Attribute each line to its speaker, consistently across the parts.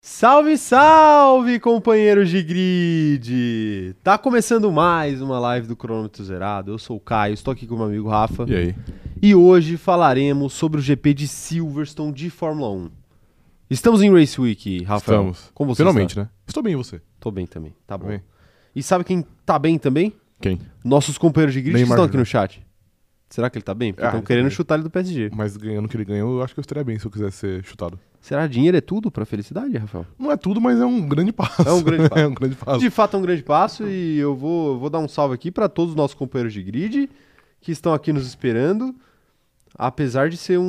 Speaker 1: Salve, salve, companheiros de grid! Tá começando mais uma live do Cronômetro Zerado. Eu sou o Caio, estou aqui com o meu amigo Rafa.
Speaker 2: E aí?
Speaker 1: E hoje falaremos sobre o GP de Silverstone de Fórmula 1. Estamos em Race Week, Rafael.
Speaker 2: Estamos.
Speaker 1: Como você
Speaker 2: Finalmente,
Speaker 1: está?
Speaker 2: né? Estou bem, e você?
Speaker 1: Tô bem também, tá bom.
Speaker 2: Bem.
Speaker 1: E sabe quem tá bem também?
Speaker 2: Quem?
Speaker 1: Nossos companheiros de grid que
Speaker 2: Neymar
Speaker 1: estão aqui
Speaker 2: Júnior.
Speaker 1: no chat. Será que ele tá bem? Porque
Speaker 2: Ah,
Speaker 1: estão
Speaker 2: ele tá
Speaker 1: querendo
Speaker 2: bem.
Speaker 1: chutar ele do PSG.
Speaker 2: Mas ganhando o que ele ganhou, eu acho que eu estaria bem se eu quisesse ser chutado.
Speaker 1: Será que dinheiro é tudo pra felicidade, Rafael?
Speaker 2: Não é tudo, mas é um grande passo.
Speaker 1: É um grande passo.
Speaker 2: é um grande passo.
Speaker 1: De fato é um grande passo e eu vou, eu vou dar um salve aqui para todos os nossos companheiros de grid que estão aqui nos esperando, apesar de ser um,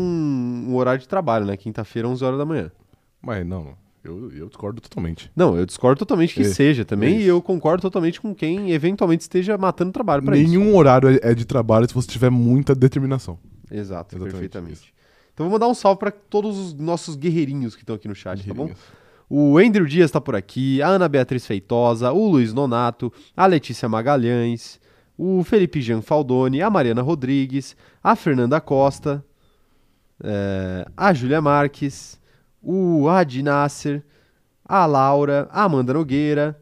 Speaker 1: um horário de trabalho, né? Quinta-feira, 11 horas da manhã.
Speaker 2: Mas não, eu, eu discordo totalmente.
Speaker 1: Não, eu discordo totalmente que
Speaker 2: É,
Speaker 1: seja também
Speaker 2: é
Speaker 1: e eu concordo totalmente com quem eventualmente esteja matando trabalho para isso.
Speaker 2: Nenhum horário é é de trabalho se você tiver muita determinação.
Speaker 1: Exato,
Speaker 2: Exatamente,
Speaker 1: perfeitamente.
Speaker 2: isso.
Speaker 1: Então vou mandar um salve para todos os nossos guerreirinhos que estão aqui no chat, tá bom?
Speaker 2: Guerreirinhos.
Speaker 1: O Andrew Dias tá por aqui, a Ana Beatriz Feitosa, o Luiz Nonato, a Letícia Magalhães, o Felipe Jean Faldoni, a Mariana Rodrigues, a Fernanda Costa, eh, a Júlia Marques, o Adi Nasser, a Laura, a Amanda Nogueira,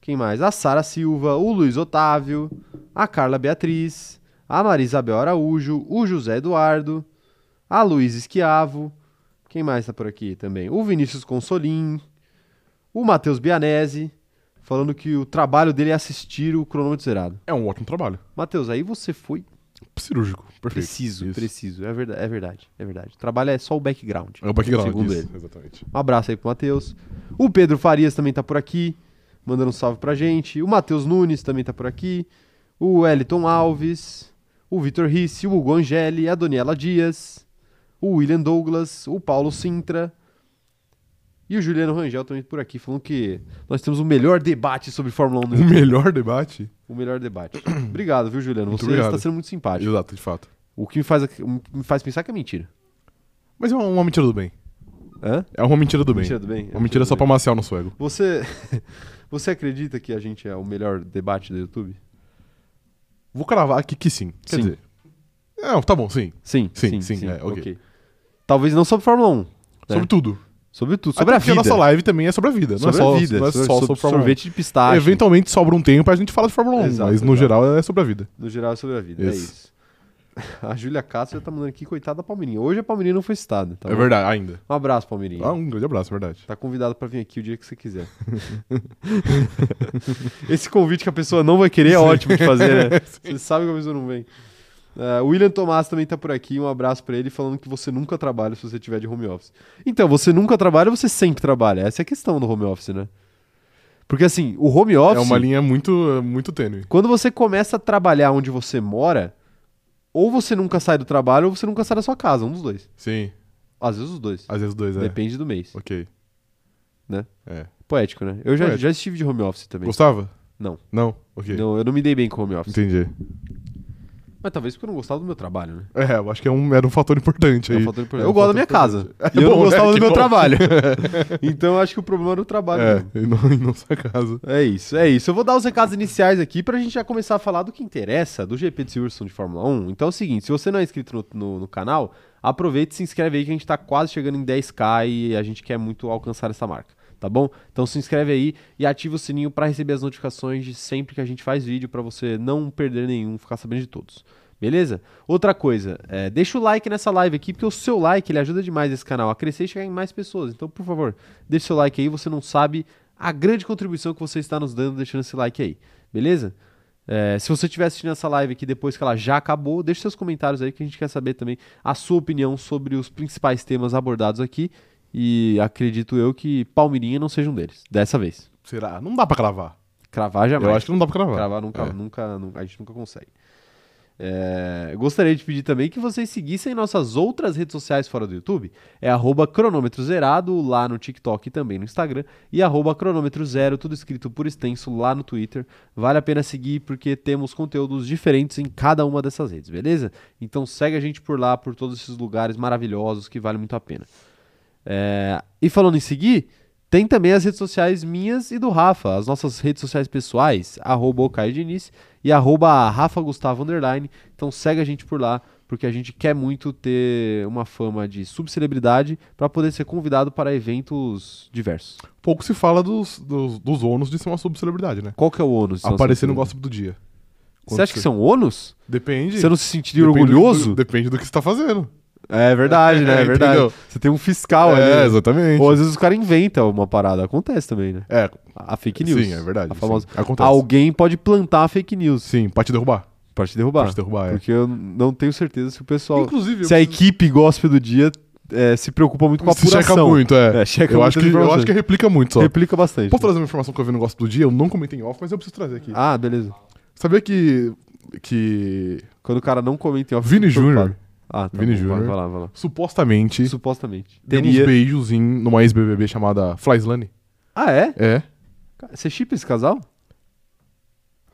Speaker 1: quem mais? A Sara Silva, o Luiz Otávio, a Carla Beatriz, a Maria Isabel Araújo, o José Eduardo, a Luiz Esquiavo, quem mais tá por aqui também? O Vinícius Consolim, o Matheus Bianese, falando que o trabalho dele é assistir o cronômetro zerado.
Speaker 2: É um ótimo trabalho.
Speaker 1: Matheus, aí você foi
Speaker 2: Cirúrgico. Perfeito.
Speaker 1: preciso,
Speaker 2: Isso.
Speaker 1: preciso. É verdade, é verdade, é verdade. O trabalho é só o background.
Speaker 2: É o background.
Speaker 1: Segundo
Speaker 2: isso,
Speaker 1: ele.
Speaker 2: Exatamente.
Speaker 1: Um abraço aí pro Matheus. O Pedro Farias também tá por aqui, mandando um salve pra gente. O Matheus Nunes também tá por aqui. O Eliton Alves, o Vitor Risse, o Hugo Angeli, a Daniela Dias, o William Douglas, o Paulo Sintra. E o Juliano Rangel também por aqui, falando que nós temos o melhor debate sobre Fórmula 1 do
Speaker 2: O melhor debate.
Speaker 1: O melhor debate. Obrigado, viu, Juliano?
Speaker 2: Muito
Speaker 1: Você
Speaker 2: obrigado.
Speaker 1: está sendo muito simpático.
Speaker 2: Exato, de fato.
Speaker 1: O que me faz, me faz pensar que é mentira.
Speaker 2: Mas é uma, uma mentira do bem.
Speaker 1: Hã?
Speaker 2: É uma mentira do bem.
Speaker 1: Mentira do bem?
Speaker 2: Uma mentira só pra maciar nosso ego.
Speaker 1: Você, você acredita que a gente é o melhor debate do YouTube?
Speaker 2: Vou cravar aqui que sim. Quer
Speaker 1: Sim.
Speaker 2: dizer. Não, tá bom, sim.
Speaker 1: Sim,
Speaker 2: Sim, sim, é, ok.
Speaker 1: Talvez não sobre Fórmula 1.
Speaker 2: Sobre tudo.
Speaker 1: Sobre tudo, É. sobre
Speaker 2: Até
Speaker 1: a
Speaker 2: porque
Speaker 1: vida.
Speaker 2: nossa live também é sobre a vida. Não
Speaker 1: sobre
Speaker 2: é só,
Speaker 1: a vida.
Speaker 2: Não é
Speaker 1: sobre,
Speaker 2: só sobre,
Speaker 1: sobre
Speaker 2: Fórmula 1.
Speaker 1: sorvete de pistache.
Speaker 2: Eventualmente sobra um tempo a gente fala de Fórmula 1,
Speaker 1: Exato,
Speaker 2: mas no
Speaker 1: exato.
Speaker 2: geral é sobre a vida.
Speaker 1: No geral é sobre a vida. É
Speaker 2: Isso.
Speaker 1: isso. A Júlia Castro já tá mandando aqui, coitada da Palmeirinha. Hoje a Palmeirinha não foi citada. tá
Speaker 2: é
Speaker 1: bom?
Speaker 2: verdade, ainda.
Speaker 1: Um abraço, Palmeirinha.
Speaker 2: Ah, um grande abraço, é verdade.
Speaker 1: Tá convidado pra vir aqui o dia que você quiser. Esse convite que a pessoa não vai querer é ótimo de fazer, né? Você sabe que a pessoa não vem. Ah, o William Tomás também tá por aqui, um abraço pra ele, falando que você nunca trabalha se você tiver de home office. Então, você nunca trabalha ou você sempre trabalha? Essa é a questão do home office, né? Porque assim, o home office,
Speaker 2: É uma linha muito, muito tênue.
Speaker 1: quando você começa a trabalhar onde você mora, ou você nunca sai do trabalho ou você nunca sai da sua casa, um dos dois.
Speaker 2: Sim,
Speaker 1: Às vezes os dois.
Speaker 2: às vezes dois, é.
Speaker 1: Depende do mês.
Speaker 2: Ok.
Speaker 1: Né?
Speaker 2: É.
Speaker 1: Poético, né? Eu já,
Speaker 2: Poético.
Speaker 1: já estive de home office também.
Speaker 2: Gostava?
Speaker 1: Não.
Speaker 2: Não? Ok.
Speaker 1: Não, eu não me dei bem com home office.
Speaker 2: Entendi.
Speaker 1: Mas talvez porque eu não gostava do meu trabalho, né?
Speaker 2: É, eu acho que é um, era um fator importante
Speaker 1: É
Speaker 2: aí.
Speaker 1: um fator importante.
Speaker 2: É um
Speaker 1: eu gosto da minha
Speaker 2: fator
Speaker 1: casa.
Speaker 2: importante.
Speaker 1: e eu
Speaker 2: É
Speaker 1: não
Speaker 2: bom, né?
Speaker 1: gostava do
Speaker 2: Que
Speaker 1: meu
Speaker 2: bom.
Speaker 1: trabalho. então eu acho que o problema era o trabalho. mesmo.
Speaker 2: É, e não, e não sua casa.
Speaker 1: É isso, é isso. Eu vou dar os recados iniciais aqui pra gente já começar a falar do que interessa, do GP de Silverstone de Fórmula 1. Então é o seguinte, se você não é inscrito no, no- no canal, aproveita e se inscreve aí que a gente tá quase chegando em 10k e a gente quer muito alcançar essa marca, tá bom? Então se inscreve aí e ativa o sininho pra receber as notificações de sempre que a gente faz vídeo pra você não perder nenhum, ficar sabendo de todos. Beleza? Outra coisa, é, deixa o like nessa live aqui, porque o seu like ele ajuda demais esse canal a crescer e chegar em mais pessoas. Então, por favor, deixa seu like aí, você não sabe a grande contribuição que você está nos dando deixando esse like aí, beleza? É, se você estiver assistindo essa live aqui depois que ela já acabou, deixa seus comentários aí que a gente quer saber também a sua opinião sobre os principais temas abordados aqui. E acredito eu que Palmeirinha não seja um deles, dessa vez.
Speaker 2: Será? Não dá pra cravar.
Speaker 1: Cravar jamais.
Speaker 2: Eu acho que não dá pra cravar.
Speaker 1: Cravar nunca,
Speaker 2: É.
Speaker 1: nunca, nunca- a gente nunca consegue. É, eu gostaria de pedir também que vocês seguissem nossas outras redes sociais fora do YouTube. É arroba cronômetro zerado lá no TikTok e também no Instagram. E arroba cronômetro zero, tudo escrito por extenso lá no Twitter. Vale a pena seguir porque temos conteúdos diferentes em cada uma dessas redes, beleza? Então segue a gente por lá, por todos esses lugares maravilhosos que vale muito a pena. É, e falando em seguir, Tem também as redes sociais minhas e do Rafa, as nossas redes sociais pessoais, arroba o Caio Diniz e arroba Rafa Gustavo Underline. Então segue a gente por lá, porque a gente quer muito ter uma fama de subcelebridade para poder ser convidado para eventos diversos.
Speaker 2: Pouco se fala dos, dos, dos ônus de ser uma subcelebridade, né?
Speaker 1: Qual que é o ônus? de ser uma
Speaker 2: Aparecer no
Speaker 1: subcelebridade?
Speaker 2: gossip do dia.
Speaker 1: Você acha que são ônus?
Speaker 2: Depende.
Speaker 1: Você não se sentiria
Speaker 2: Depende do-
Speaker 1: orgulhoso?
Speaker 2: depende do que você tá fazendo.
Speaker 1: É verdade, né? É
Speaker 2: É,
Speaker 1: verdade.
Speaker 2: entendeu?
Speaker 1: Você tem um fiscal
Speaker 2: é,
Speaker 1: ali. né?
Speaker 2: exatamente.
Speaker 1: Ou às vezes os caras inventam uma parada. Acontece também, né?
Speaker 2: É,
Speaker 1: A fake news. Tá
Speaker 2: Sim, é verdade.
Speaker 1: A famosa...
Speaker 2: sim. Acontece.
Speaker 1: Alguém pode plantar a fake news
Speaker 2: Sim, pra te derrubar.
Speaker 1: pra te derrubar.
Speaker 2: Pra te derrubar, é.
Speaker 1: Porque eu não tenho certeza se o pessoal.
Speaker 2: Inclusive, eu
Speaker 1: se a
Speaker 2: preciso-
Speaker 1: equipe gospel do dia é, se preocupa muito com a
Speaker 2: Isso
Speaker 1: apuração.
Speaker 2: checa muito, é.
Speaker 1: É, checa
Speaker 2: eu,
Speaker 1: muito
Speaker 2: acho
Speaker 1: as
Speaker 2: que, eu
Speaker 1: informações.
Speaker 2: acho que replica muito só.
Speaker 1: Replica bastante.
Speaker 2: Posso trazer uma informação que eu vi no gosto do dia? Eu não comentei em off, mas eu preciso trazer aqui.
Speaker 1: Ah, beleza.
Speaker 2: Sabia que. que.
Speaker 1: Quando o cara não comenta em off,
Speaker 2: Vini
Speaker 1: eu fico
Speaker 2: Júnior.
Speaker 1: preocupado. Ah, tá
Speaker 2: Vini
Speaker 1: bom, vai-
Speaker 2: Júnior.
Speaker 1: Vai lá, vai lá.
Speaker 2: supostamente
Speaker 1: Supostamente.
Speaker 2: deu uns beijos em, numa ex-BBB chamada Flyslane?
Speaker 1: Ah, é?
Speaker 2: É?
Speaker 1: Você chipa esse casal?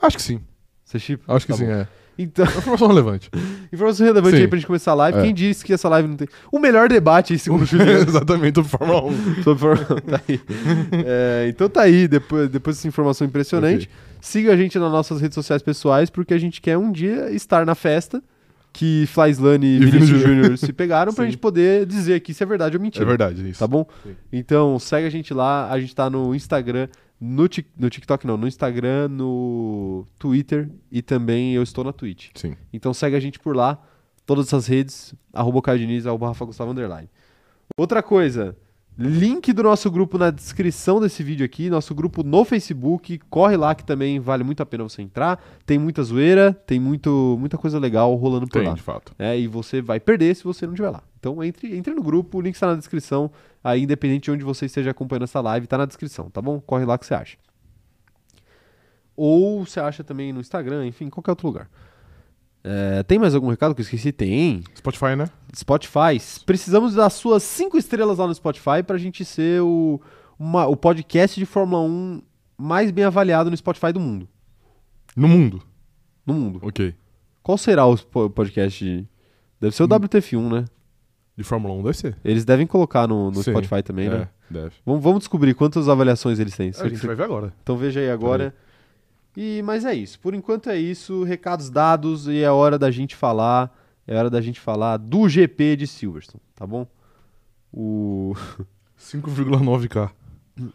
Speaker 2: Acho que sim.
Speaker 1: Você chipa?
Speaker 2: Acho que
Speaker 1: Tá
Speaker 2: sim,
Speaker 1: bom.
Speaker 2: é.
Speaker 1: Então,
Speaker 2: É uma informação relevante.
Speaker 1: informação relevante
Speaker 2: Sim.
Speaker 1: aí pra gente começar a live.
Speaker 2: É.
Speaker 1: Quem disse que essa live não tem. O melhor debate aí, segundo o Juliano.
Speaker 2: Exatamente, do Fórmula 1.
Speaker 1: Sobre forma- tá aí. É, então tá aí, depois, depois dessa informação impressionante. Siga a gente nas nossas redes sociais pessoais, porque a gente quer um dia estar na festa que Flyslane e
Speaker 2: E Vini
Speaker 1: Vinícius
Speaker 2: Júnior.
Speaker 1: Júnior se pegaram pra
Speaker 2: Sim.
Speaker 1: gente poder dizer aqui se é verdade ou mentira.
Speaker 2: É verdade, isso.
Speaker 1: Tá bom?
Speaker 2: Sim.
Speaker 1: Então segue a gente lá, a gente tá no Instagram, no, Tik- no TikTok não, no Instagram, no Twitter e também eu estou na Twitch.
Speaker 2: Sim.
Speaker 1: Então segue a gente por lá, todas essas redes, arroba Caio Diniz, arroba Rafa Gustavo Underline. Outra coisa, link do nosso grupo na descrição desse vídeo aqui, nosso grupo no Facebook, corre lá que também vale muito a pena você entrar, tem muita zoeira, tem muito, muita coisa legal rolando por
Speaker 2: Tem,
Speaker 1: lá.
Speaker 2: de fato.
Speaker 1: né? e você vai perder se você não estiver lá. Então entre, entre no grupo, o link está na descrição, aí independente de onde você esteja acompanhando essa live, tá na descrição, tá bom? Corre lá que você acha. Ou você acha também no Instagram, enfim, em qualquer outro lugar. É, tem mais algum recado que eu esqueci? Tem.
Speaker 2: Spotify, né?
Speaker 1: Spotify. Precisamos das suas cinco estrelas lá no Spotify pra gente ser o, uma- o podcast de Fórmula 1 mais bem avaliado no Spotify do mundo.
Speaker 2: No mundo.
Speaker 1: No mundo.
Speaker 2: Ok.
Speaker 1: Qual será o po- podcast? Deve ser o
Speaker 2: Hum.
Speaker 1: WTF1, né?
Speaker 2: De Fórmula 1 deve ser.
Speaker 1: Eles devem colocar no, no
Speaker 2: Sim,
Speaker 1: Spotify também, né?
Speaker 2: É, deve.
Speaker 1: Vamos, vamos descobrir quantas avaliações eles têm.
Speaker 2: A gente vai Tá ver agora.
Speaker 1: Então veja aí agora. E mas é isso. Por enquanto é isso. Recados dados e é hora da gente falar. É hora da gente falar do GP de Silverstone, tá bom? O,
Speaker 2: 5,9k.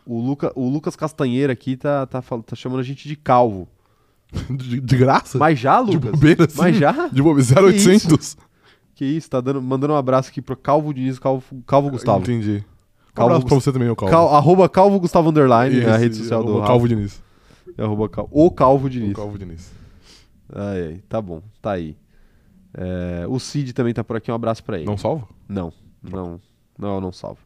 Speaker 1: o, Luca, o Lucas Castanheira aqui tá, tá, fal- tá chamando a gente de calvo.
Speaker 2: De, de graça?
Speaker 1: Mas já,
Speaker 2: de
Speaker 1: Lucas?
Speaker 2: bobeira, assim.
Speaker 1: Mas já?
Speaker 2: De bobeira, 0800.
Speaker 1: Que isso, tá dando, mandando um abraço aqui pro Calvo Diniz, Calvo, Calvo Gustavo.
Speaker 2: Entendi. Um
Speaker 1: Calvo
Speaker 2: abraço pra você também, o Calvo.
Speaker 1: Cal- arroba Calvo Gustavo Underline, é a
Speaker 2: Esse,
Speaker 1: rede social do
Speaker 2: arroba
Speaker 1: Rafa.
Speaker 2: Calvo Diniz.
Speaker 1: É arroba Cal- o Calvo
Speaker 2: O
Speaker 1: Diniz.
Speaker 2: Calvo Diniz.
Speaker 1: Ai, ai, tá bom, tá aí. É, o Cid também tá por aqui, um abraço pra ele.
Speaker 2: Não salvo?
Speaker 1: Não, não, não, eu não salvo.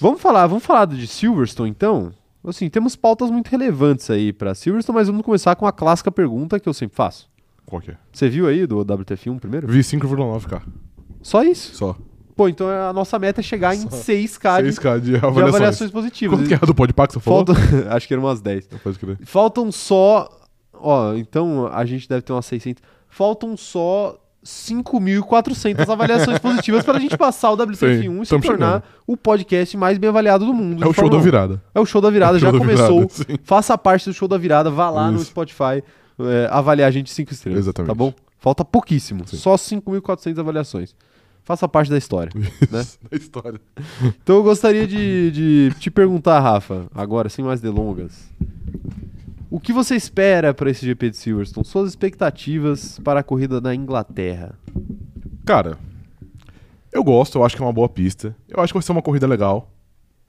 Speaker 1: Vamos falar, vamos falar de Silverstone então? Assim, temos pautas muito relevantes aí pra Silverstone, mas vamos começar com a clássica pergunta que eu sempre faço.
Speaker 2: Qual que é?
Speaker 1: Você viu aí do WTF1 primeiro?
Speaker 2: Vi 5,9k.
Speaker 1: Só isso.
Speaker 2: Só.
Speaker 1: Pô, então a nossa meta é chegar em
Speaker 2: Só
Speaker 1: 6K Ah, de,
Speaker 2: 6k de
Speaker 1: de
Speaker 2: avaliações.
Speaker 1: avaliações positivas.
Speaker 2: Quanto que é a do Podpah que você falou?
Speaker 1: Faltam, acho que eram umas 10.
Speaker 2: Pode crer.
Speaker 1: Faltam só, ó, então a gente deve ter umas 600. Faltam só 5.400 avaliações positivas para a gente passar o WTF1 e se
Speaker 2: estamos
Speaker 1: tornar o podcast mais bem avaliado do mundo.
Speaker 2: É o
Speaker 1: de
Speaker 2: show da
Speaker 1: Fórmula 1.
Speaker 2: virada.
Speaker 1: É o show da virada,
Speaker 2: É o
Speaker 1: já
Speaker 2: show da
Speaker 1: começou.
Speaker 2: virada, sim.
Speaker 1: Faça parte do show da virada, vá lá no
Speaker 2: Isso.
Speaker 1: Spotify é, avaliar a gente 5 estrelas.
Speaker 2: Exatamente.
Speaker 1: Tá bom? Falta pouquíssimo,
Speaker 2: Sim.
Speaker 1: só 5.400 avaliações. Faça parte da história. Né?
Speaker 2: Da história.
Speaker 1: Então eu gostaria de, de te perguntar, Rafa, agora, sem mais delongas. O que você espera para esse GP de Silverstone? Suas expectativas para a corrida na Inglaterra?
Speaker 2: Cara, eu gosto, eu acho que é uma boa pista. Eu acho que vai ser uma corrida legal.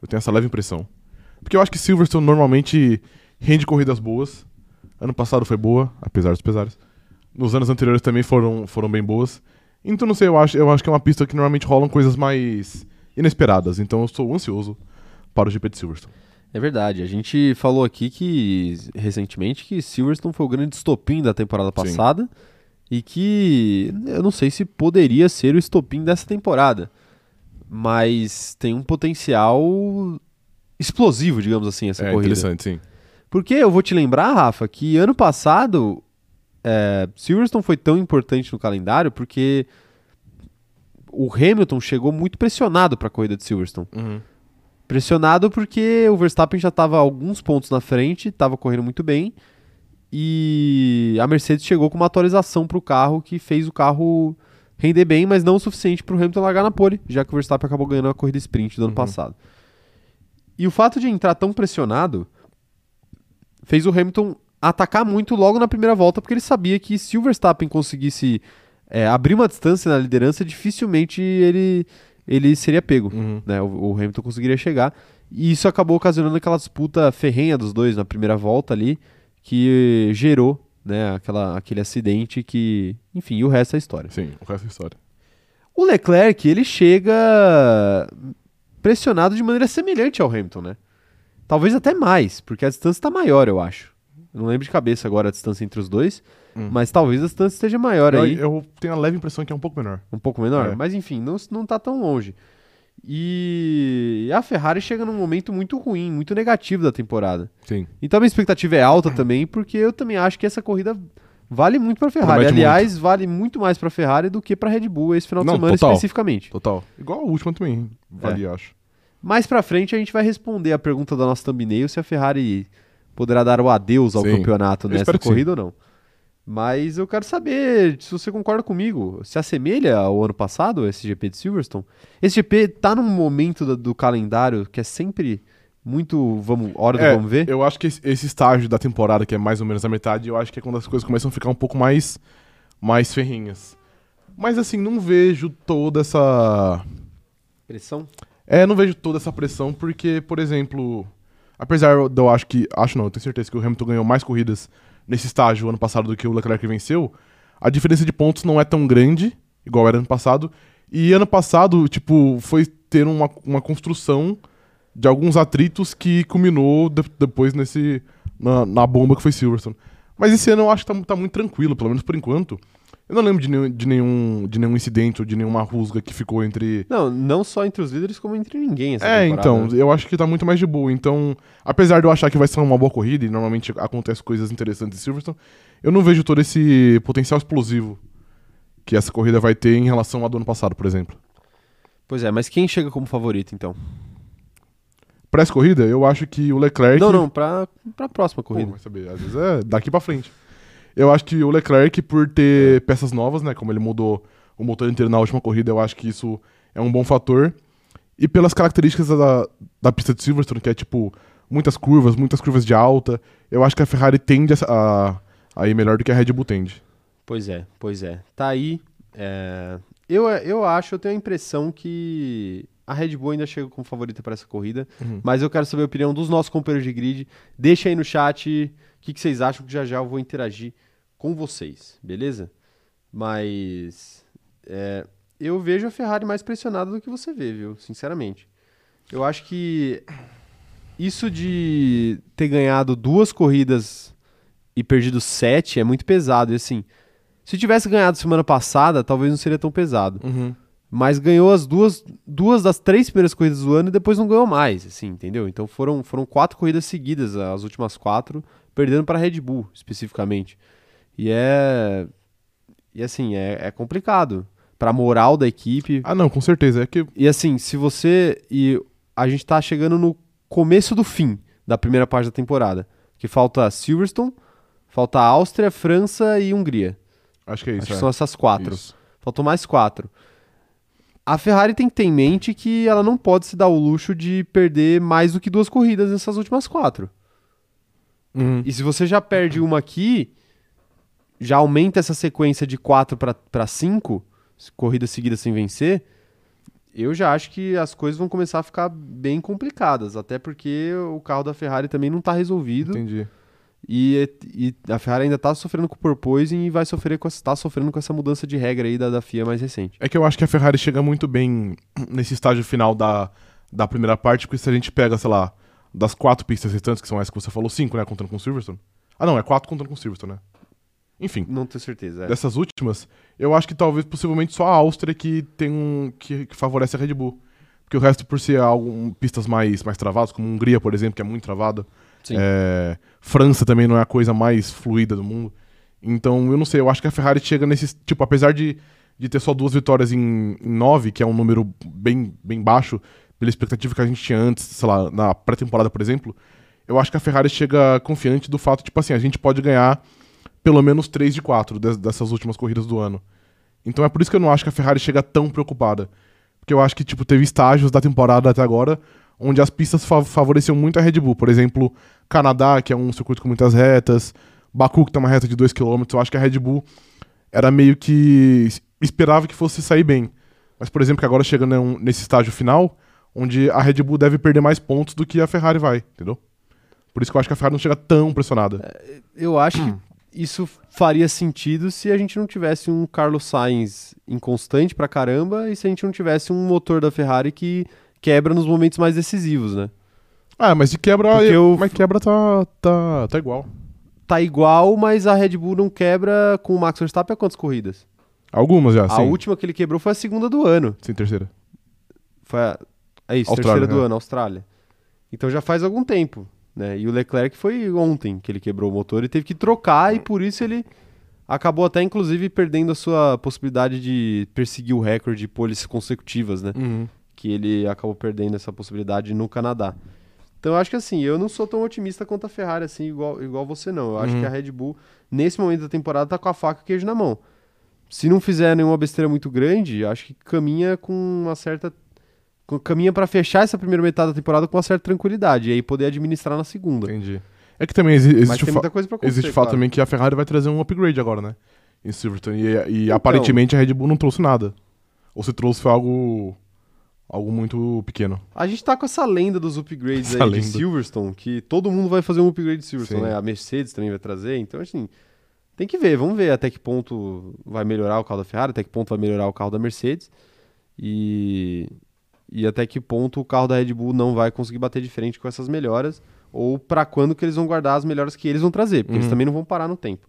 Speaker 2: Eu tenho essa leve impressão. Porque eu acho que Silverstone normalmente rende corridas boas. Ano passado foi boa, apesar dos pesares. Nos anos anteriores também foram, foram bem boas. Então não sei, eu acho, eu acho que é uma pista que normalmente rolam coisas mais inesperadas. Então eu estou ansioso para o GP de Silverstone.
Speaker 1: É verdade, a gente falou aqui que recentemente que Silverstone foi o grande estopim da temporada passada e que eu não sei se poderia ser o estopim dessa temporada, mas tem um potencial explosivo, digamos assim, essa
Speaker 2: é
Speaker 1: corrida.
Speaker 2: interessante, sim.
Speaker 1: Porque eu vou te lembrar, Rafa, que ano passado é, Silverstone foi tão importante no calendário porque Uhum. o Hamilton chegou muito pressionado para a corrida de Silverstone. Pressionado porque o Verstappen já estava alguns pontos na frente, estava correndo muito bem. E a Mercedes chegou com uma atualização para o carro que fez o carro render bem, mas não o suficiente para o Hamilton largar na pole, já que o Verstappen acabou ganhando a corrida sprint do ano
Speaker 2: Uhum.
Speaker 1: passado. E o fato de entrar tão pressionado fez o Hamilton atacar muito logo na primeira volta, porque ele sabia que se o Verstappen conseguisse é, abrir uma distância na liderança, dificilmente ele, ele seria pego
Speaker 2: Uhum.
Speaker 1: né, O, o Hamilton conseguiria chegar. E isso acabou ocasionando aquela disputa ferrenha dos dois na primeira volta ali, que gerou né, aquela, aquele acidente que. Enfim, e o resto é história.
Speaker 2: Sim, o resto é história.
Speaker 1: O Leclerc, ele chega pressionado de maneira semelhante ao Hamilton, né? Talvez até mais, porque a distância está maior, eu acho. Eu não lembro de cabeça agora a distância entre os dois,
Speaker 2: Hum.
Speaker 1: mas talvez a distância esteja maior
Speaker 2: Eu,
Speaker 1: aí.
Speaker 2: eu tenho a leve impressão que é um pouco menor.
Speaker 1: Um pouco menor?
Speaker 2: É.
Speaker 1: Mas enfim, não, não tá tão longe. E a Ferrari chega num momento muito ruim, muito negativo da temporada.
Speaker 2: Sim.
Speaker 1: Então a minha expectativa é alta também, porque eu também acho que essa corrida vale muito pra Ferrari.
Speaker 2: Promete
Speaker 1: Aliás, vale muito mais pra Ferrari do que pra Red Bull esse final de
Speaker 2: Não,
Speaker 1: semana
Speaker 2: total.
Speaker 1: especificamente.
Speaker 2: Total. É. Igual a última também, vale, acho.
Speaker 1: Mais pra frente a gente vai responder a pergunta da nossa thumbnail se a Ferrari poderá dar o adeus ao
Speaker 2: Sim.
Speaker 1: campeonato
Speaker 2: Eu
Speaker 1: nessa
Speaker 2: espero que
Speaker 1: corrida ou não. Mas eu quero saber se você concorda comigo. Se assemelha ao ano passado, esse GP de Silverstone? Esse GP tá num momento do, do calendário que é sempre muito vamos, hora do
Speaker 2: É,
Speaker 1: vamos ver?
Speaker 2: Eu acho que esse esse estágio da temporada, que é mais ou menos a metade, eu acho que é quando as coisas começam a ficar um pouco mais, mais ferrinhas. Mas assim, não vejo toda essa.
Speaker 1: Pressão?
Speaker 2: É, não vejo toda essa pressão, porque, por exemplo, apesar de eu acho que. Acho não, eu tenho certeza que o Hamilton ganhou mais corridas nesse estágio ano passado do que o Leclerc venceu, a diferença de pontos não é tão grande, igual era ano passado. E ano passado, tipo, foi ter uma, uma construção de alguns atritos que culminou de- depois nesse. Na, na bomba que foi Silverstone. Mas esse ano eu acho que tá, tá muito tranquilo, pelo menos por enquanto. Eu não lembro de nenhum, de nenhum, de nenhum incidente ou de nenhuma rusga que ficou entre
Speaker 1: Não, não só entre os líderes, como entre ninguém essa
Speaker 2: é,
Speaker 1: temporada,
Speaker 2: então,
Speaker 1: né?
Speaker 2: eu acho que tá muito mais de boa. Então, apesar de eu achar que vai ser uma boa corrida, e normalmente acontecem coisas interessantes em Silverstone, eu não vejo todo esse potencial explosivo que essa corrida vai ter em relação ao do ano passado, por exemplo.
Speaker 1: Pois é, mas quem chega como favorito então?
Speaker 2: Pra essa corrida, eu acho É que o Leclerc.
Speaker 1: Não, não, pra, pra próxima
Speaker 2: Pô,
Speaker 1: corrida.
Speaker 2: vai saber, às vezes é daqui pra frente. Eu acho que o Leclerc, por
Speaker 1: É.
Speaker 2: ter peças novas, né? Como ele mudou o motor inteiro na última corrida, eu acho que isso é um bom fator. E pelas características da, da pista de Silverstone, que é tipo muitas curvas, muitas curvas de alta, eu acho que a Ferrari tende a, a, a ir melhor do que a Red Bull tende.
Speaker 1: Pois é, pois é. Tá aí. é, Eu, eu acho, eu tenho a impressão que a Red Bull ainda chega como favorita para essa corrida,
Speaker 2: Uhum.
Speaker 1: mas eu quero saber a opinião dos nossos companheiros de grid. Deixa aí no chat o que, que vocês acham, que já já eu vou interagir com vocês, beleza? Mas é, eu vejo a Ferrari mais pressionada do que você vê, viu? Sinceramente. Eu acho que isso de ter ganhado duas corridas e perdido sete é muito pesado. E assim, se tivesse ganhado semana passada, talvez não seria tão pesado. Mas ganhou as duas, duas das três primeiras corridas do ano e depois não ganhou mais, assim, entendeu? Então foram, foram quatro corridas seguidas, as últimas quatro, perdendo para Red Bull, especificamente. E é. E assim, é, é complicado. Para moral da equipe.
Speaker 2: Ah, não, com certeza. É que.
Speaker 1: E assim, se você. E a gente tá chegando no começo do fim da primeira parte da temporada. Que falta Silverstone, falta Áustria, França e Hungria.
Speaker 2: Acho que é
Speaker 1: Acho
Speaker 2: isso.
Speaker 1: que
Speaker 2: é.
Speaker 1: são essas quatro.
Speaker 2: Isso.
Speaker 1: Faltou mais quatro. A Ferrari tem que ter em mente que ela não pode se dar o luxo de perder mais do que duas corridas nessas últimas quatro.
Speaker 2: Uhum.
Speaker 1: E se você já perde uma aqui, já aumenta essa sequência de quatro para cinco, s- corridas seguidas sem vencer, eu já acho que as coisas vão começar a ficar bem complicadas. Até porque o carro da Ferrari também não está resolvido.
Speaker 2: Entendi.
Speaker 1: E, e a Ferrari ainda tá sofrendo com o porpoising e vai sofrer com essa, tá sofrendo com essa mudança de regra aí da, da FIA mais recente.
Speaker 2: É que eu acho que a Ferrari chega muito bem nesse estágio final da, da primeira parte, porque se a gente pega, sei lá, das quatro pistas restantes, que são essas que você falou, cinco, né? Contando com o Silverstone. Ah, não, é quatro contando com o Silverstone, né? Enfim,
Speaker 1: Não tenho certeza. é.
Speaker 2: dessas últimas, eu acho que talvez possivelmente só a Áustria que tem um. que, que favorece a Red Bull. Porque o resto, por ser algo, um, pistas mais, mais travadas, como Hungria, por exemplo, que é muito travada.
Speaker 1: Sim.
Speaker 2: É, França também não é a coisa mais fluida do mundo. Então, eu não sei, eu acho que a Ferrari chega nesse. Tipo, apesar de, de ter só duas vitórias em, em nove, que é um número bem, bem baixo, pela expectativa que a gente tinha antes, sei lá, na pré-temporada, por exemplo, eu acho que a Ferrari chega confiante do fato, tipo assim, a gente pode ganhar pelo menos 3 de 4 dessas últimas corridas do ano. Então é por isso que eu não acho que a Ferrari chega tão preocupada. Porque eu acho que, tipo, teve estágios da temporada até agora onde as pistas fa favoreciam muito a Red Bull. Por exemplo, Canadá, que é um circuito com muitas retas, Baku, que tem tá uma reta de 2 km. Eu acho que a Red Bull era meio que. esperava que fosse sair bem. Mas, por exemplo, que agora chegando um, nesse estágio final, onde a Red Bull deve perder mais pontos do que a Ferrari vai, entendeu? Por isso que eu acho que a Ferrari não chega tão pressionada.
Speaker 1: É. Eu acho que isso faria sentido se a gente não tivesse um Carlos Sainz inconstante pra caramba e se a gente não tivesse um motor da Ferrari que quebra nos momentos mais decisivos, né?
Speaker 2: Ah, mas de quebra.
Speaker 1: Porque eu-
Speaker 2: Mas quebra tá, tá, tá igual.
Speaker 1: Tá igual, mas a Red Bull não quebra com o Max Verstappen há quantas corridas?
Speaker 2: Algumas já,
Speaker 1: A
Speaker 2: sim.
Speaker 1: última que ele quebrou foi a segunda do ano.
Speaker 2: Sim, terceira.
Speaker 1: Foi a, é isso,
Speaker 2: Austrália,
Speaker 1: terceira do
Speaker 2: né?
Speaker 1: ano, Austrália. Então já faz algum tempo, né? E o Leclerc foi ontem que ele quebrou o motor e teve que trocar e por isso ele acabou até inclusive perdendo a sua possibilidade de perseguir o recorde de poles consecutivas, né? Que ele acabou perdendo essa possibilidade no Canadá. Então eu acho que assim, eu não sou tão otimista quanto a Ferrari assim, igual, igual você não. Eu acho
Speaker 2: Uhum.
Speaker 1: que a Red Bull nesse momento da temporada tá com a faca e o queijo na mão. Se não fizer nenhuma besteira muito grande, acho que caminha com uma certa com- caminha pra fechar essa primeira metade da temporada com uma certa tranquilidade e aí poder administrar na segunda.
Speaker 2: Entendi. É que também exi-
Speaker 1: Mas
Speaker 2: existe
Speaker 1: tem
Speaker 2: o fa-
Speaker 1: muita coisa pra acontecer.
Speaker 2: Existe o fato
Speaker 1: claro.
Speaker 2: também que a Ferrari vai trazer um upgrade agora, né? Em Silverstone. E, e
Speaker 1: Então.
Speaker 2: aparentemente a Red Bull não trouxe nada. Ou se trouxe foi algo. algo muito pequeno.
Speaker 1: A gente tá com essa lenda dos upgrades
Speaker 2: Essa
Speaker 1: aí
Speaker 2: lenda.
Speaker 1: de Silverstone, que todo mundo vai fazer um upgrade de Silverstone,
Speaker 2: Sim.
Speaker 1: né? A Mercedes também vai trazer, então assim, tem que ver, vamos ver até que ponto vai melhorar o carro da Ferrari, até que ponto vai melhorar o carro da Mercedes e e até que ponto o carro da Red Bull não vai conseguir bater de frente com essas melhoras ou pra quando que eles vão guardar as melhoras que eles vão trazer, porque eles
Speaker 2: Uhum.
Speaker 1: também não vão parar no tempo.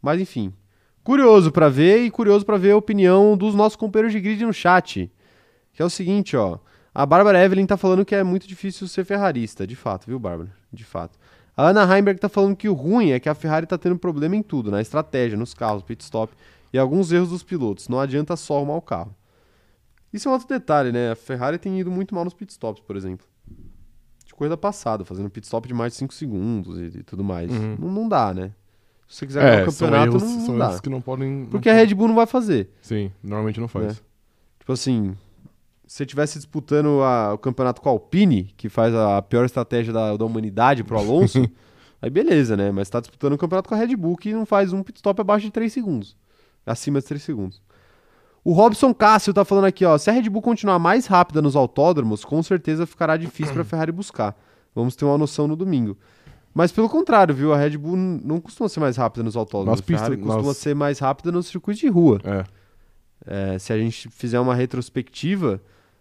Speaker 1: Mas enfim, curioso pra ver e curioso pra ver a opinião dos nossos companheiros de grid no chat. Que é o seguinte, ó. A Bárbara Evelyn tá falando que é muito difícil ser ferrarista, de fato, viu, Bárbara? De fato. A Ana Heimberg tá falando que o ruim é que a Ferrari tá tendo problema em tudo, na estratégia, nos carros, pit stop e alguns erros dos pilotos. Não adianta só arrumar o carro. Isso é um outro detalhe, né? A Ferrari tem ido muito mal nos pit stops, por exemplo. De corrida passada, fazendo pit stop de mais de 5 segundos e, e tudo mais.
Speaker 2: Uhum. É,
Speaker 1: Não, não dá, né? Se você quiser ganhar o campeonato, não, não
Speaker 2: são
Speaker 1: dá.
Speaker 2: erros que não podem. não
Speaker 1: Porque a Red Bull não vai fazer.
Speaker 2: Sim, normalmente não faz.
Speaker 1: Tipo assim, se você tivesse disputando a- o campeonato com a Alpine, que faz a pior estratégia da, da humanidade pro Alonso, aí beleza, né? Mas tá disputando o campeonato com a Red Bull, que não faz um pit stop abaixo de 3 segundos. Acima de 3 segundos. O Robson Cássio tá falando aqui, ó. Se a Red Bull continuar mais rápida nos autódromos, com certeza ficará difícil pra Ferrari buscar. Vamos ter uma noção no domingo. Mas pelo contrário, viu? A Red Bull n- não costuma ser mais rápida nos autódromos.
Speaker 2: Nas
Speaker 1: a Ferrari
Speaker 2: pistas,
Speaker 1: costuma
Speaker 2: nas-
Speaker 1: ser mais rápida nos circuitos de rua.
Speaker 2: É.
Speaker 1: É, se a gente fizer uma retrospectiva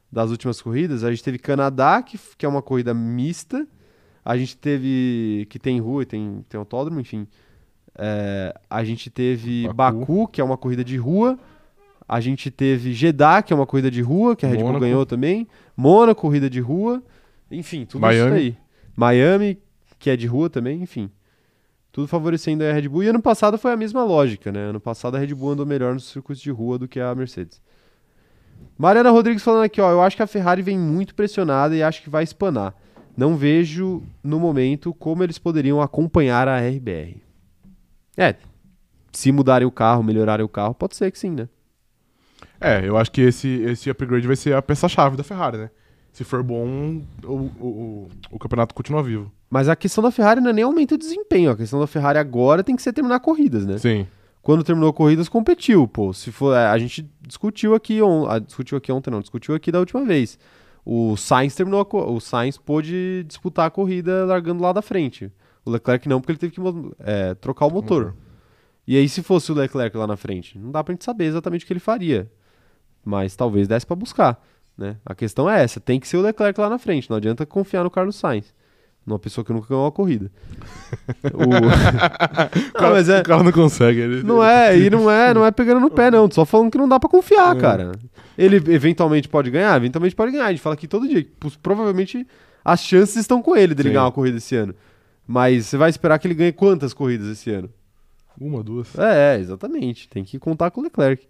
Speaker 1: das últimas corridas, a gente teve Canadá, que, f- que é uma corrida mista, a gente teve. que tem rua e tem, tem autódromo, enfim. É, a gente teve
Speaker 2: Baku.
Speaker 1: Baku. que é uma corrida de rua. A gente teve Jeddah, que é uma corrida de rua, que a Red Bull
Speaker 2: Mônaco.
Speaker 1: ganhou também. Mônaco, corrida de rua. Enfim, tudo
Speaker 2: Miami.
Speaker 1: isso aí. Miami, que é de rua também, enfim. Tudo favorecendo aí a Red Bull. E ano passado foi a mesma lógica, né? Ano passado a Red Bull andou melhor nos circuitos de rua do que a Mercedes. Mariana Rodrigues falando aqui, ó. Eu acho que a Ferrari vem muito pressionada e acho que vai espanar. Não vejo, no momento, como eles poderiam acompanhar a RBR. É, se mudarem o carro, melhorarem o carro, pode ser que sim, né?
Speaker 2: É, eu acho que esse, esse upgrade vai ser a peça-chave da Ferrari, né? Se for bom, o, o, o, o campeonato continua vivo.
Speaker 1: Mas a questão da Ferrari não é nem aumento de desempenho. A questão da Ferrari agora tem que ser terminar corridas, né?
Speaker 2: Sim.
Speaker 1: quando terminou corridas, competiu, pô. Se for, é, a gente discutiu aqui, on, ah, discutiu aqui ontem, não, discutiu aqui da última vez. O Sainz terminou, a co- o Sainz pôde disputar a corrida largando lá da frente. O Leclerc não, porque ele teve que mo- é, trocar o motor. E aí, se fosse o Leclerc lá na frente, não dá pra gente saber exatamente o que ele faria. Mas talvez desse pra buscar, né? A questão é essa, tem que ser o Leclerc lá na frente, não adianta confiar no Carlos Sainz. Numa pessoa que nunca ganhou uma corrida. o...
Speaker 2: O cara,
Speaker 1: mas é-
Speaker 2: o cara não consegue. Ele,
Speaker 1: Não é, e não é, não é pegando no pé, não. Tô Só falando que não dá pra confiar,
Speaker 2: É.
Speaker 1: cara. Ele eventualmente pode ganhar? Eventualmente pode ganhar. A gente fala aqui todo dia. que, pô, Provavelmente as chances estão com ele dele
Speaker 2: Sim.
Speaker 1: ganhar uma corrida esse ano. Mas você vai esperar que ele ganhe quantas corridas esse ano?
Speaker 2: Uma, duas.
Speaker 1: É, é, exatamente. Tem que contar com o Leclerc.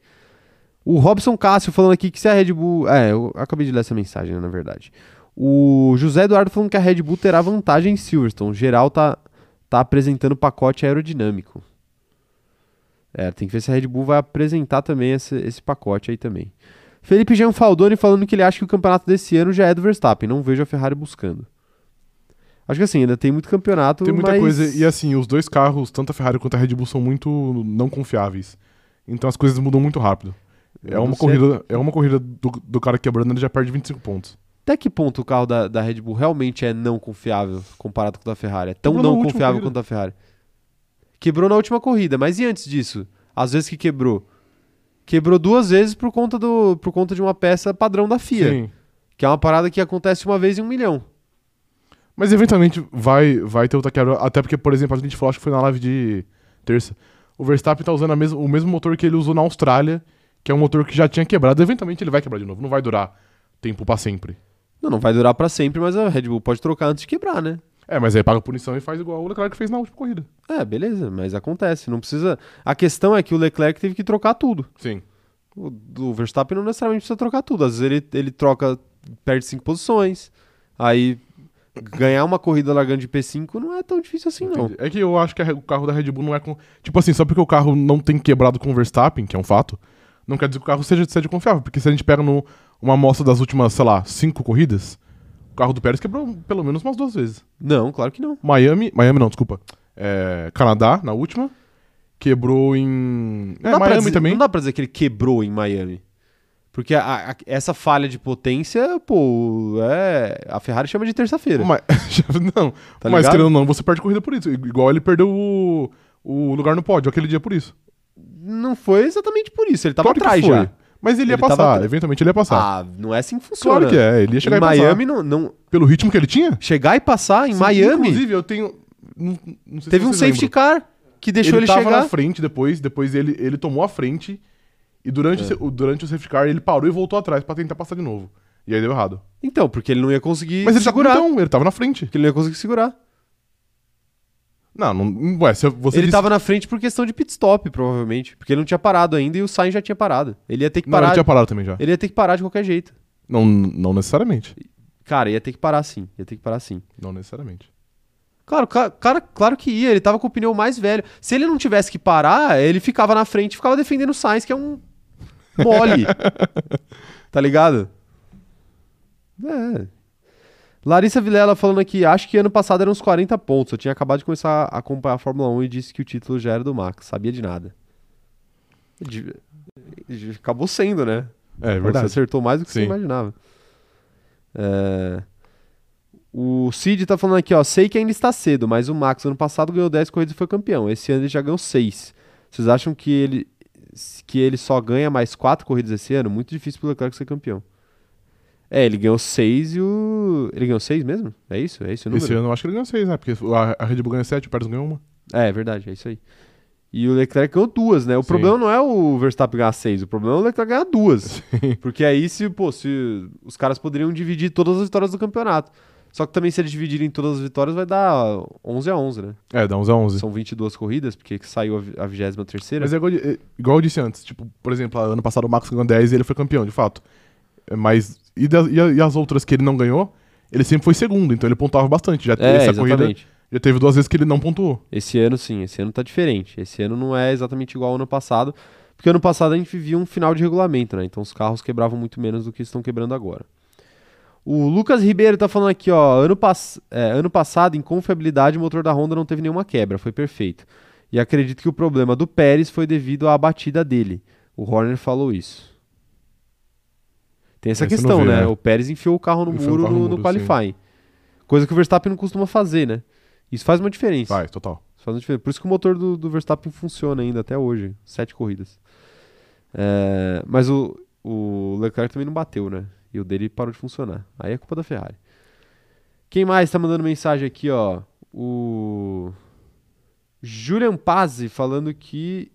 Speaker 1: O Robson Cássio falando aqui que se a Red Bull. É, eu acabei de ler essa mensagem, né, na verdade. O José Eduardo falando que a Red Bull terá vantagem em Silverstone. Geral tá, tá apresentando pacote aerodinâmico. É, tem que ver se a Red Bull vai apresentar também esse, esse pacote aí também. Felipe Jean Faldoni falando que ele acha que o campeonato desse ano já é do Verstappen. Não vejo a Ferrari buscando. Acho que assim, ainda tem muito campeonato.
Speaker 2: Tem muita
Speaker 1: mas-
Speaker 2: coisa. E assim, os dois carros, tanto a Ferrari quanto a Red Bull, são muito não confiáveis. Então as coisas mudam muito rápido. É
Speaker 1: Eu não
Speaker 2: uma,
Speaker 1: sei
Speaker 2: corrida, é uma corrida do, do cara quebrando, ele já perde 25 pontos.
Speaker 1: Até que ponto o carro da, da Red Bull realmente é não confiável comparado com o da Ferrari? É tão
Speaker 2: Quebrou na
Speaker 1: não
Speaker 2: última
Speaker 1: confiável
Speaker 2: corrida.
Speaker 1: quanto a Ferrari. Quebrou na última corrida, mas e antes disso? Às vezes que quebrou. Quebrou duas vezes por conta, do, por conta de uma peça padrão da FIA. Que é uma parada que acontece uma vez em um milhão.
Speaker 2: Mas eventualmente vai, vai ter outra quebra. Até porque, por exemplo, a gente falou, acho que foi na live de terça. O Verstappen tá usando a mes- o mesmo motor que ele usou na Austrália, que é um motor que já tinha quebrado. Eventualmente ele vai quebrar de novo. Não vai durar tempo pra sempre.
Speaker 1: Não, não vai durar pra sempre, mas a Red Bull pode trocar antes de quebrar, né?
Speaker 2: É, mas aí paga a punição e faz igual o Leclerc fez na última corrida.
Speaker 1: É, beleza, mas acontece. Não precisa. A questão é que o Leclerc teve que trocar tudo.
Speaker 2: Sim.
Speaker 1: O, o Verstappen não necessariamente precisa trocar tudo. Às vezes ele, ele troca, perde cinco posições. Aí ganhar uma corrida largando de P5 não é tão difícil assim, não.
Speaker 2: Entendi. É que eu acho que a Re- o carro da Red Bull não é com. Tipo assim, só porque o carro não tem quebrado com o Verstappen, que é um fato, não quer dizer que o carro seja, seja confiável. Porque se a gente pega no- uma amostra das últimas, sei lá, cinco corridas, o carro do Pérez quebrou pelo menos umas duas vezes.
Speaker 1: Não, claro que não.
Speaker 2: Miami. Miami não, desculpa. É, Canadá, na última. Quebrou em.
Speaker 1: Não
Speaker 2: É,
Speaker 1: dá pra
Speaker 2: Miami
Speaker 1: dizer-
Speaker 2: também.
Speaker 1: Não dá pra dizer que ele quebrou em Miami. Porque a- a- essa falha de potência, pô, é, a Ferrari chama de terça-feira.
Speaker 2: Mas, não.
Speaker 1: Tá
Speaker 2: mas
Speaker 1: ligado?
Speaker 2: querendo ou não, você perde corrida por isso. Igual ele perdeu o, o lugar no pódio aquele dia por isso.
Speaker 1: Não foi exatamente por isso, ele tava
Speaker 2: Claro que
Speaker 1: atrás
Speaker 2: foi.
Speaker 1: já.
Speaker 2: Mas ele ia
Speaker 1: Ele tava
Speaker 2: passar,
Speaker 1: atrás.
Speaker 2: eventualmente ele ia passar.
Speaker 1: Ah, não é assim que funciona.
Speaker 2: claro que é, ele ia chegar
Speaker 1: Em
Speaker 2: e passar.
Speaker 1: Miami, não, não-
Speaker 2: Pelo ritmo que ele tinha?
Speaker 1: Chegar e passar em Miami,
Speaker 2: Inclusive, eu tenho. Não, não sei
Speaker 1: teve um
Speaker 2: se vocês
Speaker 1: safety
Speaker 2: lembram.
Speaker 1: car que deixou ele,
Speaker 2: tava
Speaker 1: chegar.
Speaker 2: na frente depois, depois ele, ele tomou a frente. E durante, o se- o, durante o safety car ele parou e voltou atrás pra tentar passar de novo. E aí deu errado.
Speaker 1: Então, porque ele não ia conseguir
Speaker 2: Mas ele tava,
Speaker 1: segurar.
Speaker 2: então, ele tava na frente.
Speaker 1: Porque ele não ia conseguir segurar.
Speaker 2: Não, não. Ué, se você.
Speaker 1: ele
Speaker 2: disse-
Speaker 1: tava na frente por questão de pit stop, provavelmente. Porque ele não tinha parado ainda e o Sainz já tinha parado. Ele ia ter que
Speaker 2: Não, ele
Speaker 1: parar.
Speaker 2: tinha parado também já.
Speaker 1: Ele ia ter que parar de qualquer jeito.
Speaker 2: Não, não necessariamente.
Speaker 1: Cara, ia ter que parar sim. Ia ter que parar sim.
Speaker 2: Não necessariamente.
Speaker 1: Claro, ca- cara, claro que ia. Ele tava com o pneu mais velho. Se ele não tivesse que parar, ele ficava na frente e ficava defendendo o Sainz, que é um mole. tá ligado? É. Larissa Vilela falando aqui, acho que ano passado eram uns 40 pontos. Eu tinha acabado de começar a acompanhar a Fórmula 1 e disse que o título já era do Max. Sabia de nada. De- de- Acabou sendo, né?
Speaker 2: É, é
Speaker 1: Você
Speaker 2: verdade.
Speaker 1: acertou mais do que você
Speaker 2: Sim.
Speaker 1: imaginava. É, O Cid tá falando aqui, ó. Sei que ainda está cedo, mas o Max ano passado ganhou 10 corridas e foi campeão. Esse ano ele já ganhou 6. Vocês acham que ele, que ele só ganha mais 4 corridas esse ano? Muito difícil pro Leclerc ser campeão. É, ele ganhou 6 e o. Ele ganhou 6 mesmo? É isso? É isso o número?
Speaker 2: Esse ano eu acho que ele ganhou seis, né? Porque a, a Red Bull ganhou sete, o Pérez ganhou uma.
Speaker 1: É, é verdade, é isso aí. E o Leclerc ganhou duas, né? O
Speaker 2: Sim.
Speaker 1: problema não é o Verstappen ganhar seis, o problema é o Leclerc ganhar duas. Porque aí, se, pô, se os caras poderiam dividir todas as vitórias do campeonato. Só que também, se eles dividirem todas as vitórias, vai dar 11 a 11, né?
Speaker 2: É, dá uns a 11.
Speaker 1: São 22 corridas, porque que saiu a vi- a 23.
Speaker 2: Mas é igual, de- é igual eu disse antes. Tipo, por exemplo, ano passado o Max ganhou 10 e ele foi campeão, de fato. É, Mas. E, das- e a- e as outras que ele não ganhou, ele sempre foi segundo, então ele pontuava bastante. Já teve
Speaker 1: É,
Speaker 2: essa corrida.
Speaker 1: exatamente.
Speaker 2: Já teve duas vezes que ele não pontuou.
Speaker 1: Esse ano, sim, esse ano tá diferente. Esse ano não é exatamente igual ao ano passado, porque ano passado a gente vivia um final de regulamento, né? Então os carros quebravam muito menos do que estão quebrando agora. O Lucas Ribeiro tá falando aqui, ó. Ano, pass é, ano passado, em confiabilidade, o motor da Honda não teve nenhuma quebra, foi perfeito. E acredito que o problema do Pérez foi devido à batida dele. O Horner falou isso. Tem essa
Speaker 2: Essa eu não
Speaker 1: questão,
Speaker 2: vi,
Speaker 1: né?
Speaker 2: né?
Speaker 1: O Pérez enfiou o carro no
Speaker 2: Enfiou o
Speaker 1: muro
Speaker 2: carro
Speaker 1: no,
Speaker 2: no
Speaker 1: no
Speaker 2: muro, sim.
Speaker 1: qualifying. Coisa que o Verstappen não costuma fazer, né? Isso faz uma diferença.
Speaker 2: Vai, total.
Speaker 1: Isso faz uma diferença. Por isso que o motor do, do Verstappen funciona ainda até hoje. Sete corridas. É, mas o, o Leclerc também não bateu, né? E o dele parou de funcionar. Aí é culpa da Ferrari. Quem mais tá mandando mensagem aqui, ó? O. Julian Pazzi falando que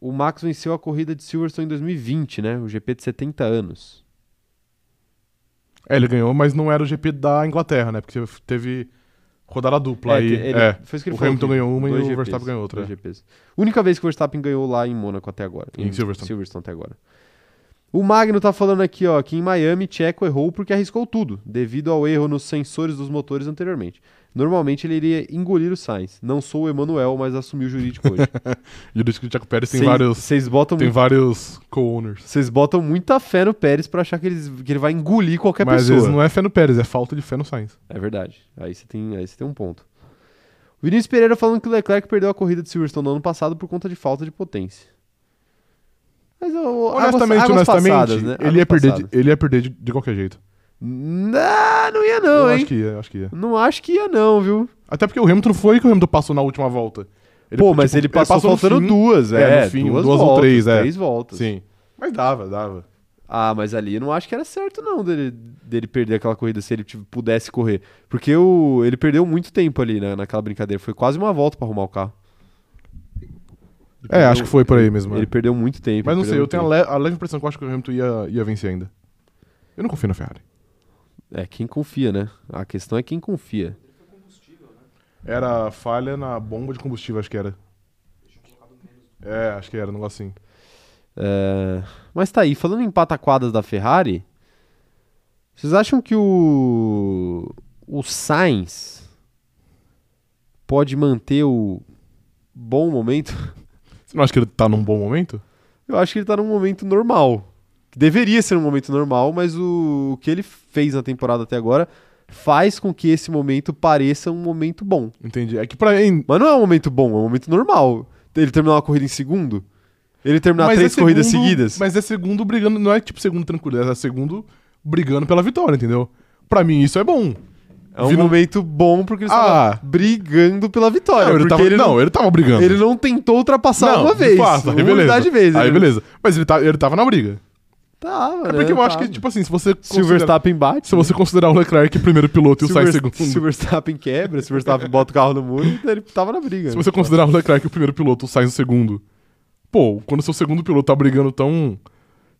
Speaker 1: o Max venceu a corrida de Silverstone em 2020, né? O GP de 70 anos.
Speaker 2: É, ele ganhou, mas não era o GP da Inglaterra, né? Porque teve Rodada dupla. aí,
Speaker 1: ele-
Speaker 2: é.
Speaker 1: foi isso que ele
Speaker 2: o
Speaker 1: falou
Speaker 2: Hamilton
Speaker 1: aqui.
Speaker 2: ganhou uma e
Speaker 1: Dois
Speaker 2: o
Speaker 1: GPs,
Speaker 2: Verstappen ganhou outra.
Speaker 1: dois GPs. Única vez que o Verstappen ganhou lá em Mônaco até agora.
Speaker 2: Em Silverstone.
Speaker 1: até agora. O Magno tá falando aqui, ó, que em Miami Checo errou porque arriscou tudo, devido ao erro nos sensores dos motores anteriormente. Normalmente ele iria engolir o Sainz. Não sou o Emanuel, mas assumi o jurídico hoje.
Speaker 2: E o disco do Tiago Pérez tem
Speaker 1: Vocês-
Speaker 2: vários,
Speaker 1: Vocês botam,
Speaker 2: tem vários co-owners.
Speaker 1: vocês botam muita fé no Pérez pra achar que, eles- que ele vai engolir qualquer
Speaker 2: Mas às
Speaker 1: pessoa.
Speaker 2: vezes não é fé no Pérez, é falta de fé no Sainz.
Speaker 1: É verdade. Aí você tem, aí você tem um ponto. O Vinícius Pereira falando que o Leclerc perdeu a corrida de Silverstone no ano passado por conta de falta de potência. Mas eu,
Speaker 2: Honestamente,
Speaker 1: águas, águas
Speaker 2: honestamente,
Speaker 1: passadas, né? Águas
Speaker 2: ele, ia perder
Speaker 1: passadas.
Speaker 2: de, ele ia perder de, de qualquer jeito.
Speaker 1: Não, não ia não,
Speaker 2: eu
Speaker 1: hein?
Speaker 2: acho que ia, acho que ia.
Speaker 1: Não acho que ia não, viu?
Speaker 2: Até porque o Hamilton não foi que o Hamilton passou na última volta.
Speaker 1: Pô, mas
Speaker 2: tipo,
Speaker 1: ele passou,
Speaker 2: no
Speaker 1: faltando
Speaker 2: fim.
Speaker 1: duas,
Speaker 2: É,
Speaker 1: é,
Speaker 2: no fim,
Speaker 1: duas,
Speaker 2: duas ou
Speaker 1: voltas,
Speaker 2: três, é.
Speaker 1: voltas.
Speaker 2: Sim. Mas dava, dava.
Speaker 1: Ah, mas ali eu não acho que era certo não dele, dele perder aquela corrida se ele tipo, pudesse correr, porque o, ele perdeu muito tempo ali né, naquela brincadeira, foi quase uma volta pra arrumar o carro.
Speaker 2: É, acho que foi por aí mesmo. é.
Speaker 1: Ele perdeu muito tempo.
Speaker 2: Mas não
Speaker 1: ele perdeu
Speaker 2: sei, eu
Speaker 1: muito
Speaker 2: tenho a,
Speaker 1: tempo.
Speaker 2: le- a leve impressão que eu acho que o Hamilton ia, ia vencer ainda. Eu não confio na Ferrari.
Speaker 1: É, quem confia, né? A questão é quem confia.
Speaker 2: Era falha na bomba de combustível, acho que era. É, acho que era, um negócio assim.
Speaker 1: É, Mas tá aí, falando em pataquadas da Ferrari, vocês acham que o, o Sainz pode manter o bom momento?
Speaker 2: Você não acha que ele tá num bom momento?
Speaker 1: Eu acho que ele tá num momento normal. Que Deveria ser um momento normal, mas o, o que ele fez na temporada até agora faz com que esse momento pareça um momento bom.
Speaker 2: Entendi. É que pra mim.
Speaker 1: Mas não é um momento bom, é um momento normal. Ele terminar uma corrida em segundo, ele terminar
Speaker 2: mas é
Speaker 1: três corridas
Speaker 2: segundo-
Speaker 1: seguidas.
Speaker 2: Mas é segundo brigando, não é tipo segundo tranquilo, é segundo brigando pela vitória, entendeu? Pra mim isso é bom.
Speaker 1: É um
Speaker 2: Vira um-
Speaker 1: momento bom porque ele estava
Speaker 2: Ah.
Speaker 1: brigando pela vitória.
Speaker 2: não, ele
Speaker 1: porque
Speaker 2: tava,
Speaker 1: ele,
Speaker 2: não,
Speaker 1: não,
Speaker 2: ele tava brigando.
Speaker 1: ele não tentou ultrapassar
Speaker 2: Não,
Speaker 1: uma
Speaker 2: de
Speaker 1: vez.
Speaker 2: fato, aí
Speaker 1: uma
Speaker 2: beleza.
Speaker 1: unidade né? de vez.
Speaker 2: Aí
Speaker 1: ele-
Speaker 2: beleza. Mas ele, tá, ele tava na briga.
Speaker 1: Tava,
Speaker 2: É porque eu acho que, tipo assim, se você
Speaker 1: tá. Se o
Speaker 2: considerar,
Speaker 1: Verstappen bate.
Speaker 2: se você considerar o Leclerc primeiro piloto e o
Speaker 1: se o
Speaker 2: Sainz
Speaker 1: Ver-
Speaker 2: segundo.
Speaker 1: Se o Verstappen quebra, se o Verstappen bota o carro no muro, então ele tava na briga.
Speaker 2: Se
Speaker 1: né?
Speaker 2: você considerar o Leclerc o primeiro piloto, o Sainz o segundo. Pô, quando o seu segundo piloto tá brigando tão.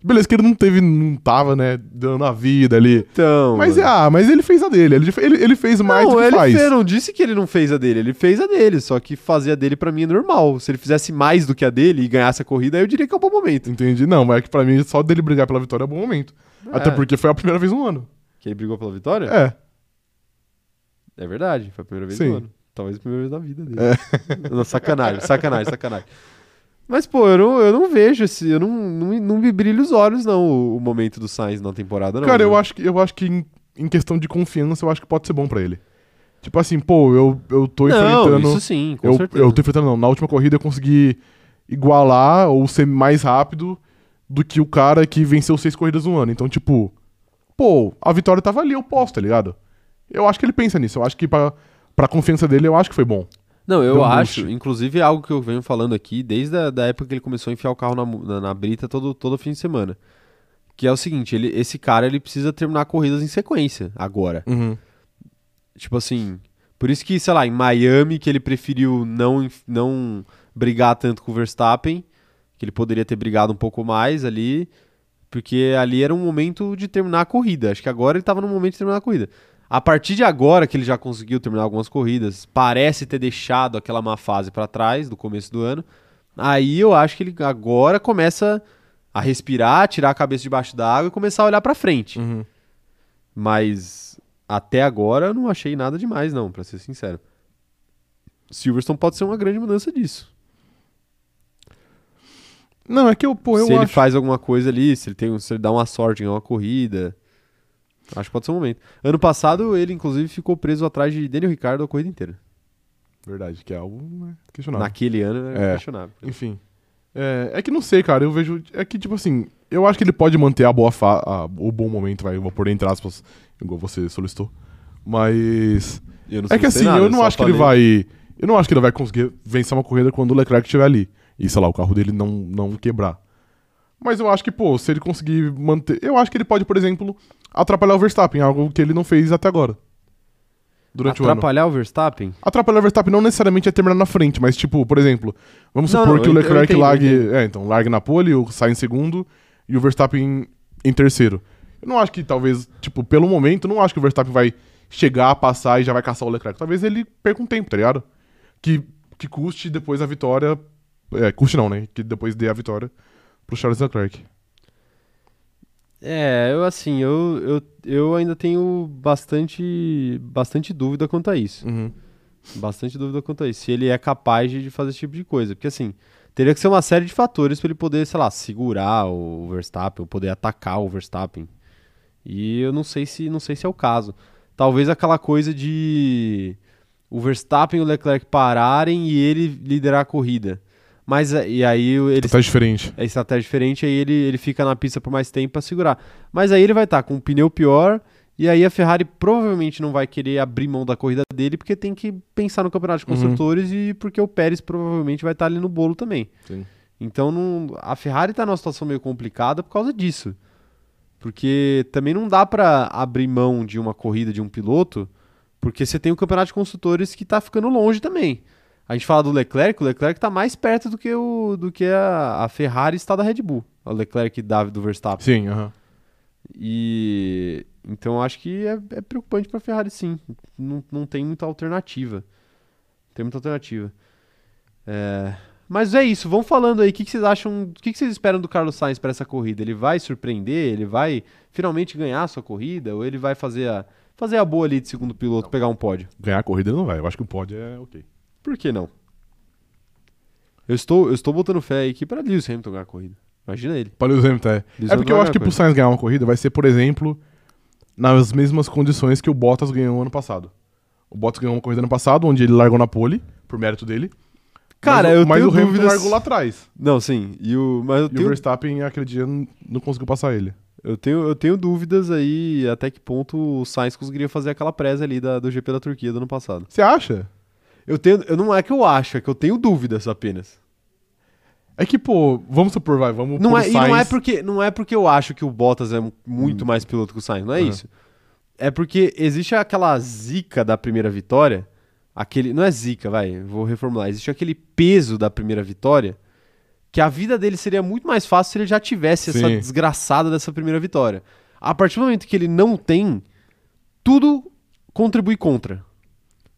Speaker 2: Beleza, que ele não teve, não tava, né, dando a vida ali.
Speaker 1: Então.
Speaker 2: Mas,
Speaker 1: mano.
Speaker 2: ah, mas ele fez a dele. Ele, ele, ele fez mais
Speaker 1: não,
Speaker 2: do que
Speaker 1: ele
Speaker 2: faz.
Speaker 1: fez- não disse que ele não fez a dele, ele fez a dele, só que fazer a dele pra mim é normal. Se ele fizesse mais do que a dele e ganhasse a corrida, aí eu diria que é um bom momento.
Speaker 2: Entendi. Não, mas é que pra mim só dele brigar pela vitória é um bom momento. Até
Speaker 1: É.
Speaker 2: porque foi a primeira vez no ano.
Speaker 1: Que ele brigou pela vitória?
Speaker 2: É.
Speaker 1: É verdade, foi a primeira vez
Speaker 2: Sim. É.
Speaker 1: do ano. Talvez a primeira vez da vida dele. Não, sacanagem, sacanagem, sacanagem. Mas, pô, eu não, eu não vejo esse. Eu não, não, não me brilho os olhos, não, o, o momento do Sainz na temporada, não.
Speaker 2: Cara, eu
Speaker 1: viu?
Speaker 2: acho que, eu acho que em, em questão de confiança, eu acho que pode ser bom pra ele. Tipo assim, pô, eu, eu tô
Speaker 1: Não,
Speaker 2: enfrentando.
Speaker 1: isso sim, com
Speaker 2: eu,
Speaker 1: certeza.
Speaker 2: eu tô enfrentando, não. Na última corrida eu consegui igualar ou ser mais rápido do que o cara que venceu seis corridas no ano. Então, tipo, pô, a vitória tava ali, eu posso, tá ligado? Eu acho que ele pensa nisso. Eu acho que pra, pra confiança dele, eu acho que foi bom.
Speaker 1: Não, eu
Speaker 2: Deu um
Speaker 1: acho,
Speaker 2: boost.
Speaker 1: inclusive é algo que eu venho falando aqui desde a da época que ele começou a enfiar o carro na, mu- na, na brita todo, todo fim de semana. Que é o seguinte, ele, esse cara ele precisa terminar corridas em sequência agora. Tipo assim, por isso que, sei lá, em Miami, que ele preferiu não, enf- não brigar tanto com o Verstappen, que ele poderia ter brigado um pouco mais ali, porque ali era um momento de terminar a corrida. Acho que agora ele estava no momento de terminar a corrida. A partir de agora que ele já conseguiu terminar algumas corridas, parece ter deixado aquela má fase para trás do começo do ano. Aí eu acho que ele agora começa a respirar, tirar a cabeça debaixo da água e começar a olhar para frente. Mas até agora eu não achei nada demais, não, pra ser sincero. Silverstone pode ser uma grande mudança disso.
Speaker 2: Não, é que eu, pô, eu
Speaker 1: se ele
Speaker 2: acho.
Speaker 1: faz alguma coisa ali, se ele, tem, um- se ele dá uma sorte em uma corrida. Acho que pode ser um momento. Ano passado, ele, inclusive, ficou preso atrás de Daniel Ricardo a corrida inteira.
Speaker 2: Verdade, que é algo né, questionável.
Speaker 1: Naquele ano era
Speaker 2: É.
Speaker 1: questionável.
Speaker 2: Enfim. É, é que não sei, cara. Eu vejo. É que, tipo assim, eu acho que ele pode manter a boa fa a- o bom momento, vai, eu vou pôr entre aspas, igual você solicitou. Mas.
Speaker 1: Eu não
Speaker 2: É que
Speaker 1: sei
Speaker 2: assim,
Speaker 1: nada,
Speaker 2: eu não
Speaker 1: só tá
Speaker 2: acho que ele
Speaker 1: falei.
Speaker 2: vai. Eu não acho que ele vai conseguir vencer uma corrida quando o Leclerc estiver ali. E, sei lá, o carro dele não, não quebrar. Mas eu acho que, pô, se ele conseguir manter. Eu acho que ele pode, por exemplo, atrapalhar o Verstappen, algo que ele não fez até agora. Durante o ano.
Speaker 1: Atrapalhar o Verstappen?
Speaker 2: Atrapalhar o Verstappen não necessariamente é terminar na frente, mas tipo, por exemplo, vamos
Speaker 1: Não,
Speaker 2: supor
Speaker 1: não,
Speaker 2: que
Speaker 1: eu
Speaker 2: o
Speaker 1: ent- eu
Speaker 2: Leclerc
Speaker 1: entendo, eu
Speaker 2: largue.
Speaker 1: entendo.
Speaker 2: É, então, largue na pole, o sai em segundo e o Verstappen em terceiro. Eu não acho que talvez, tipo, pelo momento, eu não acho que o Verstappen vai chegar, passar e já vai caçar o Leclerc. Talvez ele perca um tempo, tá ligado? Que, que custe depois a vitória. É, custe não, né? Que depois dê a vitória pro Charles Leclerc.
Speaker 1: É, eu assim, eu, eu, eu ainda tenho bastante, bastante dúvida quanto a isso.
Speaker 2: Uhum.
Speaker 1: Bastante dúvida quanto a isso. Se ele é capaz de, de fazer esse tipo de coisa. Porque assim, teria que ser uma série de fatores para ele poder, sei lá, segurar o Verstappen, ou poder atacar o Verstappen. E eu não sei se não sei se é o caso. Talvez aquela coisa de o Verstappen e o Leclerc pararem e ele liderar a corrida. Mas a- e aí o- ele
Speaker 2: Tá diferente.
Speaker 1: é estratégia diferente, aí ele, ele fica na pista por mais tempo pra segurar. Mas aí ele vai estar com um pneu pior, e aí a Ferrari provavelmente não vai querer abrir mão da corrida dele, porque tem que pensar no campeonato de
Speaker 2: Uhum.
Speaker 1: construtores e porque o Pérez provavelmente vai estar ali no bolo também.
Speaker 2: Sim.
Speaker 1: Então não- a Ferrari tá numa situação meio complicada por causa disso. Porque também não dá pra abrir mão de uma corrida de um piloto, porque você tem o campeonato de construtores que tá ficando longe também. A gente fala do Leclerc, o Leclerc tá mais perto do que, o, do que a, a Ferrari está da Red Bull. O Leclerc da, do Verstappen.
Speaker 2: Sim, aham.
Speaker 1: E então eu acho que é, é preocupante para a Ferrari, sim. Não, não tem muita alternativa. Não tem muita alternativa. É, Mas é isso, vão falando aí. O que, que vocês acham? O que, que vocês esperam do Carlos Sainz para essa corrida? Ele vai surpreender? Ele vai finalmente ganhar a sua corrida? Ou ele vai fazer a, fazer a boa ali de segundo piloto, pegar um pódio?
Speaker 2: Ganhar a corrida ele não vai. Eu acho que o pódio é ok.
Speaker 1: Por que não? Eu estou, eu estou botando fé aqui para Lewis Hamilton ganhar a corrida. Imagina ele.
Speaker 2: Para o exemplo, é.
Speaker 1: Lewis
Speaker 2: É porque
Speaker 1: Hamilton
Speaker 2: eu
Speaker 1: vai
Speaker 2: acho que
Speaker 1: ganhar a
Speaker 2: pro Sainz ganhar uma corrida vai ser, por exemplo, nas mesmas condições que o Bottas ganhou ano passado. O Bottas ganhou uma corrida ano passado, onde ele largou na pole, por mérito dele.
Speaker 1: Cara,
Speaker 2: mas, o-
Speaker 1: eu
Speaker 2: mas
Speaker 1: tenho
Speaker 2: o Hamilton
Speaker 1: dúvidas.
Speaker 2: largou lá atrás.
Speaker 1: Não, sim. E o, mas eu
Speaker 2: E
Speaker 1: tenho
Speaker 2: o Verstappen, aquele dia, n- não conseguiu passar ele.
Speaker 1: Eu tenho, eu tenho dúvidas aí até que ponto o Sainz conseguiria fazer aquela presa ali da, do GP da Turquia do ano passado.
Speaker 2: Você acha?
Speaker 1: Eu tenho, eu não é que eu acho, é que eu tenho dúvidas apenas.
Speaker 2: É que, pô, vamos supor, vai, vamos
Speaker 1: Não
Speaker 2: pôr
Speaker 1: é,
Speaker 2: o
Speaker 1: e não é
Speaker 2: Sainz-
Speaker 1: porque não é porque eu acho que o Bottas é mu- muito
Speaker 2: Hum.
Speaker 1: mais piloto que o Sainz, não é
Speaker 2: Uhum.
Speaker 1: isso. É porque existe aquela zica da primeira vitória, aquele, não é zica, vai, vou reformular. Existe aquele peso da primeira vitória que a vida dele seria muito mais fácil se ele já tivesse essa
Speaker 2: Sim.
Speaker 1: desgraçada dessa primeira vitória. A partir do momento que ele não tem, tudo contribui contra.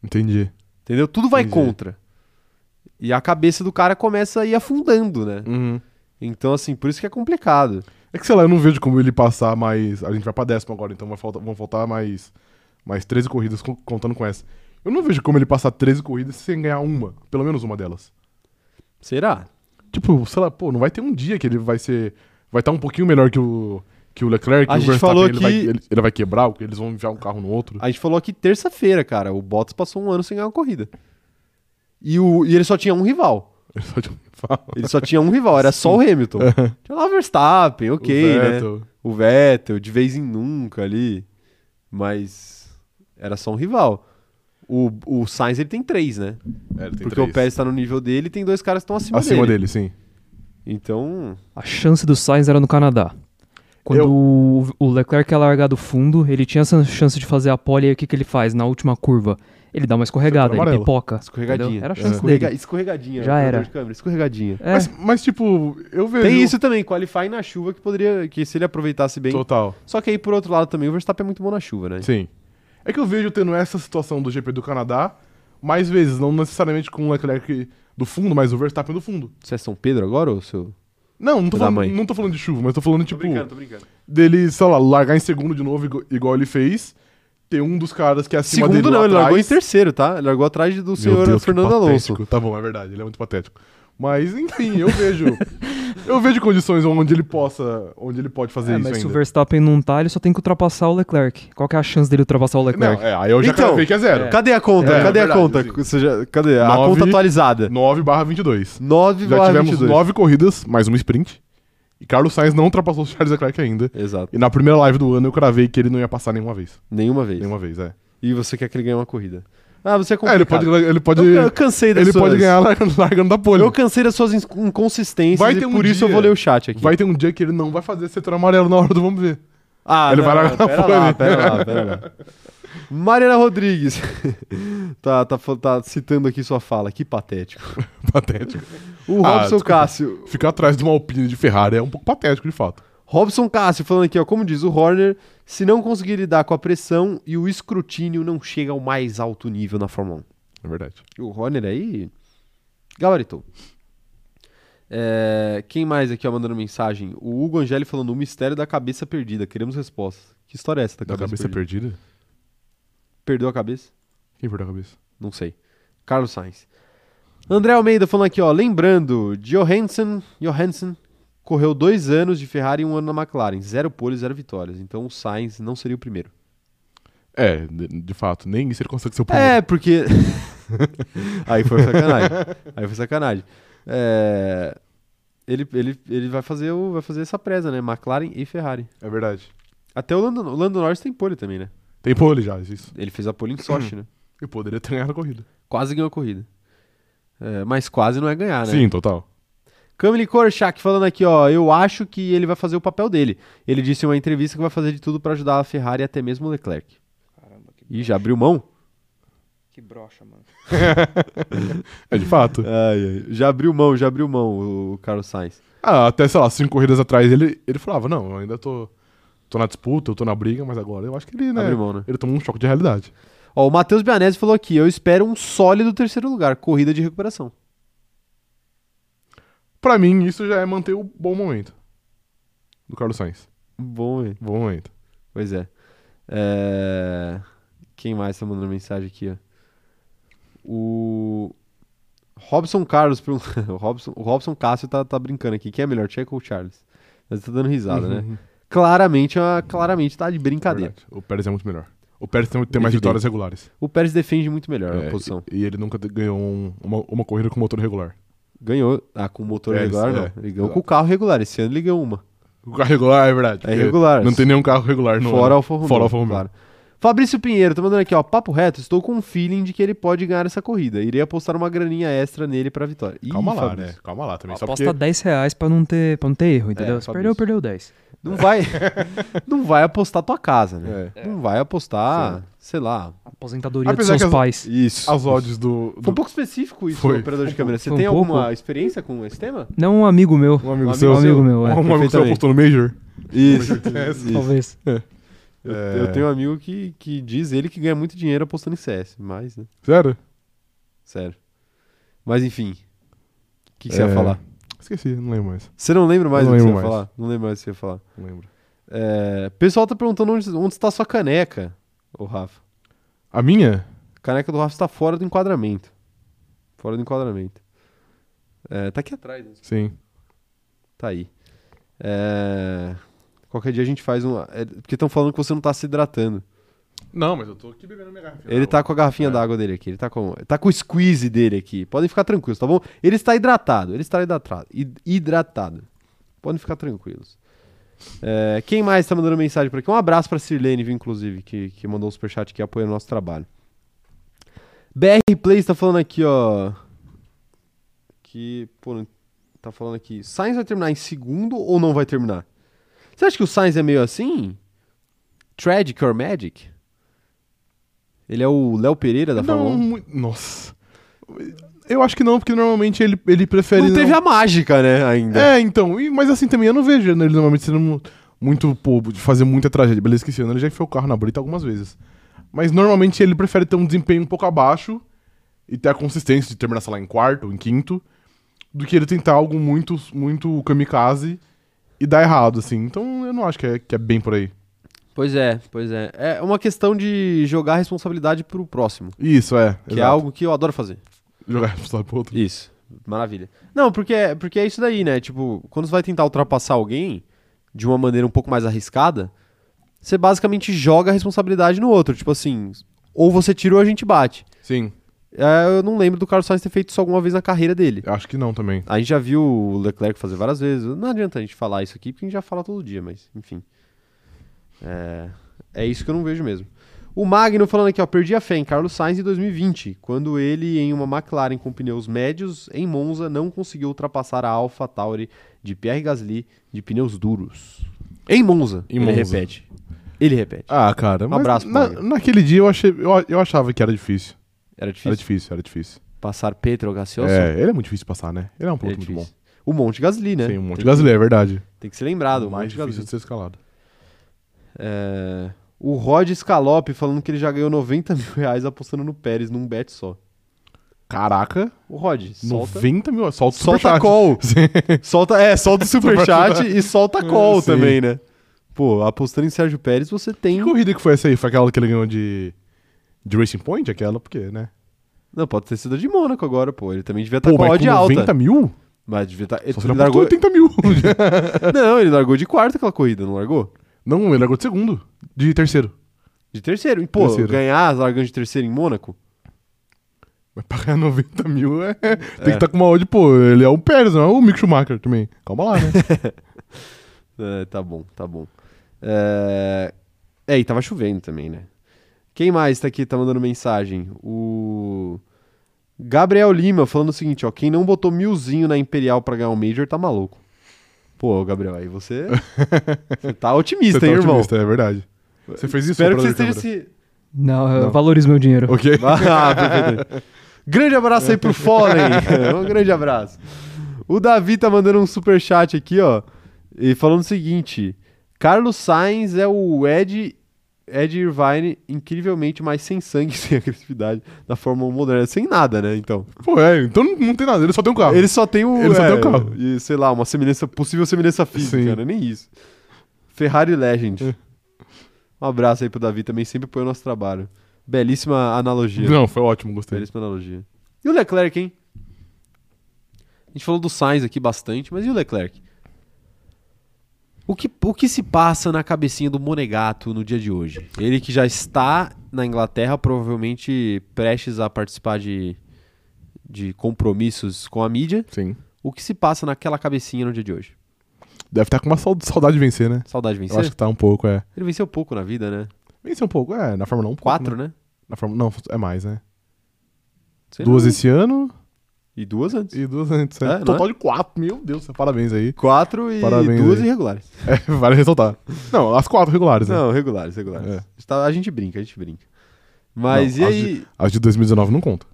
Speaker 2: Entendi.
Speaker 1: Entendeu? Tudo vai
Speaker 2: Entendi.
Speaker 1: contra. E a cabeça do cara começa a ir afundando, né?
Speaker 2: Uhum.
Speaker 1: Então, assim, por isso que é complicado.
Speaker 2: É que, sei lá, eu não vejo como ele passar mais... A gente vai pra décima agora, então vai faltar, vão faltar mais, mais 13 corridas co- contando com essa. Eu não vejo como ele passar 13 corridas sem ganhar uma, pelo menos uma delas.
Speaker 1: Será?
Speaker 2: Tipo, sei lá, pô, não vai ter um dia que ele vai ser. Vai estar um pouquinho melhor que o, que o Leclerc, que
Speaker 1: A
Speaker 2: o
Speaker 1: gente falou
Speaker 2: ele, vai,
Speaker 1: que- Ah.
Speaker 2: ele, ele vai quebrar, que eles vão enviar um carro no outro.
Speaker 1: A gente falou aqui terça-feira, cara. O Bottas passou um ano sem ganhar uma corrida. E, o, e ele só tinha um rival.
Speaker 2: Ele só te fala.
Speaker 1: Ele só tinha um rival, era só o Hamilton. Tinha lá o Verstappen, ok,
Speaker 2: O
Speaker 1: né?
Speaker 2: Vettel.
Speaker 1: O Vettel, de vez em nunca ali. Mas era só um rival. O, o Sainz ele tem três, né?
Speaker 2: É, ele tem
Speaker 1: Porque
Speaker 2: três.
Speaker 1: o Pérez tá no nível dele e tem dois caras que estão acima,
Speaker 2: acima
Speaker 1: dele.
Speaker 2: dele, sim.
Speaker 1: Então,
Speaker 3: A chance do Sainz era no Canadá. Quando
Speaker 2: Eu-
Speaker 3: o- o Leclerc ia largar do fundo, ele tinha essa chance de fazer a pole e aí o que, que ele faz na última curva? Ele dá uma escorregada,
Speaker 2: Setor
Speaker 3: ele
Speaker 2: amarelo.
Speaker 3: pipoca.
Speaker 1: escorregadinha.
Speaker 3: entendeu?
Speaker 4: É.
Speaker 3: Era a chance
Speaker 1: Escorrega-
Speaker 3: dele.
Speaker 1: Escorregadinha.
Speaker 3: Já
Speaker 1: operador
Speaker 3: era.
Speaker 1: de câmera, escorregadinha.
Speaker 3: É,
Speaker 2: Mas, mas, tipo, eu vejo.
Speaker 1: Tem isso também, qualify na chuva que poderia, que se ele aproveitasse bem,
Speaker 2: Total.
Speaker 1: Só que aí, por outro lado, também o Verstappen é muito bom na chuva, né?
Speaker 2: Sim. É que eu vejo tendo essa situação do GP do Canadá mais vezes, não necessariamente com o Leclerc do fundo, mas o Verstappen do fundo.
Speaker 1: Você é São Pedro agora ou seu.
Speaker 2: Não, não tô,
Speaker 1: Da
Speaker 2: falando,
Speaker 1: mãe.
Speaker 2: não tô falando de chuva, mas tô falando, tipo.
Speaker 1: tô brincando.
Speaker 2: dele, sei lá, largar em segundo de novo, igo- igual ele fez. Ter um dos caras que é acima
Speaker 1: Segundo
Speaker 2: dele
Speaker 1: não,
Speaker 2: lá
Speaker 1: ele largou em
Speaker 2: atrás.
Speaker 1: terceiro, tá? Ele largou atrás do
Speaker 2: Meu
Speaker 1: senhor
Speaker 2: Deus, que
Speaker 1: Fernando Alonso.
Speaker 2: patético. Tá bom, é verdade, ele é muito patético. Mas, enfim, eu vejo. eu vejo condições onde ele possa. Onde ele pode fazer
Speaker 3: É,
Speaker 2: isso
Speaker 3: mas se o
Speaker 2: ainda.
Speaker 3: Verstappen não tá, ele só tem que ultrapassar o Leclerc. Qual que é a chance dele ultrapassar o
Speaker 2: Não,
Speaker 3: Leclerc?
Speaker 2: é, aí eu já
Speaker 1: Então,
Speaker 2: cravei que é zero.
Speaker 1: Cadê a conta?
Speaker 2: É,
Speaker 1: cadê
Speaker 2: é
Speaker 1: a
Speaker 2: verdade,
Speaker 1: conta?
Speaker 2: assim.
Speaker 1: Ou seja, cadê a
Speaker 2: Nove-
Speaker 1: conta atualizada?
Speaker 2: 9 barra 22.
Speaker 1: 9
Speaker 2: Já tivemos nove corridas, mais um sprint. E Carlos Sainz não ultrapassou o Charles Leclerc ainda.
Speaker 1: Exato.
Speaker 2: E na primeira live do ano eu cravei que ele não ia passar nenhuma vez.
Speaker 1: Nenhuma vez.
Speaker 2: Nenhuma vez, é.
Speaker 1: E você quer que ele ganhe uma corrida. Ah, você é
Speaker 2: É,
Speaker 1: complicado.
Speaker 2: ele pode. Ele pode,
Speaker 1: Eu, eu cansei das
Speaker 2: ele
Speaker 1: suas...
Speaker 2: pode ganhar largando, largando da pole.
Speaker 1: Eu cansei das suas inc- inconsistências
Speaker 2: Vai
Speaker 1: e
Speaker 2: ter um
Speaker 1: por isso eu
Speaker 2: dia-
Speaker 1: vou ler o chat aqui.
Speaker 2: Vai ter um dia que ele não vai fazer setor amarelo na hora do vamos ver.
Speaker 1: Ah,
Speaker 2: Ele
Speaker 1: não,
Speaker 2: vai
Speaker 1: não,
Speaker 2: largar na
Speaker 1: pera
Speaker 2: folha.
Speaker 1: lá, pera lá, pera lá. Mariana Rodrigues. tá, tá, fa- tá citando aqui sua fala, que patético.
Speaker 2: Patético.
Speaker 1: O
Speaker 2: Ah,
Speaker 1: Robson
Speaker 2: desculpa.
Speaker 1: Cássio.
Speaker 2: Ficar atrás de uma Alpine de Ferrari é um pouco patético, de fato.
Speaker 1: Robson Cássio falando aqui, ó, como diz o Horner, se não conseguir lidar com a pressão e o escrutínio não chega ao mais alto nível na Fórmula 1.
Speaker 2: É verdade.
Speaker 1: E o Horner aí. Gabaritou. É, quem mais aqui ó, mandando mensagem? O Hugo Angeli falando: o mistério da cabeça perdida. Queremos respostas. Que história é essa da,
Speaker 2: Da
Speaker 1: cabeça,
Speaker 2: cabeça
Speaker 1: perdida?
Speaker 2: perdida?
Speaker 1: Perdeu a cabeça?
Speaker 2: Quem perdeu a cabeça?
Speaker 1: Não sei. Carlos Sainz. André Almeida falando aqui, ó. Lembrando, Johansson, Johansson correu dois anos de Ferrari e um ano na McLaren. Zero poles, zero vitórias. Então o Sainz não seria o primeiro.
Speaker 2: É, de, de fato, nem isso ele consegue ser o primeiro.
Speaker 1: É, porque. Aí foi sacanagem. Aí foi sacanagem. É, Ele, ele, ele vai, fazer o, vai fazer essa presa, né? McLaren e Ferrari.
Speaker 2: É, verdade.
Speaker 1: Até o Lando, o Lando Norris tem pole também, né?
Speaker 2: Tem pole já, isso.
Speaker 1: Ele fez a pole em Sochi, né?
Speaker 2: E poderia ter ganhado a corrida.
Speaker 1: Quase ganhou a corrida. É, mas quase não é ganhar, né?
Speaker 2: Sim, total.
Speaker 1: Camille Korchak falando aqui, ó, eu acho que ele vai fazer o papel dele. Ele disse em uma entrevista que vai fazer de tudo pra ajudar a Ferrari e até mesmo o Leclerc.
Speaker 4: Caramba, que,
Speaker 1: Ih, já abriu mão?
Speaker 4: que brocha, mano.
Speaker 2: É, de fato.
Speaker 1: Ai, ai, já abriu mão, já abriu mão o Carlos Sainz.
Speaker 2: Ah, até, sei lá, cinco corridas atrás ele, ele falava, não, eu ainda tô, tô na disputa, eu tô na briga, mas agora eu acho que ele, né,
Speaker 1: Abriu mão, né?
Speaker 2: ele tomou um choque de realidade.
Speaker 1: Ó, o Matheus Bianese falou aqui, eu espero um sólido terceiro lugar, corrida de recuperação.
Speaker 2: Pra mim, isso já é manter o bom momento do Carlos Sainz.
Speaker 1: Bom, hein?
Speaker 2: Bom momento.
Speaker 1: Pois é. É, Quem mais tá mandando mensagem aqui, ó? O... Robson Carlos perguntando... o, Robson... o Robson Cássio tá, tá brincando aqui. Quem é melhor, Checo ou Charles? Mas tá dando risada, né?
Speaker 2: Uhum.
Speaker 1: Claramente, é uma- claramente tá de brincadeira.
Speaker 2: Verdade. O Pérez é muito melhor. O Pérez tem, tem mais
Speaker 1: Evidente.
Speaker 2: vitórias regulares.
Speaker 1: O Pérez defende muito melhor
Speaker 2: É,
Speaker 1: a posição.
Speaker 2: E, e ele nunca te- ganhou um- uma, uma corrida com motor regular.
Speaker 1: Ganhou ah, com o motor
Speaker 2: É,
Speaker 1: regular,
Speaker 2: isso,
Speaker 1: não.
Speaker 2: é.
Speaker 1: Ele ganhou com o carro regular. Esse ano ele ganhou uma.
Speaker 2: O carro regular é verdade.
Speaker 1: É regular.
Speaker 2: Não tem nenhum carro regular no
Speaker 1: Fora
Speaker 2: ano.
Speaker 1: Alfa Romeo.
Speaker 2: Fora Alfa Romeo.
Speaker 1: claro. Fabrício Pinheiro, tô mandando aqui, ó. Papo reto, estou com um feeling de que ele pode ganhar essa corrida. Irei apostar uma graninha extra nele pra vitória. Ih,
Speaker 2: Calma lá,
Speaker 1: Fabrício,
Speaker 2: né? Calma lá também. Só
Speaker 3: Aposta
Speaker 2: porque...
Speaker 3: 10 reais pra não ter, pra não ter erro, entendeu?
Speaker 1: É,
Speaker 3: Se
Speaker 1: só
Speaker 3: perdeu,
Speaker 1: isso.
Speaker 3: perdeu 10.
Speaker 1: Não vai, não vai apostar tua casa, né?
Speaker 2: É.
Speaker 1: Não vai apostar, sei lá.
Speaker 3: Aposentadoria
Speaker 2: Apesar
Speaker 3: dos
Speaker 2: que
Speaker 3: seus
Speaker 2: as-
Speaker 3: pais.
Speaker 1: Isso.
Speaker 2: As odds do, do
Speaker 1: Foi um pouco específico isso,
Speaker 2: Foi.
Speaker 1: operador de câmera. Você
Speaker 3: Foi um
Speaker 1: tem
Speaker 3: pouco.
Speaker 1: alguma experiência com esse tema?
Speaker 3: Não um amigo meu.
Speaker 2: um amigo
Speaker 1: um
Speaker 2: seu.
Speaker 3: Um amigo meu, é.
Speaker 2: um amigo seu
Speaker 1: Perfeitamente.
Speaker 2: apostou no Major.
Speaker 1: Isso.
Speaker 3: Talvez.
Speaker 1: Eu,
Speaker 2: É.
Speaker 1: eu tenho um amigo que, que diz ele que ganha muito dinheiro apostando em CS, mas, né?
Speaker 2: Sério?
Speaker 1: Sério. Mas enfim. O que, que você ia
Speaker 2: É.
Speaker 1: falar?
Speaker 2: Esqueci, não lembro mais.
Speaker 1: Você não lembra mais
Speaker 2: Não
Speaker 1: do que você ia
Speaker 2: lembro mais.
Speaker 1: falar? Não lembro mais do que você ia falar.
Speaker 2: Não lembro.
Speaker 1: É, o pessoal tá perguntando onde, onde está sua caneca, ô Rafa.
Speaker 2: A minha?
Speaker 1: A caneca do Rafa está fora do enquadramento. Fora do enquadramento. É, tá aqui atrás, né?
Speaker 2: Sim.
Speaker 1: Tá aí. É, Qualquer dia a gente faz um. é, porque estão falando que você não tá se hidratando.
Speaker 2: Não, mas eu tô aqui bebendo minha garrafinha.
Speaker 1: Ele tá com a garrafinha d'água dele aqui. Ele tá com, tá com o squeeze dele aqui. Podem ficar tranquilos, tá bom? Ele está hidratado. Ele está hidratado. hi- Hidratado. Podem ficar tranquilos. É, quem mais tá mandando mensagem por aqui? Um abraço pra Sirlene, viu, inclusive, que, que mandou um superchat que apoia o nosso trabalho. BR Play está falando aqui, ó. Que, pô, não- tá falando aqui. Sainz vai terminar em segundo ou não vai terminar? Você acha que o Sainz é meio assim? Tragic or Magic? Ele é o Léo Pereira da
Speaker 2: Não,
Speaker 1: Fórmula 1?
Speaker 2: mu- nossa. Eu acho que não, porque normalmente ele, ele prefere.
Speaker 1: não teve a mágica, né, ainda.
Speaker 2: É, então. e- mas assim também eu não vejo ele normalmente sendo mu- muito povo de fazer muita tragédia. Beleza, que esse ano ele já enfiou o carro na brita algumas vezes. Mas normalmente ele prefere ter um desempenho um pouco abaixo e ter a consistência de terminar, sei lá, em quarto ou em quinto, do que ele tentar algo muito, muito kamikaze e dar errado, assim. Então eu não acho que é, que é bem por aí.
Speaker 1: Pois é, pois é. É uma questão de jogar a responsabilidade pro próximo,
Speaker 2: Isso, é.
Speaker 1: que é
Speaker 2: exato.
Speaker 1: algo que eu adoro fazer.
Speaker 2: Jogar de um lado pro outro.
Speaker 1: Isso. Maravilha. Não, porque é, porque é isso daí, né? Tipo, quando você vai tentar ultrapassar alguém de uma maneira um pouco mais arriscada, você basicamente joga a responsabilidade no outro. Tipo assim, ou você tira ou a gente bate.
Speaker 2: Sim,
Speaker 1: É, eu não lembro do Carlos Sainz ter feito isso alguma vez na carreira dele.
Speaker 2: eu acho que não também.
Speaker 1: A gente já viu o Leclerc fazer várias vezes. Não adianta a gente falar isso aqui, porque a gente já fala todo dia, mas enfim. É, é isso que eu não vejo mesmo. O Magno falando aqui, ó, perdi a fé em Carlos Sainz em 2020, quando ele, em uma McLaren com pneus médios, em Monza, não conseguiu ultrapassar a Alpha Tauri de Pierre Gasly de pneus duros. Em Monza,
Speaker 2: Em
Speaker 1: ele
Speaker 2: Monza.
Speaker 1: repete. Ele repete.
Speaker 2: Ah, cara, mas
Speaker 1: abraço,
Speaker 2: na-
Speaker 1: Magno.
Speaker 2: naquele dia eu, achei, eu, eu achava que era difícil.
Speaker 1: Era
Speaker 2: Era
Speaker 1: difícil
Speaker 2: difícil, era difícil.
Speaker 1: passar Pedro Gasly.
Speaker 2: é, ele é muito difícil de passar, né? Ele é um piloto muito bom.
Speaker 1: difícil. o Monte Gasly, né?
Speaker 2: Sim, um monte de
Speaker 1: tem,
Speaker 2: Gasly, é verdade.
Speaker 1: tem que ser lembrado, o
Speaker 2: mais
Speaker 1: Monte
Speaker 2: difícil
Speaker 1: Gasly.
Speaker 2: de ser escalado.
Speaker 1: É, O Rod Scalope falando que ele já ganhou 90 mil reais apostando no Pérez num bet só.
Speaker 2: Caraca,
Speaker 1: O Rod, solta,
Speaker 2: 90 mil. Solta o
Speaker 1: solta
Speaker 2: superchat.
Speaker 1: call.
Speaker 2: Sim.
Speaker 1: Solta, é, solta o superchat
Speaker 2: Superchat.
Speaker 1: e solta call
Speaker 2: É, sim.
Speaker 1: também, né? Pô, apostando em Sérgio Pérez, você tem.
Speaker 2: Que corrida que foi essa aí? Foi aquela que ele ganhou de, de Racing Point? Aquela, porque, né?
Speaker 1: Não, pode ter sido a de Mônaco agora, pô. Ele também devia estar Tá com a
Speaker 2: mas
Speaker 1: odd
Speaker 2: com
Speaker 1: alta.
Speaker 2: 90 mil?
Speaker 1: Mas devia tá... ele,
Speaker 2: Só se é ele apostou
Speaker 1: largou...
Speaker 2: 80 mil.
Speaker 1: Não, ele largou de quarto aquela corrida, não largou?
Speaker 2: não, ele largou de segundo. De terceiro.
Speaker 1: De terceiro. E, pô,
Speaker 2: Terceiro.
Speaker 1: ganhar largando de terceiro em Mônaco?
Speaker 2: Mas pagar 90 mil é... Tem que estar com uma odd, pô. Ele é o Pérez, não é o Mick Schumacher também. Calma lá, né?
Speaker 1: É, tá bom, tá bom. É... é, e tava chovendo também, né? Quem mais tá aqui, tá mandando mensagem? O. Gabriel Lima falando o seguinte, ó. Quem não botou milzinho na Imperial pra ganhar o Major tá maluco. Pô, Gabriel, aí você. você tá otimista,
Speaker 2: Você tá
Speaker 1: hein, irmão?
Speaker 2: otimista, é verdade. Você fez isso,
Speaker 1: Espero que você
Speaker 2: operador
Speaker 1: esteja
Speaker 2: de
Speaker 1: se.
Speaker 3: Não,
Speaker 2: Não.
Speaker 3: eu valorizo meu dinheiro.
Speaker 2: câmera? Ok.
Speaker 1: Ah, perfeito. grande abraço aí pro Fallen. um grande abraço. O Davi tá mandando um superchat aqui, ó. E falando o seguinte: Carlos Sainz é o Ed, Ed Irvine incrivelmente mais sem sangue, sem agressividade da Fórmula 1 moderna. Sem nada, né? Então.
Speaker 2: Pô, é. Então não, não tem nada. Ele só tem um carro.
Speaker 1: Ele só tem o.
Speaker 2: Ele só
Speaker 1: é,
Speaker 2: tem o carro.
Speaker 1: E, sei lá, uma semelhança, possível semelhança física,
Speaker 2: Sim.
Speaker 1: né? Nem isso. Ferrari Legend.
Speaker 2: É.
Speaker 1: Um abraço aí pro Davi também, sempre apoia o nosso trabalho. Belíssima analogia.
Speaker 2: Não, foi ótimo. Gostei.
Speaker 1: Belíssima analogia. E o Leclerc, hein? A gente falou do Sainz aqui bastante, mas e o Leclerc? O que, o que se passa na cabecinha do Monegato no dia de hoje? Ele que já está na Inglaterra, provavelmente prestes a participar de, de compromissos com a mídia.
Speaker 2: Sim.
Speaker 1: O que se passa naquela cabecinha no dia de hoje?
Speaker 2: Deve estar com uma sau- saudade de vencer, né?
Speaker 1: Saudade de
Speaker 2: Eu
Speaker 1: vencer?
Speaker 2: acho que tá um pouco, é.
Speaker 1: Ele venceu pouco na vida, né?
Speaker 2: Vencer um pouco, é. Na Fórmula 1, um pouco,
Speaker 1: Quatro,
Speaker 2: né?
Speaker 1: né?
Speaker 2: Na Fórmula... Não, é mais, né?
Speaker 1: Sei
Speaker 2: Duas
Speaker 1: lá.
Speaker 2: esse ano
Speaker 1: e duas antes.
Speaker 2: e duas antes.
Speaker 1: É,
Speaker 2: né?
Speaker 1: não
Speaker 2: Total de quatro, meu Deus, parabéns aí.
Speaker 1: Quatro e
Speaker 2: Parabéns
Speaker 1: duas
Speaker 2: aí.
Speaker 1: irregulares.
Speaker 2: É, vale ressaltar. Não, as quatro regulares, né?
Speaker 1: Não, regulares, regulares.
Speaker 2: É.
Speaker 1: A gente tá- A gente brinca, a gente brinca. Mas
Speaker 2: Não,
Speaker 1: e
Speaker 2: as
Speaker 1: aí?
Speaker 2: As de 2019 não conta.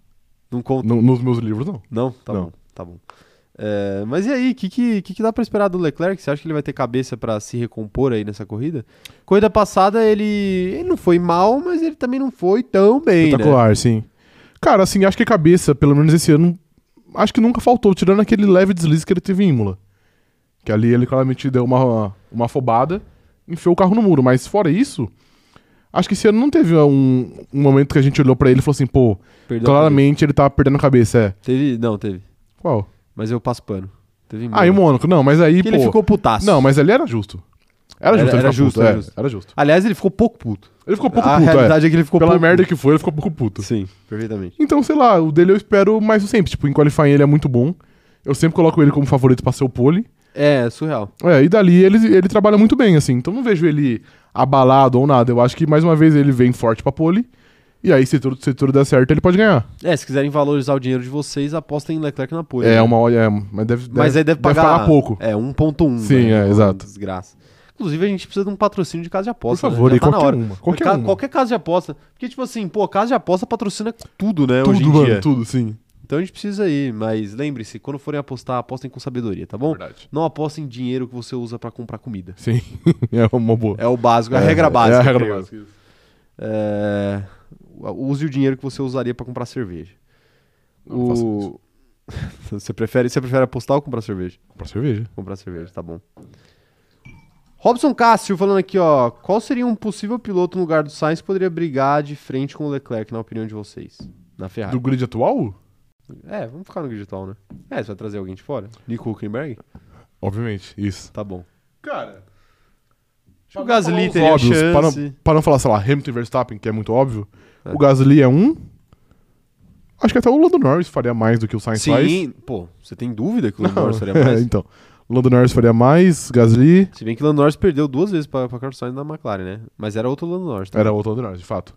Speaker 1: Não conta.
Speaker 2: No- nos meus livros, não.
Speaker 1: Não? Tá
Speaker 2: Não.
Speaker 1: bom, tá bom. É, mas e aí, o que, que, que, que dá pra esperar do Leclerc? Você acha que ele vai ter cabeça pra se recompor aí nessa corrida? Corrida passada ele, ele não foi mal, mas ele também não foi tão bem, né?
Speaker 2: Espetacular, sim. Cara, assim, acho que a cabeça, pelo menos esse ano, acho que nunca faltou, tirando aquele leve deslize que ele teve em Imola. Que ali ele claramente deu uma, uma afobada, enfiou o carro no muro. Mas fora isso, acho que esse ano não teve um, um momento que a gente olhou pra ele e falou assim, pô,
Speaker 1: Perdeu a
Speaker 2: claramente ele tá perdendo a cabeça. É.
Speaker 1: cabeça. Teve, não, teve.
Speaker 2: Qual?
Speaker 1: Mas eu passo pano. Teve
Speaker 2: Ah, em
Speaker 1: Mônaco.
Speaker 2: Mônaco, não, mas aí,
Speaker 1: Que
Speaker 2: pô.
Speaker 1: ele ficou putaço.
Speaker 2: Não, mas ali era justo.
Speaker 1: Era-
Speaker 2: Era justo, ele
Speaker 1: era
Speaker 2: ficar
Speaker 1: justo,
Speaker 2: puto,
Speaker 1: era
Speaker 2: é,
Speaker 1: justo.
Speaker 2: era justo.
Speaker 1: Aliás, ele ficou pouco puto.
Speaker 2: Ele ficou pouco
Speaker 1: a
Speaker 2: puto, é.
Speaker 1: realidade é. que ele ficou
Speaker 2: Pela
Speaker 1: pouco
Speaker 2: merda
Speaker 1: puto.
Speaker 2: que foi, ele ficou um pouco puto.
Speaker 1: Sim, perfeitamente.
Speaker 2: Então, sei lá, o dele eu espero mais do sempre. Tipo, em qualifying ele é muito bom. Eu sempre coloco ele como favorito pra ser o pole.
Speaker 1: É, surreal.
Speaker 2: É, e dali ele, ele trabalha muito bem, assim. Então não vejo ele abalado ou nada. Eu acho que mais uma vez ele vem forte pra pole. E aí, se tudo, se tudo der certo, ele pode ganhar.
Speaker 1: É, se quiserem valorizar o dinheiro de vocês, apostem em Leclerc na pole.
Speaker 2: é
Speaker 1: né?
Speaker 2: uma olha. É, mas deve,
Speaker 1: Mas aí deve pagar,
Speaker 2: pouco.
Speaker 1: É, 1.1.
Speaker 2: Sim,
Speaker 1: né?
Speaker 2: é,
Speaker 1: Uma
Speaker 2: exato.
Speaker 1: Desgraça. Inclusive, a gente precisa de um patrocínio de casa de
Speaker 2: Por
Speaker 1: aposta.
Speaker 2: favor,
Speaker 1: né? Já
Speaker 2: aí,
Speaker 1: tá na
Speaker 2: qualquer
Speaker 1: hora.
Speaker 2: uma. Qualquer
Speaker 1: Ca-
Speaker 2: uma.
Speaker 1: qualquer casa de aposta. Porque, tipo assim, pô, casa de aposta patrocina tudo, né? hoje
Speaker 2: Tudo,
Speaker 1: em
Speaker 2: mano,
Speaker 1: dia.
Speaker 2: tudo, sim.
Speaker 1: Então a gente precisa ir, mas lembre-se, quando forem apostar, apostem com sabedoria, tá bom?
Speaker 2: Verdade.
Speaker 1: Não apostem em dinheiro que você usa pra comprar comida.
Speaker 2: Sim, é uma boa.
Speaker 1: É o básico, é a
Speaker 2: É,
Speaker 1: regra básica.
Speaker 2: É a regra
Speaker 1: creio.
Speaker 2: básica.
Speaker 1: É, Use o dinheiro que você usaria pra comprar cerveja.
Speaker 2: Eu não faço
Speaker 1: O... você, prefere, você prefere apostar ou comprar cerveja?
Speaker 2: Pra cerveja.
Speaker 1: Comprar cerveja, tá bom. Robson Cássio falando aqui, ó. Qual seria um possível piloto no lugar do Sainz que poderia brigar de frente com o Leclerc, na opinião de vocês? Na Ferrari.
Speaker 2: Do grid atual?
Speaker 1: É, vamos ficar no digital, né? É, você vai trazer alguém de fora? Nico Huckenberg?
Speaker 2: Obviamente, isso.
Speaker 1: Tá bom.
Speaker 2: Cara.
Speaker 1: Acho que o Gasly teria
Speaker 2: óbvios, para não-
Speaker 1: chance.
Speaker 2: Pra não falar, sei lá, Hamilton e Verstappen, que é muito óbvio,
Speaker 1: É.
Speaker 2: o Gasly é um. Acho que até o Lando Norris faria mais do que o Sainz faz.
Speaker 1: Sim, pô, você tem dúvida que o Lando
Speaker 2: Não,
Speaker 1: Norris faria
Speaker 2: é,
Speaker 1: mais?
Speaker 2: então. O Lando Norris faria mais, Gasly
Speaker 1: Se bem que o Lando Norris perdeu duas vezes pra, pra Carlos Sainz na McLaren, né? Mas era outro Lando Norris. Tá?
Speaker 2: era outro Lando Norris, de fato.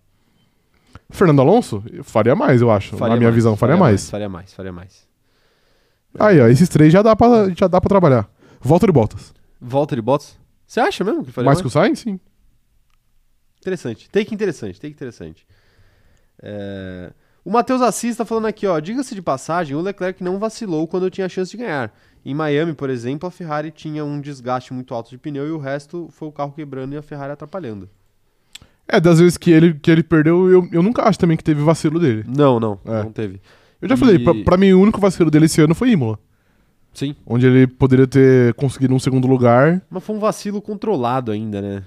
Speaker 2: Fernando Alonso faria mais, eu acho. Na minha visão, faria, mais.
Speaker 1: Faria mais, faria mais.
Speaker 2: Aí, ó, esses três já dá pra, já dá pra trabalhar. Volta de Bottas.
Speaker 1: Valtteri Bottas? Você acha mesmo que faria mais?
Speaker 2: mais que o Sainz, sim.
Speaker 1: Interessante. Take interessante, take interessante. É, O Matheus Assis tá falando aqui, ó. Diga-se de passagem, o Leclerc não vacilou quando tinha chance de ganhar. Em Miami, por exemplo, a Ferrari tinha um desgaste muito alto de pneu e o resto foi o carro quebrando e a Ferrari atrapalhando.
Speaker 2: É, das vezes que ele, que ele perdeu, eu, eu nunca acho também que teve vacilo dele.
Speaker 1: Não, não,
Speaker 2: É.
Speaker 1: não teve.
Speaker 2: Eu já falei,
Speaker 1: E-
Speaker 2: pra, pra mim o único vacilo dele esse ano foi Imola.
Speaker 1: Sim.
Speaker 2: Onde ele poderia ter conseguido um segundo lugar.
Speaker 1: Mas foi um vacilo controlado ainda, né?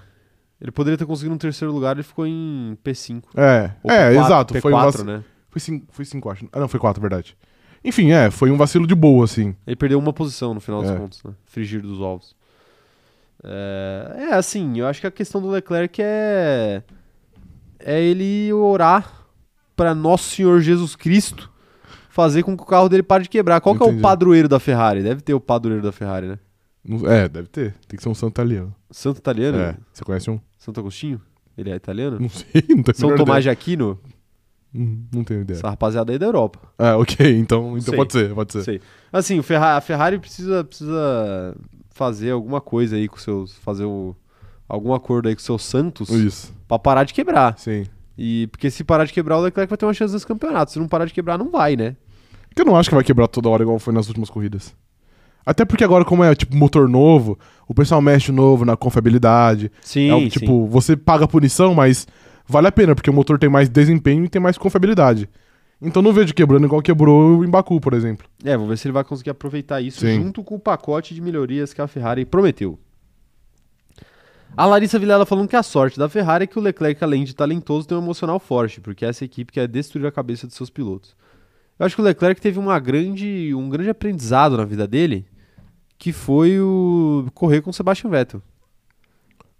Speaker 1: Ele poderia ter conseguido um terceiro lugar, ele ficou em P5.
Speaker 2: É,
Speaker 1: Ou
Speaker 2: é,
Speaker 1: P4,
Speaker 2: exato.
Speaker 1: P4,
Speaker 2: foi, um vaci-
Speaker 1: né?
Speaker 2: foi, cinco, foi cinco, acho. Ah, não, foi quatro, verdade. Enfim, é, foi um vacilo de boa, assim.
Speaker 1: Ele perdeu uma posição no final dos
Speaker 2: É.
Speaker 1: contos, né? Frigir dos ovos. É, é, assim, eu acho que a questão do Leclerc é. É ele orar pra Nosso Senhor Jesus Cristo fazer com que o carro dele pare de quebrar. Qual que é o
Speaker 2: Entendi.
Speaker 1: padroeiro da Ferrari? Deve ter o padroeiro da Ferrari, né?
Speaker 2: Não- É, deve ter. Tem que ser um santo italiano.
Speaker 1: Santo Italiano?
Speaker 2: É, você conhece um?
Speaker 1: Santo Agostinho? Ele é italiano?
Speaker 2: Não sei, não tenho a
Speaker 1: São
Speaker 2: menor
Speaker 1: Tomás
Speaker 2: ideia.
Speaker 1: de Aquino?
Speaker 2: Hum, Não tenho ideia.
Speaker 1: Essa rapaziada aí é da Europa.
Speaker 2: Ah, ok, então, então
Speaker 1: Sei.
Speaker 2: pode ser, pode ser.
Speaker 1: Sei. Assim, o Ferra- a Ferrari precisa, precisa fazer alguma coisa aí com seus. Fazer o, algum acordo aí com seus Santos
Speaker 2: Isso,
Speaker 1: pra parar de quebrar.
Speaker 2: sim.
Speaker 1: E porque se parar de quebrar, o Leclerc vai ter uma chance nesse campeonato. Se não parar de quebrar, não vai, né?
Speaker 2: Porque eu não acho que vai quebrar toda hora igual foi nas últimas corridas. Até porque agora, como é tipo motor novo, o pessoal mexe novo na confiabilidade.
Speaker 1: Sim,
Speaker 2: é, o tipo, você paga a punição, mas vale a pena, porque o motor tem mais desempenho e tem mais confiabilidade. Então não vejo quebrando igual quebrou em Baku, por exemplo.
Speaker 1: É, vamos ver se ele vai conseguir aproveitar isso
Speaker 2: Sim.
Speaker 1: junto com o pacote de melhorias que a Ferrari prometeu. A Larissa Vilela falando que a sorte da Ferrari é que o Leclerc, além de talentoso, tem um emocional forte, porque essa equipe quer destruir a cabeça de seus pilotos. Eu acho que o Leclerc teve uma grande, um grande aprendizado na vida dele, que foi o correr com o Sebastian Vettel,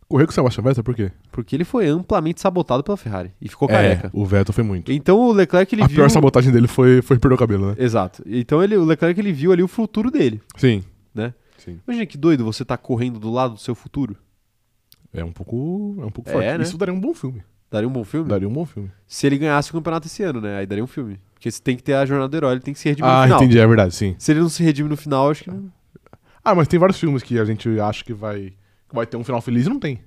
Speaker 2: Correr com o Sebastian Vettel, por quê?
Speaker 1: porque ele foi amplamente sabotado pela Ferrari e ficou careca.
Speaker 2: É, o Vettel foi muito.
Speaker 1: Então o Leclerc ele
Speaker 2: a
Speaker 1: viu
Speaker 2: pior sabotagem dele foi, foi perder o cabelo, né?
Speaker 1: Exato. Então ele, o Leclerc ele viu ali o futuro dele,
Speaker 2: Sim.
Speaker 1: né?
Speaker 2: Sim.
Speaker 1: Imagina que doido você tá correndo do lado do seu futuro.
Speaker 2: É um pouco, é um pouco
Speaker 1: É,
Speaker 2: forte.
Speaker 1: né?
Speaker 2: Isso daria um bom filme.
Speaker 1: Daria um bom filme?
Speaker 2: Daria um bom filme.
Speaker 1: Se ele ganhasse o campeonato esse ano, né? Aí daria um filme. Porque se tem que ter a jornada do herói, ele tem que se redimir no
Speaker 2: Ah,
Speaker 1: final.
Speaker 2: entendi, é verdade, sim.
Speaker 1: Se ele não se redime no final, acho que não.
Speaker 2: Ah, mas tem vários filmes que a gente acha que vai, que vai ter um final feliz e não tem.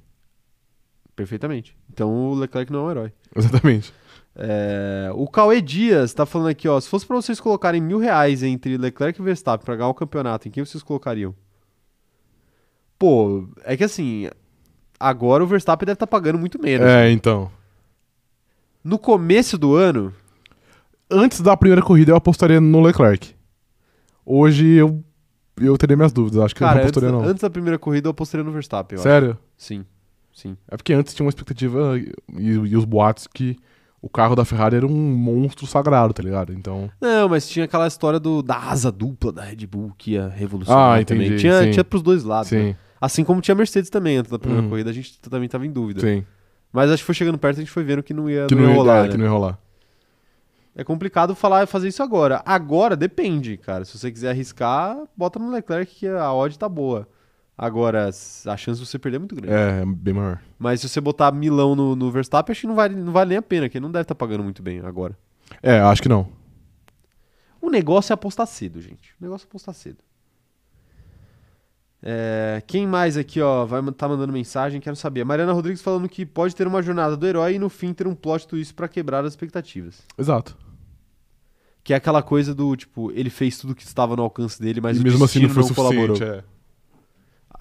Speaker 1: Perfeitamente. Então o Leclerc não é um herói.
Speaker 2: Exatamente.
Speaker 1: É, O Cauê Dias tá falando aqui, ó. Se fosse pra vocês colocarem mil reais entre Leclerc e Verstappen pra ganhar o campeonato, em quem vocês colocariam? Pô, é que assim. Agora o Verstappen deve estar pagando muito menos.
Speaker 2: É, então.
Speaker 1: No começo do ano,
Speaker 2: Antes da primeira corrida eu apostaria no Leclerc. Hoje eu, eu teria minhas dúvidas, acho que eu
Speaker 1: cara,
Speaker 2: não
Speaker 1: antes,
Speaker 2: apostaria não.
Speaker 1: antes da primeira corrida eu apostaria no Verstappen. eu acho.
Speaker 2: Sério?
Speaker 1: Sim, sim.
Speaker 2: É porque antes tinha uma expectativa e, e os boatos que o carro da Ferrari era um monstro sagrado, tá ligado? Então.
Speaker 1: Não, mas tinha aquela história do, da asa dupla da Red Bull que ia revolucionar
Speaker 2: Ah, entendi,
Speaker 1: também. Tinha,
Speaker 2: sim.
Speaker 1: tinha pros dois lados. né?
Speaker 2: sim,
Speaker 1: Assim como tinha a Mercedes também antes da primeira
Speaker 2: Hum.
Speaker 1: corrida, a gente t- também tava em dúvida.
Speaker 2: sim.
Speaker 1: Mas acho que foi chegando perto, a gente foi vendo que não ia,
Speaker 2: Que
Speaker 1: não
Speaker 2: não,
Speaker 1: ia
Speaker 2: ia,
Speaker 1: rolar.
Speaker 2: é,
Speaker 1: né?
Speaker 2: que não ia rolar.
Speaker 1: É complicado falar fazer isso agora. Agora depende, cara. Se você quiser arriscar, bota no Leclerc que a odd tá boa. Agora, s- a chance de você perder é muito grande.
Speaker 2: É, bem maior.
Speaker 1: Mas se você botar Milão no, no Verstappen, acho que não vale, não vale nem a pena, que ele não deve estar pagando muito bem agora.
Speaker 2: É, acho que não.
Speaker 1: O negócio é apostar cedo, gente. O negócio é apostar cedo. É, quem mais aqui, ó, vai tá mandando mensagem, quero saber. A Mariana Rodrigues falando que pode ter uma jornada do herói e no fim ter um plot twist pra quebrar as expectativas.
Speaker 2: Exato.
Speaker 1: Que é aquela coisa do, tipo, ele fez tudo que estava no alcance dele, mas
Speaker 2: E
Speaker 1: o
Speaker 2: mesmo assim
Speaker 1: destino
Speaker 2: não foi
Speaker 1: não
Speaker 2: suficiente.
Speaker 1: colaborou.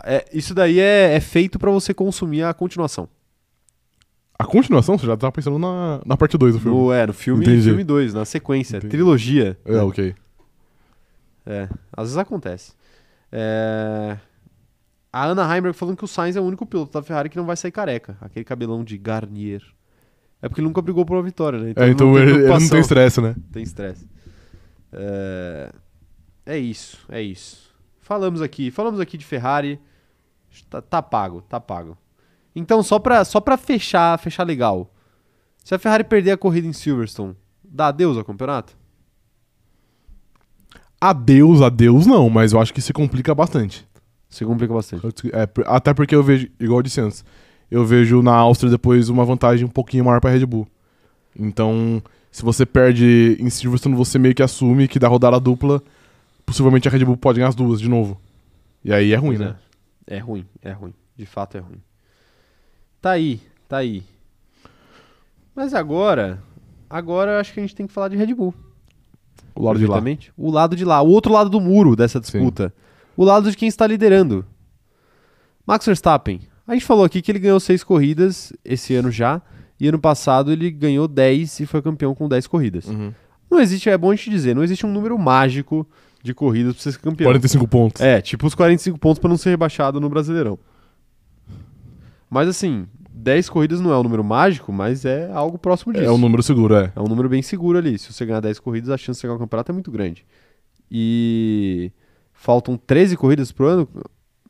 Speaker 2: É.
Speaker 1: É, isso daí é, é feito pra você consumir a continuação.
Speaker 2: A continuação, você já tava pensando na, na parte 2 do filme.
Speaker 1: No, é, no filme
Speaker 2: Entendi.
Speaker 1: filme 2, na sequência,
Speaker 2: Entendi.
Speaker 1: trilogia.
Speaker 2: É, ok.
Speaker 1: É, às vezes acontece. É, A Ana Heimberg falando que o Sainz é o único piloto da Ferrari que não vai sair careca. Aquele cabelão de Garnier. É porque ele nunca brigou por uma vitória, né?
Speaker 2: é, então ele, ele não
Speaker 1: preocupação,
Speaker 2: tem estresse, né?
Speaker 1: não tem estresse. É... é isso, é isso. Falamos aqui, falamos aqui de Ferrari. Tá, tá pago, tá pago. Então, só pra, só pra fechar, fechar legal. Se a Ferrari perder a corrida em Silverstone, dá adeus ao campeonato?
Speaker 2: Adeus, adeus não, mas eu acho que se complica bastante.
Speaker 1: Isso complica bastante.
Speaker 2: É, por- até porque eu vejo, igual eu disse antes, eu vejo na Áustria depois uma vantagem um pouquinho maior pra Red Bull. Então, se você perde em Silverstone, você meio que assume que da rodada dupla, possivelmente a Red Bull pode ganhar as duas de novo. E aí é ruim, né?
Speaker 1: É. É ruim, é ruim. De fato é ruim. Tá aí, tá aí. Mas agora, Agora eu acho que a gente tem que falar de Red Bull.
Speaker 2: O lado de lá.
Speaker 1: perfeitamente. O lado de lá, o outro lado do muro dessa disputa. O lado de quem está liderando. Max Verstappen. A gente falou aqui que ele ganhou seis corridas esse ano já. E ano passado ele ganhou 10 e foi campeão com 10 corridas.
Speaker 2: Uhum.
Speaker 1: Não existe, é bom a gente dizer, não existe um número mágico de corridas pra você ser campeão.
Speaker 2: 45 pontos.
Speaker 1: É, tipo os 45 pontos pra não ser rebaixado no Brasileirão. Mas assim, 10 corridas não é um número mágico, mas é algo próximo disso.
Speaker 2: É um número seguro, é.
Speaker 1: É um número bem seguro ali. Se você ganhar 10 corridas, a chance de você ganhar o campeonato é muito grande. E faltam 13 corridas pro ano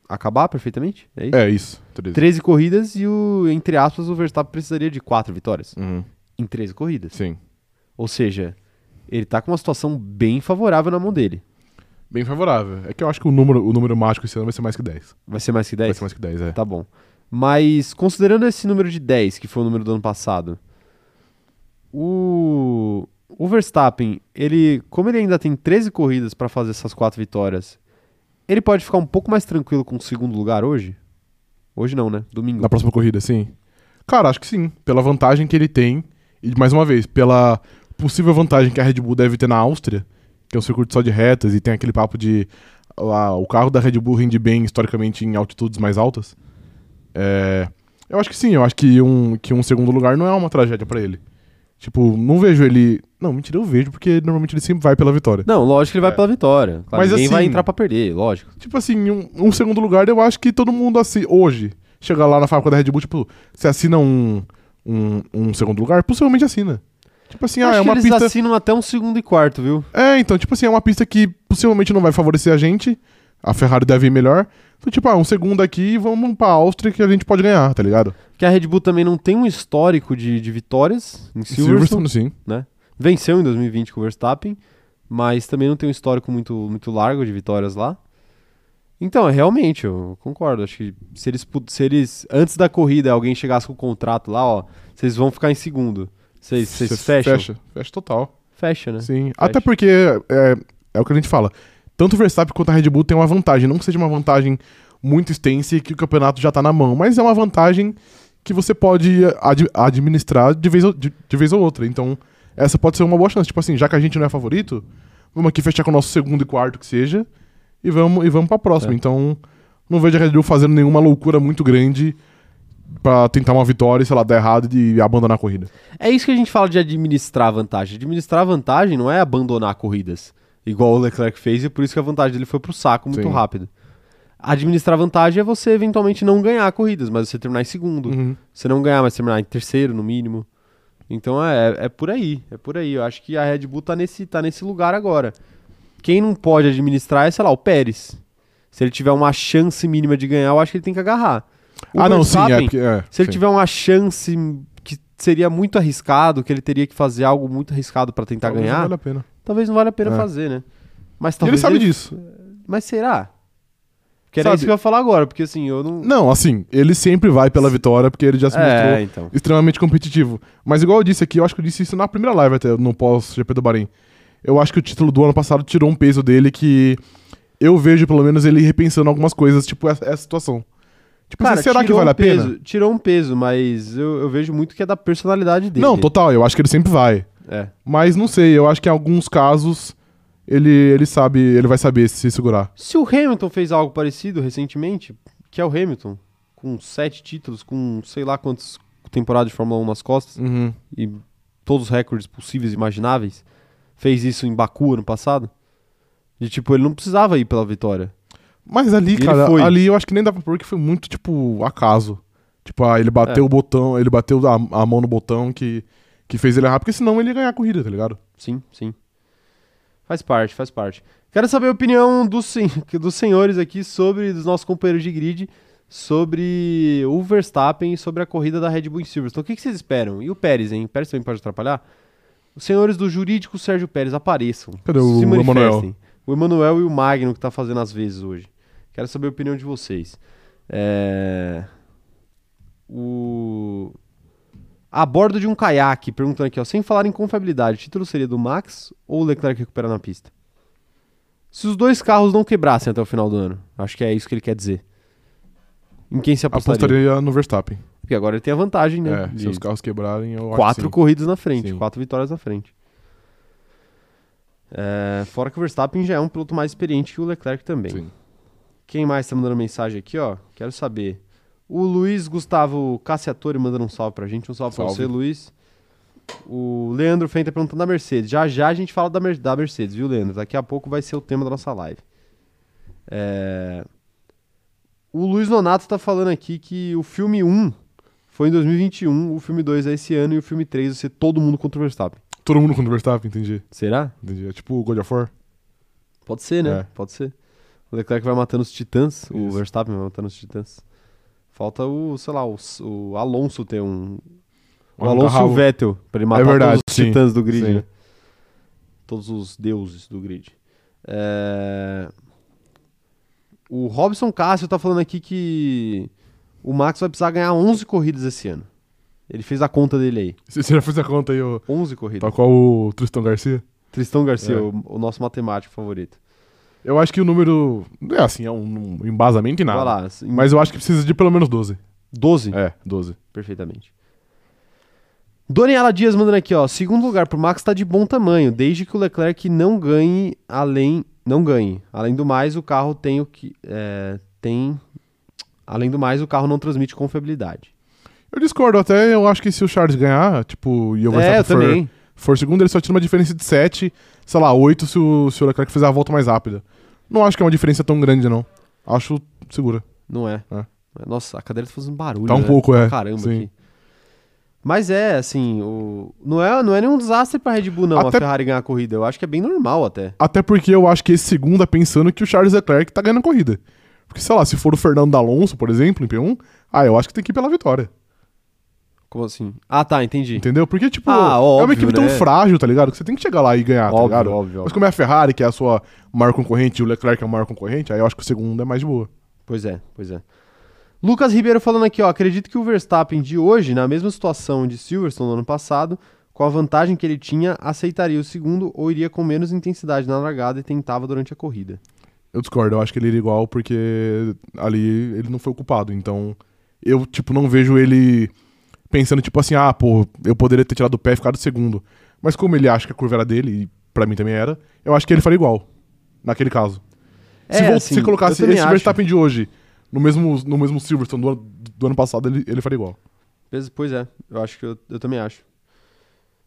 Speaker 1: acabar perfeitamente? É isso?
Speaker 2: É isso. 13.
Speaker 1: 13 corridas e o, entre aspas, o Verstappen precisaria de 4 vitórias
Speaker 2: Uhum.
Speaker 1: em 13 corridas.
Speaker 2: Sim.
Speaker 1: Ou seja, ele tá com uma situação bem favorável na mão dele.
Speaker 2: Bem favorável. É que eu acho que o número, o número mágico esse ano vai ser mais que 10.
Speaker 1: Vai ser mais que 10?
Speaker 2: Vai ser mais que 10, é.
Speaker 1: Tá bom. Mas considerando esse número de 10, que foi o número do ano passado, o, o Verstappen, ele, como ele ainda tem 13 corridas pra fazer essas quatro vitórias, ele pode ficar um pouco mais tranquilo com o segundo lugar hoje? Hoje não, né? Domingo.
Speaker 2: Na próxima corrida, sim? Cara, acho que sim. Pela vantagem que ele tem. E, mais uma vez, pela possível vantagem que a Red Bull deve ter na Áustria, que é um circuito só de retas e tem aquele papo de. ah, o carro da Red Bull rende bem historicamente em altitudes mais altas. É, eu acho que sim. Eu acho que um, que um segundo lugar não é uma tragédia pra ele. Tipo, não vejo ele. Não, mentira, eu vejo, porque normalmente ele sempre vai pela vitória.
Speaker 1: Não, lógico que ele vai
Speaker 2: É.
Speaker 1: pela vitória. Claro,
Speaker 2: Mas
Speaker 1: ninguém vai
Speaker 2: assim-
Speaker 1: entrar pra perder, lógico.
Speaker 2: Tipo assim, um, um segundo lugar, eu acho que todo mundo assim, hoje, chega lá na fábrica da Red Bull, tipo, você assina um, um, um segundo lugar, possivelmente assina. Tipo assim, ah,
Speaker 1: Acho
Speaker 2: é
Speaker 1: que
Speaker 2: uma
Speaker 1: eles
Speaker 2: pista.
Speaker 1: assinam até um segundo e quarto, viu?
Speaker 2: É, então, tipo assim, é uma pista que possivelmente não vai favorecer a gente. A Ferrari deve ir melhor. Então, tipo, ah, um segundo aqui e vamos pra Áustria que a gente pode ganhar, tá ligado?
Speaker 1: Porque a Red Bull também não tem um histórico de, de vitórias em Silverstone.
Speaker 2: sim.
Speaker 1: Venceu em 2020 com o Verstappen, mas também não tem um histórico muito, muito largo de vitórias lá. Então, é, realmente, eu concordo. Acho que se eles, pu- se eles, antes da corrida, alguém chegasse com o contrato lá, ó, vocês vão ficar em segundo. Vocês vocês
Speaker 2: Cê
Speaker 1: fecham? Fecha.
Speaker 2: Fecha, fecha total.
Speaker 1: né?
Speaker 2: Sim, até porque é, é o que a gente fala. Tanto o Verstappen quanto a Red Bull tem uma vantagem, não que seja uma vantagem muito extensa e que o campeonato já tá na mão, mas é uma vantagem que você pode ad- administrar de vez, ou- de, de vez ou outra. Então, essa pode ser uma boa chance. Tipo assim, já que a gente não é favorito, vamos aqui fechar com o nosso segundo e quarto que seja e vamos, e vamos pra próxima.
Speaker 1: É.
Speaker 2: Então, não vejo a Red Bull fazendo nenhuma loucura muito grande pra tentar uma vitória e, sei lá, dar errado e abandonar a corrida.
Speaker 1: É isso que a gente fala de administrar vantagem. Administrar vantagem não é abandonar corridas, igual o Leclerc fez, e por isso que a vantagem dele foi pro saco muito
Speaker 2: Sim.
Speaker 1: rápido. Administrar vantagem é você eventualmente não ganhar corridas, mas você terminar em segundo. Você não ganhar, mas terminar em terceiro, no mínimo. Então é, é por aí, é por aí. Eu acho que a Red Bull tá nesse, tá nesse lugar agora. Quem não pode administrar é, sei lá, o Pérez. Se ele tiver uma chance mínima de ganhar, eu acho que ele tem que agarrar. O
Speaker 2: Ah, não, sim, é,
Speaker 1: Verstappen,
Speaker 2: porque, é,
Speaker 1: Se ele
Speaker 2: sim.
Speaker 1: tiver uma chance que seria muito arriscado, que ele teria que fazer algo muito arriscado pra tentar
Speaker 2: Talvez não
Speaker 1: Tá ganhar,
Speaker 2: valha a pena.
Speaker 1: talvez não valha a pena
Speaker 2: É.
Speaker 1: fazer, né? Mas
Speaker 2: E
Speaker 1: talvez.
Speaker 2: ele sabe disso.
Speaker 1: Mas será? Que era
Speaker 2: Sabe-
Speaker 1: isso que eu ia falar agora, porque assim, eu não.
Speaker 2: Não, assim, ele sempre vai pela vitória porque ele já se
Speaker 1: é,
Speaker 2: mostrou
Speaker 1: então.
Speaker 2: extremamente competitivo. Mas igual eu disse aqui, eu acho que eu disse isso na primeira live até, no pós-GP do Bahrein. Eu acho que o título do ano passado tirou um peso dele que eu vejo, pelo menos, ele repensando algumas coisas, tipo essa, essa situação. Tipo, assim, será que
Speaker 1: tirou
Speaker 2: vale
Speaker 1: um
Speaker 2: a pena?
Speaker 1: peso- Tirou um peso, mas eu, eu vejo muito que é da personalidade dele.
Speaker 2: Não, total, eu acho que ele sempre vai.
Speaker 1: É.
Speaker 2: Mas não sei, eu acho que em alguns casos ele, ele sabe, ele vai saber se segurar.
Speaker 1: Se o Hamilton fez algo parecido recentemente, que é o Hamilton, com sete títulos, com sei lá quantas temporadas de Fórmula 1 nas costas,
Speaker 2: Uhum.
Speaker 1: e todos os recordes possíveis e imagináveis, fez isso em Baku ano passado. De tipo, ele não precisava ir pela vitória.
Speaker 2: Mas ali,
Speaker 1: E ele
Speaker 2: cara,
Speaker 1: foi.
Speaker 2: ali eu acho que nem dá pra pôr que foi muito, tipo, acaso. Tipo, ah, ele bateu
Speaker 1: É.
Speaker 2: o botão, ele bateu a, a mão no botão que, que fez ele errar, porque senão ele ia ganhar a corrida, tá ligado?
Speaker 1: Sim, sim. Faz parte, faz parte. Quero saber a opinião dos, sen- dos senhores aqui sobre, dos nossos companheiros de grid, sobre o Verstappen e sobre a corrida da Red Bull em Silverstone. O que, que vocês esperam? E o Pérez, hein? O Pérez também pode atrapalhar? Os senhores do jurídico Sérgio Pérez apareçam.
Speaker 2: Cadê o
Speaker 1: se manifestem.
Speaker 2: Emanuel?
Speaker 1: O Emanuel e o Magno que tá fazendo às vezes hoje. Quero saber a opinião de vocês. É... O... A bordo de um caiaque, perguntando aqui, ó, sem falar em confiabilidade, o título seria do Max ou o Leclerc recuperar na pista? Se os dois carros não quebrassem até o final do ano, acho que é isso que ele quer dizer. Em quem se apostaria?
Speaker 2: Apostaria no Verstappen.
Speaker 1: Porque porque agora ele tem a vantagem, né?
Speaker 2: É,
Speaker 1: de
Speaker 2: se os carros quebrarem, eu
Speaker 1: quatro
Speaker 2: acho que
Speaker 1: corridas na frente,
Speaker 2: Sim.
Speaker 1: quatro vitórias na frente. É, fora que o Verstappen já é um piloto mais experiente que o Leclerc também.
Speaker 2: sim. Sim.
Speaker 1: Quem mais tá mandando mensagem aqui, ó? Quero saber. O Luiz Gustavo Cassiatore mandando um salve pra gente. Um salve,
Speaker 2: Salve.
Speaker 1: pra você, Luiz. O Leandro Fenta perguntando da Mercedes. Já já a gente fala da, Mer- da Mercedes, viu, Leandro? Daqui a pouco vai ser o tema da nossa live. É, O Luiz Nonato tá falando aqui que o filme 1 foi em 2021, o filme 2 é esse ano e o filme 3 vai ser todo mundo contra o Verstappen.
Speaker 2: Todo mundo contra o Verstappen, entendi.
Speaker 1: Será?
Speaker 2: entendi. É tipo o God of War.
Speaker 1: Pode ser, né?
Speaker 2: É.
Speaker 1: Pode ser. O Leclerc vai matando os titãs, o
Speaker 2: Isso.
Speaker 1: Verstappen vai matando os titãs. Falta o, sei lá, o, o Alonso ter um. O
Speaker 2: Um
Speaker 1: Alonso e o
Speaker 2: carro-
Speaker 1: Vettel, pra ele matar
Speaker 2: É verdade,
Speaker 1: todos os
Speaker 2: sim,
Speaker 1: titãs do grid,
Speaker 2: sim.
Speaker 1: né? Todos os deuses do grid. É, O Robson Cássio tá falando aqui que o Max vai precisar ganhar 11 corridas esse ano. Ele fez a conta dele aí.
Speaker 2: Você você já fez a conta aí, ô.
Speaker 1: 11 corridas.
Speaker 2: Tal qual o Tristan Garcia?
Speaker 1: Tristão Garcia,
Speaker 2: Tá É.
Speaker 1: o, o nosso matemático favorito.
Speaker 2: Eu acho que o número. Não é assim, é um, um embasamento e
Speaker 1: Vai
Speaker 2: nada.
Speaker 1: lá, em
Speaker 2: Mas eu acho que precisa de pelo menos 12.
Speaker 1: 12.
Speaker 2: É, 12.
Speaker 1: Perfeitamente. Doniela Dias mandando aqui, ó. Segundo lugar pro Max tá de bom tamanho, desde que o Leclerc não ganhe além. Não ganhe. Além do mais, o carro tem o que. é, tem. Além do mais, o carro não transmite confiabilidade.
Speaker 2: Eu discordo até, eu acho que se o Charles ganhar, tipo,
Speaker 1: é,
Speaker 2: e o
Speaker 1: eu
Speaker 2: Verstappen for,
Speaker 1: também.
Speaker 2: for segundo, ele só tira uma diferença de 7, sei lá, 8 se o, se o Leclerc fizer a volta mais rápida. Não acho que é uma diferença tão grande, não. Acho segura.
Speaker 1: Não é.
Speaker 2: É.
Speaker 1: Nossa, a cadeira tá fazendo barulho.
Speaker 2: tá um
Speaker 1: né?
Speaker 2: pouco, é.
Speaker 1: Caramba,
Speaker 2: Sim.
Speaker 1: aqui. Mas é, assim, o... não, é, não é nenhum desastre pra Red Bull, não, a
Speaker 2: Até-
Speaker 1: Ferrari ganhar a corrida. Eu acho que é bem normal até.
Speaker 2: Até porque eu acho que esse segundo é pensando que o Charles Leclerc tá ganhando a corrida. Porque, sei lá, se for o Fernando Alonso, por exemplo, em P1, ah, eu acho que tem que ir pela vitória.
Speaker 1: Como assim? Ah, tá, entendi.
Speaker 2: Entendeu? Porque, tipo,
Speaker 1: Ah,
Speaker 2: é uma
Speaker 1: óbvio,
Speaker 2: equipe tão
Speaker 1: né?
Speaker 2: frágil, tá ligado? Que você tem que chegar lá e ganhar, tá
Speaker 1: Óbvio,
Speaker 2: ligado?
Speaker 1: óbvio,
Speaker 2: Mas
Speaker 1: óbvio.
Speaker 2: como é a Ferrari, que é a sua maior concorrente, e o Leclerc é o maior concorrente, aí eu acho que o segundo é mais de boa.
Speaker 1: Pois é, pois é. Lucas Ribeiro falando aqui, ó. Acredito que o Verstappen de hoje, na mesma situação de Silverstone no ano passado, com a vantagem que ele tinha, aceitaria o segundo ou iria com menos intensidade na largada e tentava durante a corrida.
Speaker 2: Eu discordo, eu acho que ele iria igual porque ali ele não foi o culpado. Então, eu, tipo, não vejo ele pensando, tipo assim, ah, pô, eu poderia ter tirado o pé e ficado segundo. Mas como ele acha que a curva era dele, e pra mim também era, eu acho que ele faria igual, naquele caso. se,
Speaker 1: É,
Speaker 2: vol-
Speaker 1: assim,
Speaker 2: se colocasse
Speaker 1: eu também
Speaker 2: esse
Speaker 1: acho.
Speaker 2: Verstappen de hoje no mesmo, no mesmo Silverstone do ano, do ano passado, ele, ele faria igual.
Speaker 1: Pois- Pois é, eu acho que eu, eu também acho.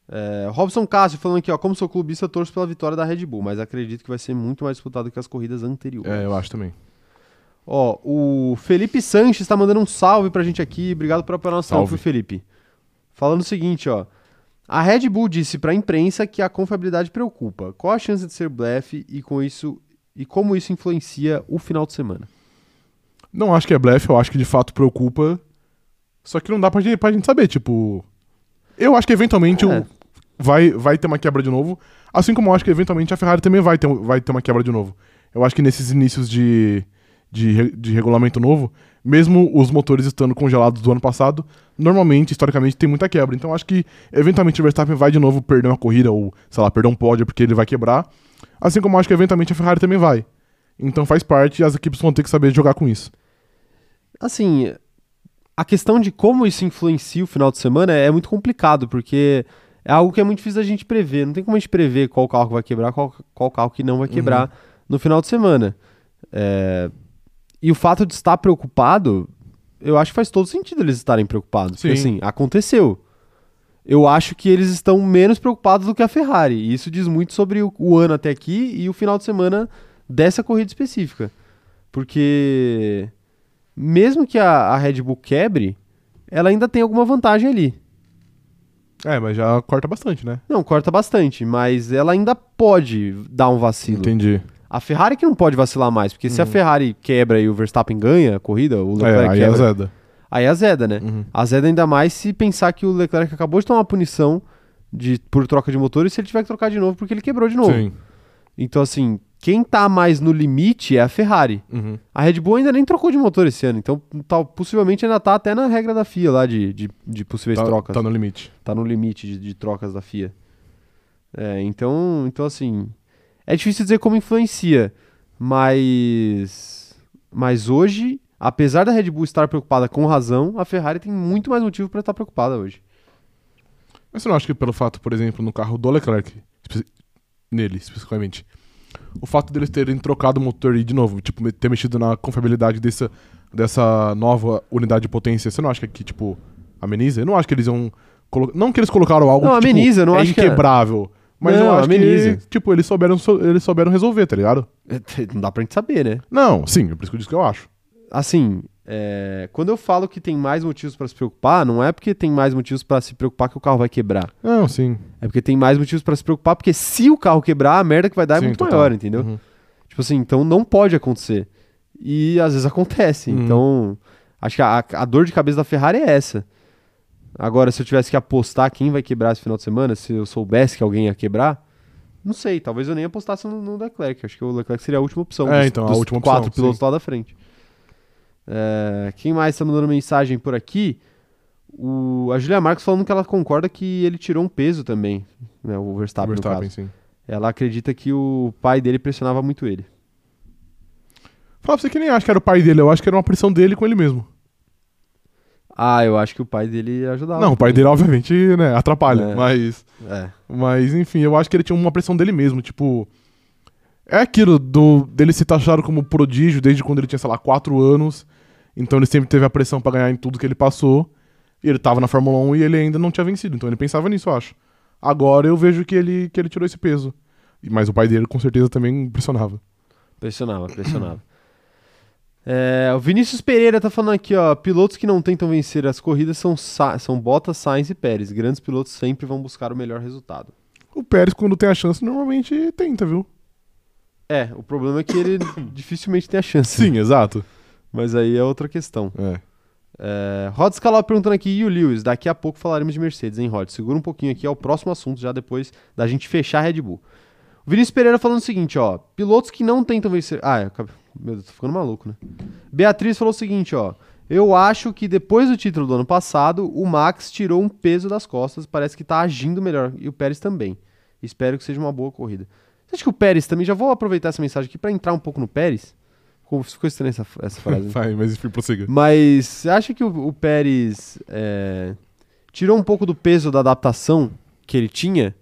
Speaker 1: É, Robson Cássio falando aqui, ó. Como sou clubista, eu torço pela vitória da Red Bull, mas acredito que vai ser muito mais disputado que as corridas anteriores.
Speaker 2: É, eu acho também.
Speaker 1: Ó, o Felipe Sanches tá mandando um salve pra gente aqui. Obrigado por apoiar nosso salve,
Speaker 2: Salve.
Speaker 1: Felipe. Falando o seguinte, ó. A Red Bull disse pra imprensa que a confiabilidade preocupa. Qual a chance de ser blefe e com isso e como isso influencia o final de semana?
Speaker 2: Não acho que é blefe, eu acho que de fato preocupa. Só que não dá pra gente, pra gente saber, tipo. Eu acho que eventualmente
Speaker 1: É.
Speaker 2: o- vai, vai ter uma quebra de novo. Assim como eu acho que eventualmente a Ferrari também vai ter, vai ter uma quebra de novo. Eu acho que nesses inícios de, de, re- de regulamento novo, mesmo os motores estando congelados do ano passado, normalmente, historicamente, tem muita quebra. Então eu acho que eventualmente o Verstappen vai de novo perder uma corrida, ou sei lá, perder um pódio porque ele vai quebrar. Assim como eu acho que eventualmente a Ferrari também vai. Então faz parte e as equipes vão ter que saber jogar com isso.
Speaker 1: Assim, a questão de como isso influencia o final de semana é, é muito complicado, porque é algo que é muito difícil da gente prever. Não tem como a gente prever qual carro que vai quebrar, qual, qual carro que não vai quebrar no final de semana. É, E o fato de estar preocupado, eu acho que faz todo sentido eles estarem preocupados. Porque,
Speaker 2: Sim.
Speaker 1: assim, aconteceu. Eu acho que eles estão menos preocupados do que a Ferrari. E isso diz muito sobre o, o ano até aqui e o final de semana dessa corrida específica. Porque mesmo que a, a Red Bull quebre, ela ainda tem alguma vantagem ali.
Speaker 2: É, mas já corta bastante, né?
Speaker 1: Não, corta bastante, mas ela ainda pode dar um vacilo.
Speaker 2: Entendi. Uhum.
Speaker 1: A Ferrari que não pode vacilar mais, porque se a Ferrari quebra e o Verstappen ganha a corrida, o
Speaker 2: É,
Speaker 1: Leclerc
Speaker 2: aí
Speaker 1: quebra,
Speaker 2: azeda.
Speaker 1: aí azeda, né?
Speaker 2: Uhum.
Speaker 1: Azeda ainda mais se pensar que o Leclerc acabou de tomar uma punição de, por troca de motor e se ele tiver que trocar de novo porque ele quebrou de novo.
Speaker 2: Sim.
Speaker 1: Então, assim, quem tá mais no limite é a Ferrari.
Speaker 2: Uhum.
Speaker 1: A Red Bull ainda nem trocou de motor esse ano, então tal, possivelmente ainda tá até na regra da FIA lá de, de, de possíveis
Speaker 2: Tá,
Speaker 1: trocas.
Speaker 2: tá no limite.
Speaker 1: tá no limite de, de trocas da FIA. É, então, então, assim, é difícil dizer como influencia, mas, mas hoje Apesar da Red Bull estar preocupada com razão, a Ferrari tem muito mais motivo para estar preocupada hoje.
Speaker 2: Mas você não acha que pelo fato, por exemplo, no carro do Leclerc, espe- nele especificamente, o fato deles terem trocado o motor e de novo, tipo, me- ter mexido na confiabilidade dessa, dessa nova unidade de potência, você não acha que, tipo, ameniza? Eu não acho que eles iam. colo- Não que eles colocaram algo
Speaker 1: Não,
Speaker 2: que, tipo,
Speaker 1: ameniza, eu não
Speaker 2: é
Speaker 1: acho que é.
Speaker 2: inquebrável. Mas
Speaker 1: Não,
Speaker 2: eu acho
Speaker 1: ameniza.
Speaker 2: que, tipo, eles souberam, so- eles souberam resolver, tá ligado?
Speaker 1: Não dá pra gente saber, né?
Speaker 2: Não, sim, é por isso que eu disse que eu acho.
Speaker 1: Assim, é, quando eu falo que tem mais motivos para se preocupar, não é porque tem mais motivos para se preocupar que o carro vai quebrar.
Speaker 2: Não, sim.
Speaker 1: É porque tem mais motivos para se preocupar, porque se o carro quebrar, a merda que vai dar é
Speaker 2: Sim,
Speaker 1: muito
Speaker 2: total.
Speaker 1: maior, entendeu?
Speaker 2: Uhum.
Speaker 1: Tipo assim, então não pode acontecer. E às vezes acontece.
Speaker 2: Uhum.
Speaker 1: Então, acho que a, a dor de cabeça da Ferrari é essa. Agora, se eu tivesse que apostar quem vai quebrar esse final de semana, se eu soubesse que alguém ia quebrar, não sei. Talvez eu nem apostasse no, no Leclerc. Acho que o Leclerc seria a última opção.
Speaker 2: É, então, a última opção,
Speaker 1: quatro pilotos
Speaker 2: sim.
Speaker 1: lá da frente. É, quem mais está mandando mensagem por aqui? O, a Julia Marques falando que ela concorda que ele tirou um peso também. Né, o Verstappen, no caso.
Speaker 2: Verstappen, sim.
Speaker 1: Ela acredita que o pai dele pressionava muito ele.
Speaker 2: Falar pra você que nem acho que era o pai dele, eu acho que era uma pressão dele com ele mesmo.
Speaker 1: Ah, eu acho que o pai dele ajudava.
Speaker 2: não, o pai dele, obviamente, né, atrapalha,
Speaker 1: Tá. É.
Speaker 2: mas.
Speaker 1: É.
Speaker 2: Mas, enfim, eu acho que ele tinha uma pressão dele mesmo, tipo. É aquilo do, dele se taxar como prodígio desde quando ele tinha, sei lá, 4 anos. Então ele sempre teve a pressão pra ganhar em tudo que ele passou. E ele tava na Fórmula 1 e ele ainda não tinha vencido. Então ele pensava nisso, eu acho. Agora eu vejo que ele, que ele tirou esse peso. E- Mas o pai dele com certeza também impressionava.
Speaker 1: Pressionava, pressionava. É, o Vinícius Pereira tá falando aqui, ó. Pilotos que não tentam vencer as corridas são, Sa- são Bottas, Sainz e Pérez. Grandes pilotos sempre vão buscar o melhor resultado.
Speaker 2: O Pérez, quando tem a chance, normalmente tenta, viu?
Speaker 1: É, o problema é que ele dificilmente tem a chance.
Speaker 2: Sim, exato.
Speaker 1: Mas aí é outra questão.
Speaker 2: É.
Speaker 1: É, Rod Scaló perguntando aqui, e o Lewis? Daqui a pouco falaremos de Mercedes, hein, Rod? Segura um pouquinho aqui, é o próximo assunto, já depois da gente fechar a Red Bull. O Vinícius Pereira falando o seguinte, ó. Pilotos que não tentam vencer. Ah, eu acabei- meu Deus, tô ficando maluco, né? Beatriz falou o seguinte, ó. Eu acho que depois do título do ano passado, o Max tirou um peso das costas, parece que tá agindo melhor. E o Pérez também. Espero que seja uma boa corrida. Você acha que o Pérez também? Já vou aproveitar essa mensagem aqui pra entrar um pouco no Pérez. Ficou ficou estranha essa, essa frase. né?
Speaker 2: Vai, mas enfim, prossiga.
Speaker 1: Mas você acha que o, o Pérez é, tirou um pouco do peso da adaptação que ele tinha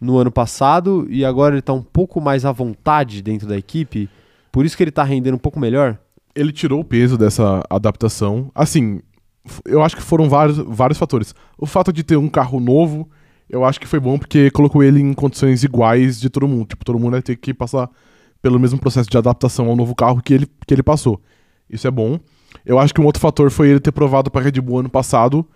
Speaker 1: no ano passado e agora ele tá um pouco mais à vontade dentro da equipe? Por isso que ele tá rendendo um pouco melhor?
Speaker 2: ele tirou o peso dessa adaptação. Assim, f- eu acho que foram vários, vários fatores. O fato de ter um carro novo, eu acho que foi bom porque colocou ele em condições iguais de todo mundo. Tipo, todo mundo vai ter que passar pelo mesmo processo de adaptação ao novo carro que ele, que ele passou. Isso é bom. Eu acho que um outro fator foi ele ter provado para Red Bull ano passado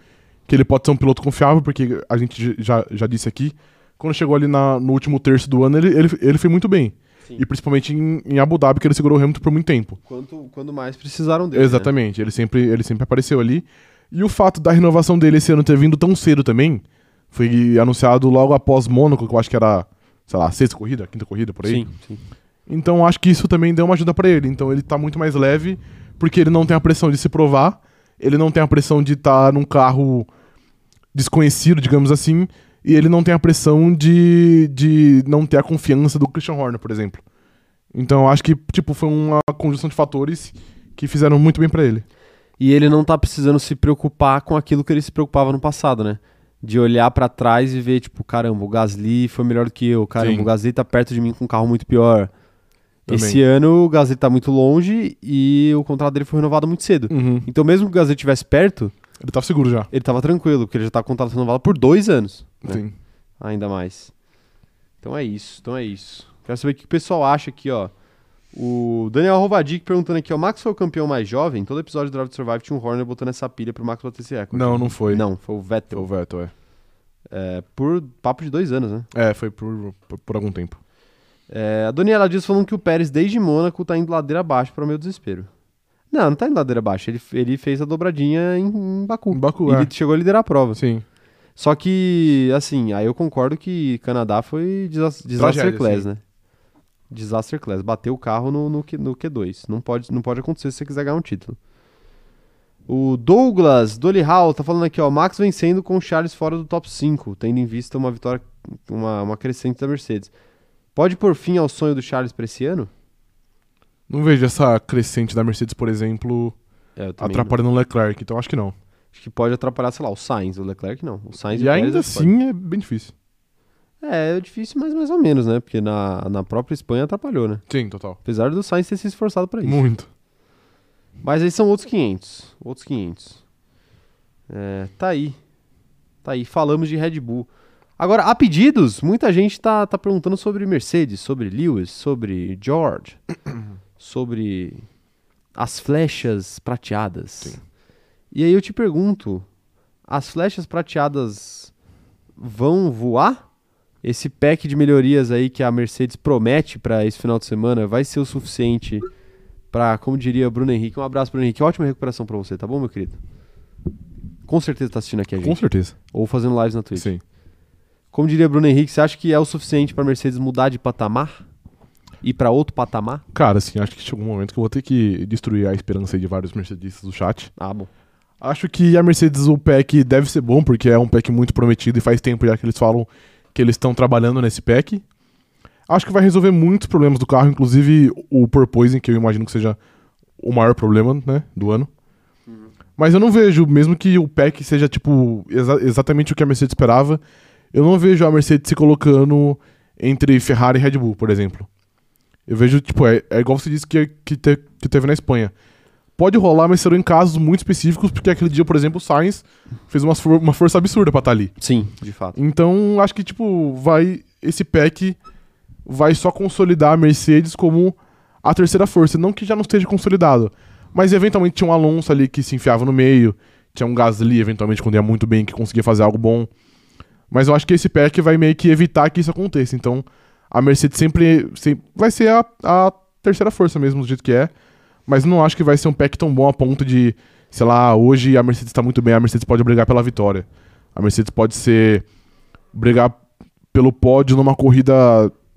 Speaker 2: que ele pode ser um piloto confiável, porque a gente j- já, já disse aqui, quando chegou ali na- no último terço do ano, ele, ele, ele foi muito bem.
Speaker 1: Sim.
Speaker 2: E principalmente em, em Abu Dhabi, que ele segurou o Hamilton por muito tempo.
Speaker 1: Quanto, quando mais precisaram dele. né?
Speaker 2: Exatamente, ele, sempre, ele sempre apareceu ali. E o fato da renovação dele esse ano ter vindo tão cedo também, foi anunciado logo após Mônaco, que eu acho que era, sei lá, a sexta corrida, a quinta corrida, por aí.
Speaker 1: Sim, sim.
Speaker 2: Então acho que isso também deu uma ajuda pra ele. Então ele tá muito mais leve, porque ele não tem a pressão de se provar, ele não tem a pressão de estar num carro desconhecido, digamos assim, e ele não tem a pressão de, de não ter a confiança do Christian Horner, por exemplo. Então acho que tipo foi uma conjunção de fatores que fizeram muito bem pra ele.
Speaker 1: E ele não tá precisando se preocupar com aquilo que ele se preocupava no passado, né? De olhar pra trás e ver, tipo, caramba, o Gasly foi melhor do que eu, caramba,
Speaker 2: Sim.
Speaker 1: o Gasly tá perto de mim com um carro muito pior.
Speaker 2: Também.
Speaker 1: Esse ano o Gasly tá muito longe e o contrato dele foi renovado muito cedo. Então, mesmo que o Gasly estivesse perto,
Speaker 2: Ele tava seguro já.
Speaker 1: ele tava tranquilo, porque ele já tá com o contrato renovado por dois anos. né?
Speaker 2: Sim.
Speaker 1: Ainda mais. Então é isso, então é isso. Quero saber o que o pessoal acha aqui, ó. O Daniel Rovadic perguntando aqui, ó. Max foi o campeão mais jovem? Todo episódio do Drive to Survive tinha um Horner botando essa pilha pro Max bater esse recorde.
Speaker 2: Não, não foi.
Speaker 1: Não, foi o Vettel.
Speaker 2: O Vettel, é.
Speaker 1: É, por papo de dois anos, né?
Speaker 2: É, foi por, por, por algum tempo.
Speaker 1: É, a Daniela diz falando que o Pérez, desde Mônaco, tá indo ladeira abaixo para o meu desespero. Não, não tá indo ladeira abaixo. Ele, ele fez a dobradinha em, em Baku.
Speaker 2: Em Baku,
Speaker 1: ele
Speaker 2: é.
Speaker 1: chegou a liderar a prova.
Speaker 2: Sim.
Speaker 1: Só que, assim, aí eu concordo que Canadá foi desa- disaster
Speaker 2: Tragédia,
Speaker 1: class,
Speaker 2: sim.
Speaker 1: né? Disaster class. Bateu o carro no, no, Q- no Q2. Não pode, não pode acontecer se você quiser ganhar um título. O Douglas Dolly Hall tá falando aqui, ó. Max vencendo com o Charles fora do top 5, tendo em vista uma vitória, uma, uma crescente da Mercedes. Pode por fim ao sonho do Charles pra esse ano?
Speaker 2: Não vejo essa crescente da Mercedes, por exemplo,
Speaker 1: É, eu também
Speaker 2: atrapalhando o Leclerc, então acho que não.
Speaker 1: não- Acho que pode atrapalhar, sei lá, o Sainz, o Leclerc não. O Sainz
Speaker 2: E
Speaker 1: o Pérez,
Speaker 2: ainda
Speaker 1: acho que pode.
Speaker 2: assim é bem difícil.
Speaker 1: É, é difícil, mas mais ou menos, né? Porque na, na própria Espanha atrapalhou, né?
Speaker 2: Sim, total.
Speaker 1: Apesar do Sainz ter se esforçado pra É isso.
Speaker 2: Muito.
Speaker 1: Mas aí são outros 500. Outros 500. É, tá aí. Tá aí. Falamos de Red Bull. Agora, a pedidos, muita gente tá, tá perguntando sobre Mercedes, sobre Lewis, sobre George, sobre as flechas prateadas. E aí eu te pergunto: as flechas prateadas vão voar? Esse pack de melhorias aí que a Mercedes promete pra esse final de semana vai ser o suficiente Pra, como diria Bruno Henrique, um abraço, Bruno Henrique. Ótima recuperação pra você, tá bom, meu querido? Com certeza tá assistindo aqui a
Speaker 2: Com
Speaker 1: gente.
Speaker 2: certeza.
Speaker 1: Ou fazendo lives na Twitch.
Speaker 2: Sim.
Speaker 1: Como diria Bruno Henrique, você acha que é o suficiente pra Mercedes mudar de patamar? Ir pra outro patamar?
Speaker 2: Cara, assim, acho que chegou um momento que eu vou ter que destruir a esperança aí de vários mercedistas do chat.
Speaker 1: Ah, bom.
Speaker 2: Acho que a Mercedes, o pack deve ser bom, porque é um pack muito prometido e faz tempo já que eles falam que eles estão trabalhando nesse pack. Acho que vai resolver muitos problemas do carro, inclusive o porpoising, que eu imagino que seja o maior problema né, do ano. Mas eu não vejo, mesmo que o pack seja tipo exa- exatamente o que a Mercedes esperava, eu não vejo a Mercedes se colocando entre Ferrari e Red Bull, por exemplo. Eu vejo, tipo, é, é igual você disse que, que, te- que teve na Espanha. Pode rolar, mas serão em casos muito específicos, porque aquele dia, por exemplo, o Sainz fez uma, for- uma força absurda pra estar ali.
Speaker 1: Sim, de fato.
Speaker 2: Então, acho que, tipo, vai. Esse pack vai só consolidar a Mercedes como a terceira força. Não que já não esteja consolidado. Mas eventualmente tinha um Alonso ali que se enfiava no meio. Tinha um Gasly, eventualmente, quando ia muito bem, que conseguia fazer algo bom. Mas eu acho que esse pack vai meio que evitar que isso aconteça. Então, a Mercedes sempre, sempre vai ser a, a terceira força mesmo, do jeito que é. Mas não acho que vai ser um pack tão bom a ponto de, sei lá, hoje a Mercedes está muito bem, a Mercedes pode brigar pela vitória. A Mercedes pode ser brigar pelo pódio numa corrida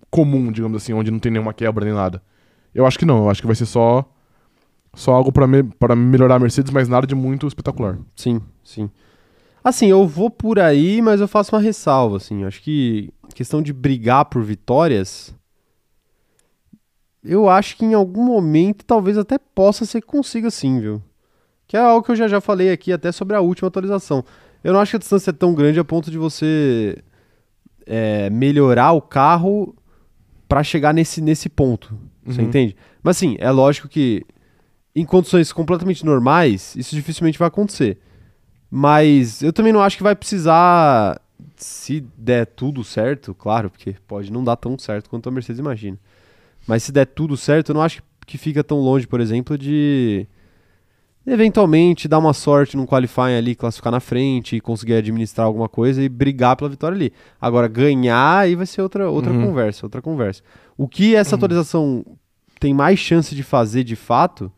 Speaker 2: comum, digamos assim, onde não tem nenhuma quebra nem nada. Eu acho que não, eu acho que vai ser só só algo para me, pra melhorar a Mercedes, mas nada de muito espetacular.
Speaker 1: Sim, sim. Assim, eu vou por aí, mas eu faço uma ressalva, assim. Eu Acho que questão de brigar por vitórias. Eu acho que em algum momento talvez até possa ser que consiga sim, viu? Que é algo que eu já já falei aqui até sobre a última atualização. Eu não acho que a distância é tão grande a ponto de você é, melhorar o carro pra chegar nesse, nesse ponto. Você
Speaker 2: Uhum.
Speaker 1: entende? Mas assim, é lógico que em condições completamente normais, isso dificilmente vai acontecer. Mas eu também não acho que vai precisar, se der tudo certo, claro, porque pode não dar tão certo quanto a Mercedes imagina. Mas se der tudo certo, eu não acho que fica tão longe, por exemplo, de eventualmente dar uma sorte num qualifying ali, classificar na frente e conseguir administrar alguma coisa e brigar pela vitória ali. Agora, ganhar aí vai ser outra, outra
Speaker 2: Uhum.
Speaker 1: conversa, outra conversa. O que essa atualização tem mais chance de fazer de fato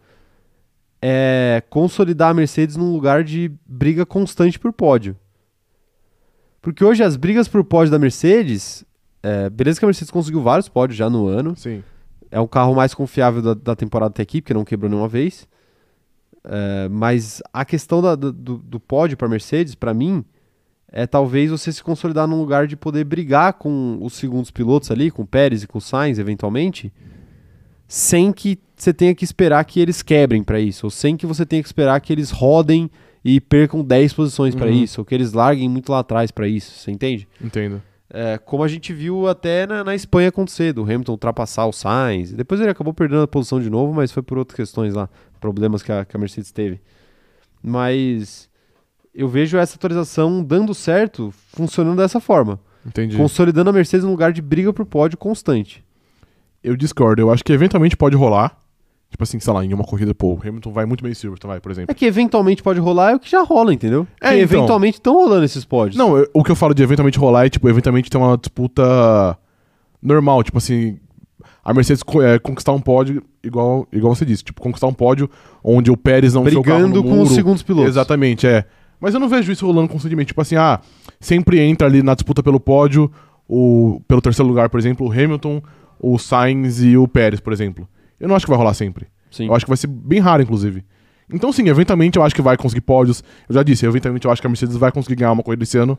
Speaker 1: é consolidar a Mercedes num lugar de briga constante por pódio. Porque hoje as brigas por pódio da Mercedes, é, beleza que a Mercedes conseguiu vários pódios já no ano,
Speaker 2: Sim.
Speaker 1: é o carro mais confiável da, da temporada até aqui, porque não quebrou nenhuma vez. É, mas a questão da- do, do- do pódio para Mercedes, para mim, é talvez você se consolidar num lugar de poder brigar com os segundos pilotos ali, com o Pérez e com o Sainz, eventualmente, sem que você tenha que esperar que eles quebrem para isso, ou sem que você tenha que esperar que eles rodem e percam 10 posições para
Speaker 2: Uhum.
Speaker 1: isso, ou que eles larguem muito lá atrás para isso, você entende?
Speaker 2: Entendo.
Speaker 1: É, como a gente viu até na, na Espanha acontecer, do Hamilton ultrapassar o Sainz. Depois ele acabou perdendo a posição de novo, mas foi por outras questões lá, problemas que a, que a Mercedes teve. Mas eu vejo essa atualização dando certo, funcionando dessa forma,
Speaker 2: Entendi.
Speaker 1: consolidando a Mercedes num lugar de briga pro pódio constante.
Speaker 2: Eu discordo, eu acho que eventualmente pode rolar. Tipo assim, sei lá, em uma corrida, pô, o Hamilton vai muito bem em Silverstone, vai, por exemplo.
Speaker 1: É que eventualmente pode rolar, é o que já rola, entendeu?
Speaker 2: É,
Speaker 1: Que
Speaker 2: então.
Speaker 1: eventualmente estão rolando esses pódios.
Speaker 2: Não, eu- o que eu falo de eventualmente rolar é, tipo, eventualmente ter uma disputa normal, tipo assim, a Mercedes co- é, conquistar um pódio, igual, igual você disse, tipo, conquistar um pódio onde o Pérez não enfiou o carro no
Speaker 1: brigando com os
Speaker 2: muro.
Speaker 1: segundos pilotos.
Speaker 2: Exatamente, é. Mas eu não vejo isso rolando constantemente, tipo assim, ah, sempre entra ali na disputa pelo pódio, o, pelo terceiro lugar, por exemplo, o Hamilton, o Sainz e o Pérez, por exemplo. Eu não acho que vai rolar sempre.
Speaker 1: Sim.
Speaker 2: Eu acho que vai ser bem raro, inclusive. Então, sim, eventualmente eu acho que vai conseguir pódios. Eu já disse, eventualmente eu acho que a Mercedes vai conseguir ganhar uma corrida esse ano.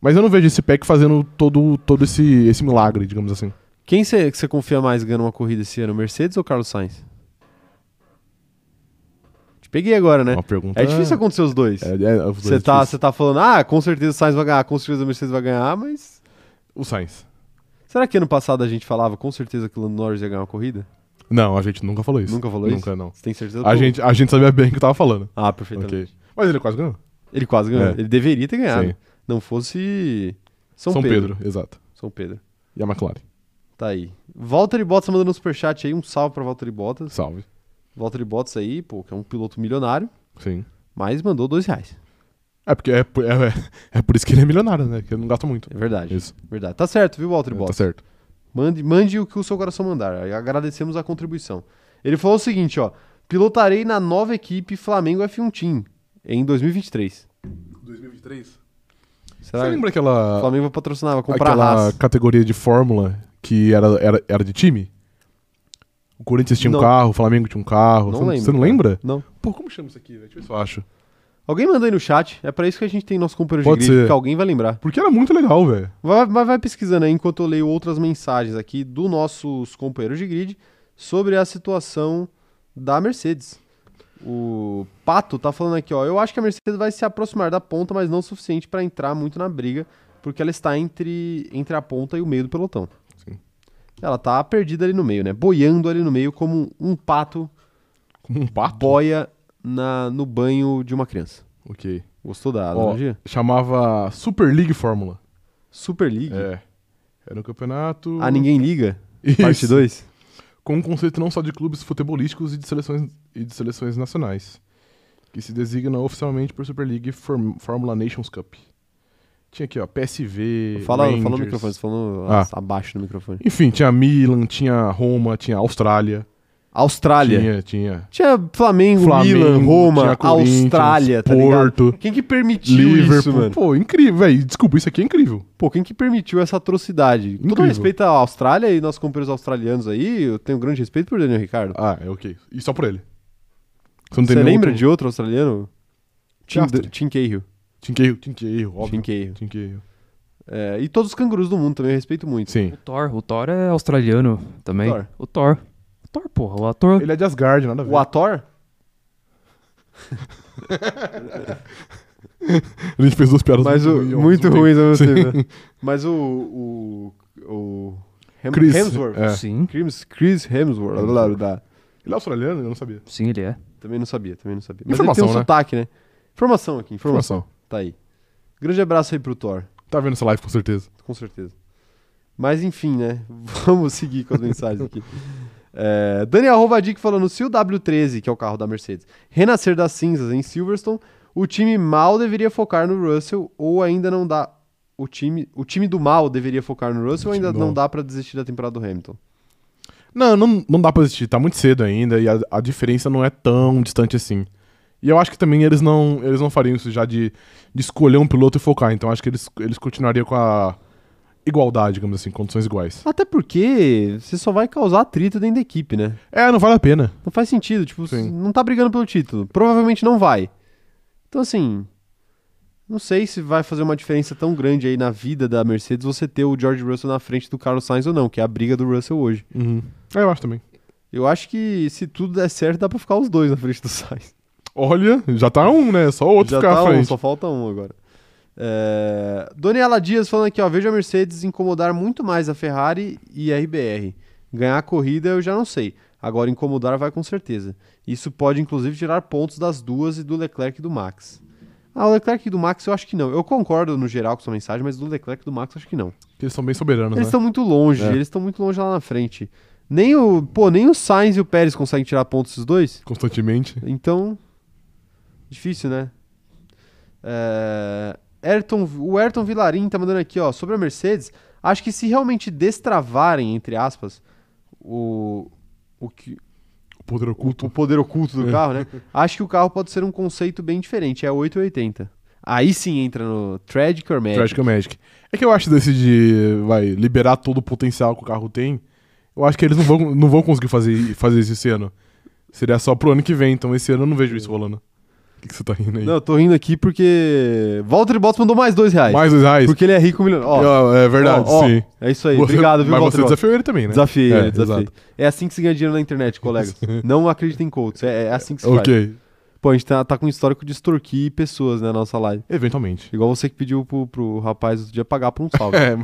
Speaker 2: Mas eu não vejo esse pack fazendo todo, todo esse, esse milagre, digamos assim.
Speaker 1: Quem você confia mais ganhando uma corrida esse ano, Mercedes ou Carlos Sainz? Te peguei agora, né?
Speaker 2: Uma pergunta.
Speaker 1: É difícil acontecer os dois.
Speaker 2: É, é, os dois
Speaker 1: Você
Speaker 2: é
Speaker 1: tá,
Speaker 2: difícil.
Speaker 1: você tá falando, ah, com certeza o Sainz vai ganhar, com certeza o Mercedes vai ganhar, mas.
Speaker 2: O Sainz.
Speaker 1: Será que ano passado a gente falava com certeza que o Lando Norris ia ganhar uma corrida?
Speaker 2: Não, a gente nunca falou isso.
Speaker 1: Nunca falou isso?
Speaker 2: Nunca, não.
Speaker 1: Você tem certeza?
Speaker 2: A gente, a gente sabia bem o que tava falando.
Speaker 1: Ah, perfeitamente.
Speaker 2: Ok. Mas ele quase ganhou.
Speaker 1: Ele quase ganhou.
Speaker 2: É.
Speaker 1: Ele deveria ter ganhado.
Speaker 2: Sim.
Speaker 1: Não fosse. São,
Speaker 2: São,
Speaker 1: Pedro.
Speaker 2: Pedro. exato.
Speaker 1: São Pedro.
Speaker 2: E a McLaren.
Speaker 1: Tá aí. Valtteri Bottas mandando um superchat aí. Um salve pra Valtteri Bottas.
Speaker 2: Salve.
Speaker 1: Valtteri Bottas aí, pô, que é um piloto milionário,
Speaker 2: Sim.
Speaker 1: mas mandou dois reais.
Speaker 2: É porque é, por- é, é- é por isso que ele é milionário, né? Que ele não gasta muito.
Speaker 1: É verdade.
Speaker 2: Isso.
Speaker 1: Verdade. Tá certo, viu, Valtteri
Speaker 2: tá
Speaker 1: Bottas?
Speaker 2: certo.
Speaker 1: Mande, mande o que o seu coração mandar. Aí Agradecemos a contribuição. Ele falou o seguinte, ó. Pilotarei na nova equipe Flamengo F1 Team em 2023.
Speaker 2: 2023? Você
Speaker 1: Será que
Speaker 2: lembra
Speaker 1: o
Speaker 2: aquela,
Speaker 1: Flamengo patrocinava comprar
Speaker 2: aquela
Speaker 1: Haas?
Speaker 2: categoria de Fórmula que era, era, era de time? O Corinthians tinha
Speaker 1: Não.
Speaker 2: um carro, o Flamengo tinha um carro.
Speaker 1: Não
Speaker 2: você,
Speaker 1: lembro,
Speaker 2: você não
Speaker 1: cara.
Speaker 2: lembra?
Speaker 1: Não.
Speaker 2: Pô, como chama isso aqui, velho? Deixa eu ver se eu acho.
Speaker 1: Alguém manda aí no chat. É pra isso que a gente tem nosso companheiro de
Speaker 2: Pode
Speaker 1: grid,
Speaker 2: ser.
Speaker 1: que alguém vai lembrar.
Speaker 2: Porque era muito legal, velho.
Speaker 1: Vai, vai, vai pesquisando aí enquanto eu leio outras mensagens aqui dos nossos companheiros de grid sobre a situação da Mercedes. O Pato tá falando aqui, ó. Eu acho que a Mercedes vai se aproximar da ponta, mas não o suficiente pra entrar muito na briga, porque ela está entre, entre a ponta e o meio do pelotão.
Speaker 2: Sim.
Speaker 1: Ela tá perdida ali no meio, né? Boiando ali no meio como um pato
Speaker 2: Como um pato.
Speaker 1: boia na, no banho de uma criança.
Speaker 2: Ok.
Speaker 1: Gostou da
Speaker 2: Ó,
Speaker 1: analogia?
Speaker 2: chamava Super League Fórmula.
Speaker 1: Super League?
Speaker 2: É. Era um campeonato.
Speaker 1: Ah, ninguém liga?
Speaker 2: Isso.
Speaker 1: Parte 2?
Speaker 2: com um conceito não só de clubes futebolísticos e de seleções, e de seleções nacionais, que se designa oficialmente por Super League Form- Fórmula Nations Cup. Tinha aqui, ó, PSV,
Speaker 1: Fala,
Speaker 2: Rangers.
Speaker 1: fala no microfone, você falou
Speaker 2: Ah.
Speaker 1: as- abaixo do microfone.
Speaker 2: Enfim, tinha Milan, tinha Roma, tinha Austrália.
Speaker 1: Austrália. Tinha,
Speaker 2: Tinha, tinha
Speaker 1: Flamengo,
Speaker 2: Flamengo,
Speaker 1: Milan,
Speaker 2: tinha
Speaker 1: Roma,
Speaker 2: Corinthians,
Speaker 1: Austrália, tá ligado?
Speaker 2: Porto,
Speaker 1: Quem que permitiu
Speaker 2: Liverpool.
Speaker 1: isso, mano?
Speaker 2: Pô, incrível, velho. Desculpa, isso aqui é incrível.
Speaker 1: Pô, quem que permitiu essa atrocidade? Com Todo
Speaker 2: Incrível.
Speaker 1: respeito à Austrália e nossos companheiros australianos aí, eu tenho grande respeito por Daniel Ricardo.
Speaker 2: Ah, é ok. E só por ele. Você, não
Speaker 1: Você
Speaker 2: nenhum
Speaker 1: lembra
Speaker 2: outro-
Speaker 1: de outro australiano? Tim,
Speaker 2: Piastri.
Speaker 1: Tim Cahill.
Speaker 2: Tinha que erro, tinha que erro,
Speaker 1: Tim
Speaker 2: óbvio.
Speaker 1: Cahill.
Speaker 2: Tinha que erro.
Speaker 1: É, e todos os cangurus do mundo também, eu respeito muito.
Speaker 2: Sim.
Speaker 3: O Thor, o Thor é australiano também.
Speaker 1: Thor.
Speaker 3: O Thor. O Thor, porra, o ator.
Speaker 2: Ele é de Asgard, nada a ver.
Speaker 1: O Ator?
Speaker 2: A gente fez duas piadas
Speaker 1: Mas o,
Speaker 2: ruins ao
Speaker 1: muito
Speaker 2: mesmo tempo.
Speaker 1: ruim pra você, né? Mas o. O. o Hem-
Speaker 2: Chris,
Speaker 1: Hemsworth.
Speaker 2: é.
Speaker 3: Sim,
Speaker 1: Chris, Chris Hemsworth. blá, blá, blá.
Speaker 2: Ele é australiano? Eu não sabia.
Speaker 3: sim, ele é.
Speaker 1: Também não sabia, também não sabia. Mas
Speaker 2: Informação,
Speaker 1: ele tem um
Speaker 2: né?
Speaker 1: sotaque, né? Informação aqui, informação.
Speaker 2: Informação.
Speaker 1: Tá aí. Grande abraço aí pro Thor,
Speaker 2: Tá vendo essa live com certeza.
Speaker 1: com certeza. Mas enfim, né? Vamos seguir com as mensagens aqui. É, Daniel Rovadic falando: se o W13, que é o carro da Mercedes, renascer das cinzas em Silverstone, o time mal deveria focar no Russell, ou ainda não dá. O time, o time do mal deveria focar no Russell, ou
Speaker 2: O time
Speaker 1: ainda
Speaker 2: do
Speaker 1: não
Speaker 2: mal.
Speaker 1: dá pra desistir da temporada do Hamilton?
Speaker 2: Não, não, não dá pra assistir. Tá muito cedo ainda e a, a diferença não é tão distante assim. E eu acho que também eles não, eles não fariam isso já de, de escolher um piloto e focar. Então acho que eles, eles continuariam com a igualdade, digamos assim, condições iguais.
Speaker 1: Até porque você só vai causar atrito dentro da equipe, né?
Speaker 2: É, não vale a pena.
Speaker 1: Não faz sentido, tipo,
Speaker 2: Sim.
Speaker 1: s- não tá brigando pelo título. Provavelmente não vai. Então, assim, não sei se vai fazer uma diferença tão grande aí na vida da Mercedes você ter o George Russell na frente do Carlos Sainz ou não, que é a briga do Russell hoje.
Speaker 2: É, eu acho também.
Speaker 1: Eu acho que se tudo der certo, dá pra ficar os dois na frente do Sainz.
Speaker 2: Olha, já tá um, né? Só o outro
Speaker 1: Já
Speaker 2: ficar
Speaker 1: tá
Speaker 2: à
Speaker 1: um,
Speaker 2: frente.
Speaker 1: só falta um agora. É... Doniela Dias falando aqui, ó, vejo a Mercedes incomodar muito mais a Ferrari e a RBR. Ganhar a corrida eu já não sei. Agora incomodar vai com certeza. Isso pode inclusive tirar pontos das duas e do Leclerc e do Max. Ah, o Leclerc e do Max eu acho que não. Eu concordo no geral com sua mensagem, mas do Leclerc e do Max eu acho que não.
Speaker 2: Porque Eles são bem soberanos,
Speaker 1: Eles
Speaker 2: né?
Speaker 1: estão muito longe,
Speaker 2: É.
Speaker 1: eles estão muito longe lá na frente. Nem o, pô, nem o Sainz e o Pérez conseguem tirar pontos esses dois.
Speaker 2: Constantemente.
Speaker 1: Então, difícil, né? É, Ayrton- o Ayrton Vilarim tá mandando aqui, ó, sobre a Mercedes. Acho que se realmente destravarem, entre aspas, o, o, que,
Speaker 2: O poder
Speaker 1: o,
Speaker 2: oculto.
Speaker 1: o poder oculto do
Speaker 2: É.
Speaker 1: carro, né? Acho que o carro pode ser um conceito bem diferente. É 880. Aí sim entra no Tragic or Magic.
Speaker 2: Tragic Magic. É que eu acho desse de vai, liberar todo o potencial que o carro tem. Eu acho que eles não vão, não vão conseguir fazer, fazer isso esse ano. Seria só pro ano que vem, então esse ano eu não vejo isso rolando. O que, que você tá rindo aí?
Speaker 1: Não, eu tô rindo aqui porque. Walter Bottas mandou mais dois reais.
Speaker 2: Mais dois reais?
Speaker 1: Porque ele é rico milionário. Ó,
Speaker 2: Ah, é verdade,
Speaker 1: ó, ó,
Speaker 2: sim.
Speaker 1: É isso aí.
Speaker 2: Você-
Speaker 1: Obrigado, viu,
Speaker 2: Mas
Speaker 1: Walter
Speaker 2: você
Speaker 1: Bottas?
Speaker 2: desafiou ele também, né?
Speaker 1: Desafiei,
Speaker 2: É,
Speaker 1: é, desafiei.
Speaker 2: exato.
Speaker 1: É assim que se ganha dinheiro na internet, colegas. Não acreditem em coaches, é, é assim que se faz.
Speaker 2: Ok.
Speaker 1: Pô, a gente tá, tá com um histórico de extorquir pessoas, né, na nossa live.
Speaker 2: Eventualmente.
Speaker 1: Igual você que pediu pro, pro rapaz outro dia pagar por um salve.
Speaker 2: É,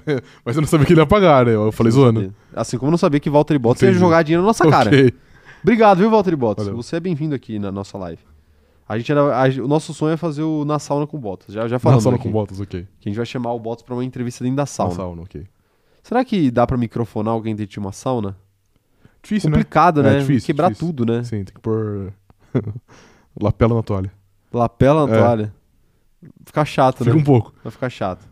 Speaker 2: mas eu não sabia que ele ia pagar, né? Eu falei zoando.
Speaker 1: Assim como eu não sabia que Walter Bottas ia
Speaker 2: Entendi.
Speaker 1: jogar dinheiro na nossa cara.
Speaker 2: Ok.
Speaker 1: Obrigado, viu, Walter Bottas?
Speaker 2: Valeu.
Speaker 1: Você é bem-vindo aqui na nossa live. A gente era, a- o nosso sonho é fazer o Na Sauna com Bottas. Já, já
Speaker 2: Na
Speaker 1: falamos
Speaker 2: sauna
Speaker 1: aqui. Tá
Speaker 2: com botas, ok.
Speaker 1: Que a gente vai chamar o Bottas pra uma entrevista dentro da
Speaker 2: Na
Speaker 1: sauna.
Speaker 2: sauna, ok.
Speaker 1: Será que dá pra microfonar alguém dentro de uma sauna?
Speaker 2: Difícil, né?
Speaker 1: Complicado,
Speaker 2: É,
Speaker 1: né?
Speaker 2: difícil,
Speaker 1: Quebrar
Speaker 2: difícil.
Speaker 1: tudo, né?
Speaker 2: Sim, tem que pôr lapela na toalha.
Speaker 1: Lapela na
Speaker 2: É.
Speaker 1: toalha. Fica chato,
Speaker 2: Fica
Speaker 1: né?
Speaker 2: um pouco.
Speaker 1: Vai ficar chato.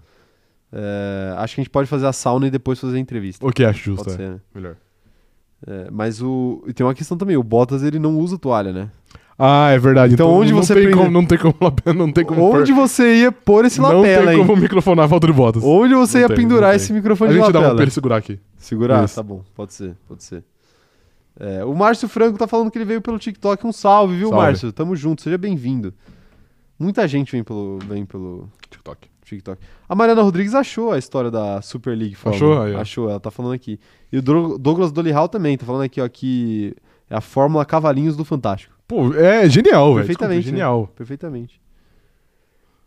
Speaker 1: É, acho que a gente pode fazer a sauna e depois fazer a entrevista.
Speaker 2: Ok, acho justo.
Speaker 1: pode
Speaker 2: É.
Speaker 1: ser, né?
Speaker 2: Melhor.
Speaker 1: É, mas o. E tem uma questão também, o Bottas ele não usa toalha, né?
Speaker 2: Ah, é verdade.
Speaker 1: Então, onde
Speaker 2: não
Speaker 1: você
Speaker 2: tem
Speaker 1: prende-
Speaker 2: como, não tem como lapela, não tem como pôr-
Speaker 1: Onde você ia pôr esse
Speaker 2: Não
Speaker 1: lapela,
Speaker 2: tem
Speaker 1: hein?
Speaker 2: como microfonar falta de botas.
Speaker 1: Onde você
Speaker 2: Não
Speaker 1: ia
Speaker 2: tem, não
Speaker 1: pendurar
Speaker 2: tem.
Speaker 1: esse
Speaker 2: A
Speaker 1: microfone de
Speaker 2: gente dá
Speaker 1: lapela?
Speaker 2: uma pra ele segurar aqui.
Speaker 1: Segurar?
Speaker 2: Isso.
Speaker 1: Tá bom, pode ser, pode ser. É, o Márcio Franco tá falando que ele veio pelo TikTok. Um salve, viu,
Speaker 2: Salve.
Speaker 1: Márcio? Tamo junto, seja bem-vindo. Muita gente vem pelo, vem pelo
Speaker 2: TikTok.
Speaker 1: TikTok. A Mariana Rodrigues achou a história da Super League. Fórmula.
Speaker 2: Achou? Aí, ó.
Speaker 1: Achou, ela tá falando aqui. E o Dro- Douglas Dolihal também, tá falando aqui, ó, que é a fórmula Cavalinhos do Fantástico.
Speaker 2: Pô, é genial, velho.
Speaker 1: Perfeitamente,
Speaker 2: Perfeitamente.
Speaker 1: né?
Speaker 2: Genial.
Speaker 1: Perfeitamente.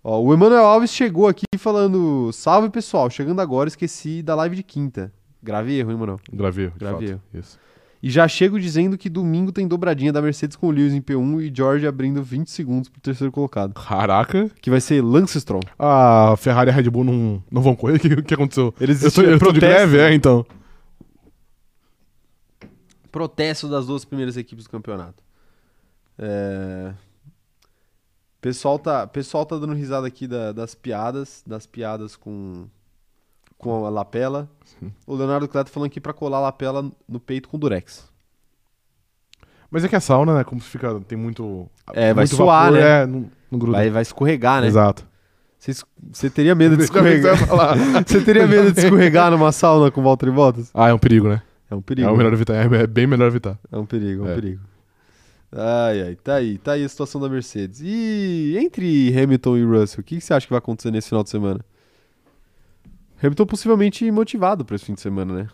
Speaker 1: Ó, o Emanuel Alves chegou aqui falando: Salve pessoal, chegando agora, esqueci da live de quinta. Grave erro, hein, Emanuel?
Speaker 2: Gravei. de
Speaker 1: Grave
Speaker 2: fato.
Speaker 1: erro.
Speaker 2: Isso.
Speaker 1: E já chego dizendo que domingo tem dobradinha da Mercedes com o Lewis em P1 e George abrindo 20 segundos pro terceiro colocado.
Speaker 2: Caraca.
Speaker 1: Que vai ser Lance Stroll.
Speaker 2: A Ferrari e a Red Bull não, não vão correr? O que, o que aconteceu?
Speaker 1: Eles
Speaker 2: Eu tô, eu tô de
Speaker 1: protestam.
Speaker 2: greve, é, então.
Speaker 1: Protesto das duas primeiras equipes do campeonato. É... Pessoal tá, pessoal tá dando risada aqui da- das piadas, das piadas com com a lapela. O Leonardo Cleto falando aqui pra colar a lapela no peito com durex.
Speaker 2: Mas é que a sauna, né? Como fica. Tem muito.
Speaker 1: É, vai
Speaker 2: muito
Speaker 1: suar,
Speaker 2: vapor,
Speaker 1: né?
Speaker 2: É, não, não gruda.
Speaker 1: Vai, vai escorregar, né?
Speaker 2: Exato.
Speaker 1: Você es- Você teria medo de escorregar?
Speaker 2: Escorregar.
Speaker 1: Você teria medo de escorregar numa sauna com o Walter Bottas?
Speaker 2: ah, é um perigo, né?
Speaker 1: É um perigo.
Speaker 2: É o melhor evitar. É, é bem melhor evitar.
Speaker 1: É um perigo, é um
Speaker 2: É.
Speaker 1: perigo. Ai, ai, tá aí, tá aí a situação da Mercedes. E entre Hamilton e Russell, o que, que você acha que vai acontecer nesse final de semana? Hamilton possivelmente motivado pra esse fim de semana, né?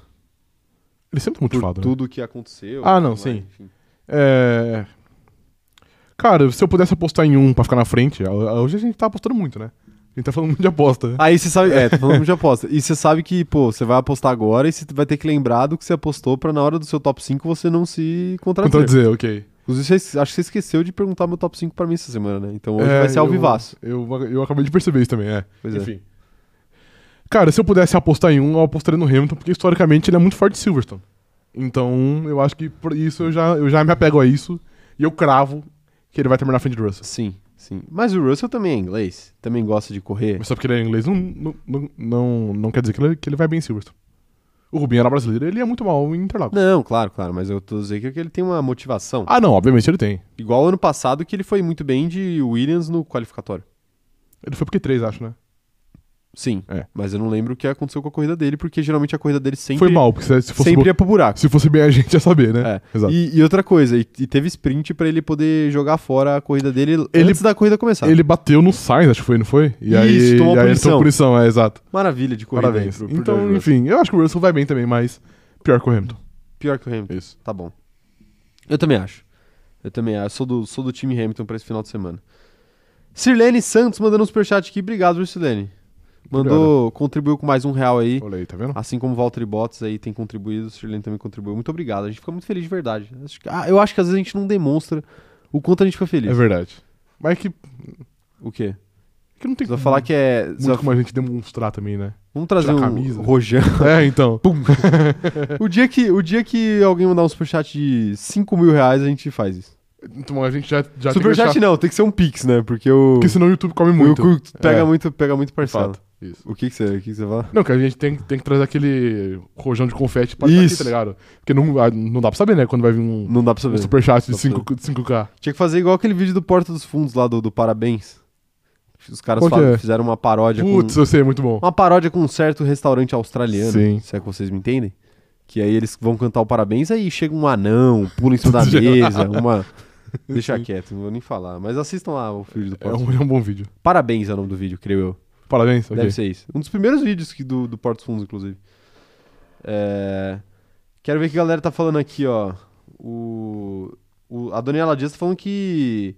Speaker 2: Ele sempre tá
Speaker 1: Por
Speaker 2: motivado. né?
Speaker 1: tudo que aconteceu.
Speaker 2: Ah, não,
Speaker 1: tudo mais,
Speaker 2: sim.
Speaker 1: enfim.
Speaker 2: É. Cara, se eu pudesse apostar em um pra ficar na frente, a- a- hoje a gente tá apostando muito, né? A gente tá falando muito de aposta, né?
Speaker 1: Aí você sabe, é, tô falando de aposta. E você sabe que, pô, você vai apostar agora e você vai ter que lembrar do que você apostou pra na hora do seu top 5 você não se contradizer.
Speaker 2: Contradizer, ok.
Speaker 1: Inclusive, você- acho que você esqueceu de perguntar meu top 5 pra mim essa semana, né? Então hoje
Speaker 2: É,
Speaker 1: vai ser ao
Speaker 2: eu-
Speaker 1: vivaço.
Speaker 2: Eu, eu acabei de perceber isso também, é.
Speaker 1: Pois é.
Speaker 2: Enfim. Cara, se eu pudesse apostar em um, eu apostaria no Hamilton, porque historicamente ele é muito forte em Silverstone. Então, eu acho que por isso eu já, eu já me apego a isso e eu cravo que ele vai terminar na frente do Russell.
Speaker 1: Sim, sim. Mas o Russell também é inglês, também gosta de correr.
Speaker 2: Mas só porque ele é inglês não, não, não, não, não quer dizer que ele, que ele vai bem em Silverstone. O Rubinho era brasileiro, ele é muito mal em Interlagos.
Speaker 1: Não, claro, claro, mas eu tô dizendo que ele tem uma motivação.
Speaker 2: Ah, não, obviamente ele tem.
Speaker 1: Igual ano passado que ele foi muito bem de Williams no qualificatório.
Speaker 2: Ele foi porque três, acho, né?
Speaker 1: Sim,
Speaker 2: É.
Speaker 1: mas eu não lembro o que aconteceu com a corrida dele, porque geralmente a corrida dele sempre,
Speaker 2: Foi mal, porque se se fosse,
Speaker 1: sempre ia pro buraco.
Speaker 2: se fosse bem a gente ia saber,
Speaker 1: É.
Speaker 2: né?
Speaker 1: E, e outra coisa, e, e teve sprint pra ele poder jogar fora a corrida dele
Speaker 2: Ele-
Speaker 1: antes da corrida começar.
Speaker 2: Ele bateu no Sainz, acho que foi, não foi? E
Speaker 1: É, Isso,
Speaker 2: aí,
Speaker 1: tomou
Speaker 2: e aí ele
Speaker 1: punição.
Speaker 2: tomou punição, é, exato.
Speaker 1: Maravilha de corrida.
Speaker 2: Parabéns.
Speaker 1: aí pro- pro
Speaker 2: então,
Speaker 1: George Russell.
Speaker 2: enfim, eu acho que o Russell vai bem também, mas pior que o Hamilton.
Speaker 1: Pior que o Hamilton.
Speaker 2: Isso.
Speaker 1: Tá bom. Eu também acho. Eu também acho. Sou do, sou do time Hamilton pra esse final de semana. Sirlene Santos mandando um superchat aqui. Obrigado, viu, Sirlene. Mandou, contribuiu com mais um real aí.
Speaker 2: Olha aí, tá vendo?
Speaker 1: Assim como o Valtteri Bottas aí tem contribuído, o Sirlene também contribuiu. Muito obrigado. A gente fica muito feliz de verdade. Acho que- ah, eu acho que às vezes a gente não demonstra o quanto a gente fica feliz.
Speaker 2: É verdade. Mas é que,
Speaker 1: o quê?
Speaker 2: que não tem
Speaker 1: Você vai falar que é. você
Speaker 2: Hum. muito
Speaker 1: vai-
Speaker 2: como a gente demonstrar também, né?
Speaker 1: Vamos trazer
Speaker 2: tirar
Speaker 1: um
Speaker 2: a camisa.
Speaker 1: Rojão.
Speaker 2: é, então.
Speaker 1: o, dia que, o dia que alguém mandar um superchat de 5 mil reais, a gente faz isso.
Speaker 2: Então a gente já, já tem que
Speaker 1: superchat
Speaker 2: deixar-
Speaker 1: não, tem que ser um Pix, né? Porque o.
Speaker 2: Porque senão o YouTube come
Speaker 1: O
Speaker 2: muito.
Speaker 1: Yuku pega
Speaker 2: É.
Speaker 1: muito, pega muito
Speaker 2: de
Speaker 1: parcela.
Speaker 2: fato. Isso.
Speaker 1: O que que você, o que que você fala?
Speaker 2: Não, que a gente tem, tem que trazer aquele rojão de confete pra
Speaker 1: Isso.
Speaker 2: tá ligado? Porque não, ah, não dá pra saber, né? Quando vai vir um,
Speaker 1: Não dá pra
Speaker 2: um
Speaker 1: saber.
Speaker 2: superchat de
Speaker 1: Dá pra
Speaker 2: 5, de 5K.
Speaker 1: Tinha que fazer igual aquele vídeo do Porta dos Fundos lá do, do Parabéns. Os caras
Speaker 2: Qual que
Speaker 1: falam-
Speaker 2: é?
Speaker 1: fizeram uma paródia
Speaker 2: Putz,
Speaker 1: com
Speaker 2: eu sei, é muito bom.
Speaker 1: uma paródia com um certo restaurante australiano,
Speaker 2: Sim.
Speaker 1: se é que vocês me entendem. Que aí eles vão cantar o parabéns, aí chega um anão, pula em cima da mesa, uma. Deixa quieto, não vou nem falar. Mas assistam lá o vídeo do
Speaker 2: É
Speaker 1: Porta. dos
Speaker 2: um, é um bom vídeo.
Speaker 1: Fundos. Parabéns é o nome do vídeo, creio eu.
Speaker 2: Parabéns. ok.
Speaker 1: Deve ser isso. Um dos primeiros vídeos que do, do Porto dos Fundos, inclusive. É, Quero ver o que a galera tá falando aqui, ó. O... o- A Daniela Dias tá falando que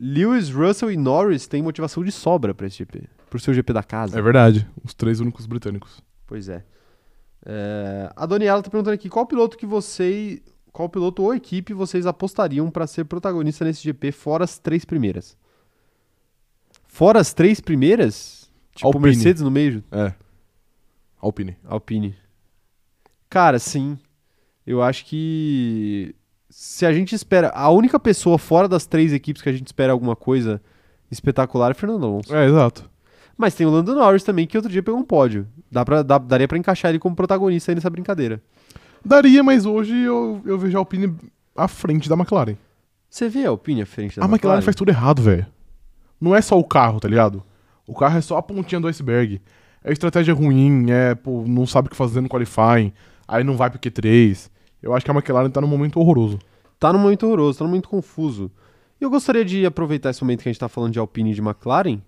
Speaker 1: Lewis, Russell e Norris têm motivação de sobra pra esse GP. Pro seu GP da casa.
Speaker 2: É verdade. Os três únicos britânicos.
Speaker 1: Pois é. É, A Daniela tá perguntando aqui, qual piloto que você... Qual piloto ou equipe vocês apostariam pra ser protagonista nesse GP fora as três primeiras? Fora as três primeiras? Tipo
Speaker 2: Alpine.
Speaker 1: Mercedes no meio?
Speaker 2: É. Alpine.
Speaker 1: Alpine. Cara, sim. Eu acho que se a gente espera, a única pessoa fora das três equipes que a gente espera alguma coisa espetacular é Fernando Alonso.
Speaker 2: É, exato.
Speaker 1: Mas tem o Lando Norris também que outro dia pegou um pódio. Dá pra, dá- daria pra encaixar ele como protagonista aí nessa brincadeira.
Speaker 2: Daria, mas hoje eu, eu vejo a Alpine à frente da McLaren.
Speaker 1: Você vê a Alpine à frente da
Speaker 2: a McLaren, faz tudo errado, velho. Não é só o carro, tá ligado? O carro é só a pontinha do iceberg. É estratégia ruim, é, pô, não sabe o que fazer no qualifying, aí não vai pro Q3. Eu acho que a McLaren tá num momento horroroso.
Speaker 1: Tá num momento horroroso, tá num momento confuso. E eu gostaria de aproveitar esse momento que a gente tá falando de Alpine e de McLaren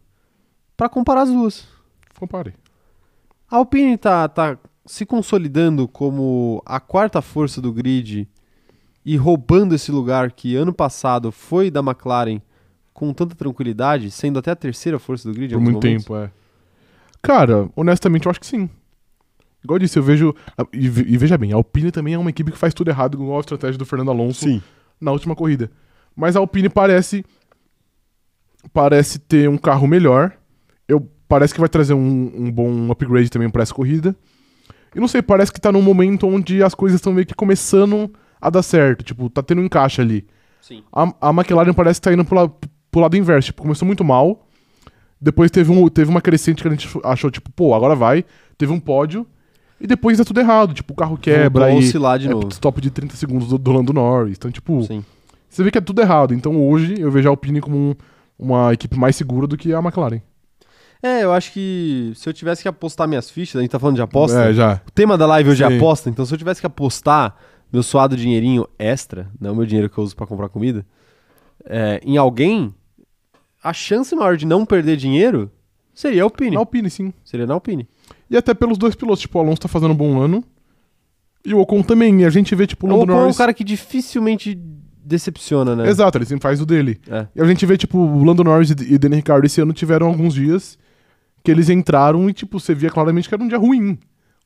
Speaker 1: pra comparar as duas.
Speaker 2: Compare.
Speaker 1: A Alpine tá, tá se consolidando como a quarta força do grid e roubando esse lugar que ano passado foi da McLaren com tanta tranquilidade, sendo até a terceira força do grid. em
Speaker 2: Por
Speaker 1: alguns
Speaker 2: muito
Speaker 1: momentos.
Speaker 2: tempo, é. Cara, honestamente, eu acho que sim. Igual eu disse, eu vejo. a- E, ve- e veja bem, a Alpine também é uma equipe que faz tudo errado, igual a estratégia do Fernando Alonso na última corrida. Mas a Alpine parece. Parece ter um carro melhor. Eu, parece que vai trazer um, um bom upgrade também pra essa corrida. E não sei, parece que tá num momento onde as coisas estão meio que começando a dar certo. Tipo, tá tendo um encaixe ali.
Speaker 1: Sim.
Speaker 2: A, a McLaren parece que tá indo pro, la- pro lado inverso. Tipo, começou muito mal. Depois teve, um, teve uma crescente que a gente achou, tipo, pô, agora vai. Teve um pódio. E depois dá tudo errado. Tipo, o carro quebra
Speaker 1: Voltou a
Speaker 2: e.
Speaker 1: oscilar de
Speaker 2: é
Speaker 1: novo.
Speaker 2: pit stop de 30 segundos do, do Lando Norris. Então, tipo,
Speaker 1: Sim.
Speaker 2: você vê que é tudo errado. Então hoje eu vejo a Alpine como um- uma equipe mais segura do que a McLaren.
Speaker 1: É, eu acho que se eu tivesse que apostar minhas fichas, a gente tá falando de aposta.
Speaker 2: É, já.
Speaker 1: O tema da live hoje é
Speaker 2: Sim.
Speaker 1: aposta, então se eu tivesse que apostar meu suado dinheirinho extra, não meu dinheiro que eu uso pra comprar comida, é, em alguém, a chance maior de não perder dinheiro seria a Alpine.
Speaker 2: Na Alpine, sim.
Speaker 1: Seria na Alpine.
Speaker 2: E até pelos dois pilotos. Tipo, o Alonso tá fazendo um bom ano. E o Ocon também. E a gente vê, tipo, o
Speaker 1: O
Speaker 2: Lando
Speaker 1: Ocon é um
Speaker 2: Norris.
Speaker 1: cara que dificilmente decepciona, né?
Speaker 2: Exato, ele sempre faz o dele.
Speaker 1: É.
Speaker 2: E a gente vê, tipo, o Lando Norris e o Danny Ricardo esse ano tiveram alguns dias que eles entraram e, tipo, você via claramente que era um dia ruim.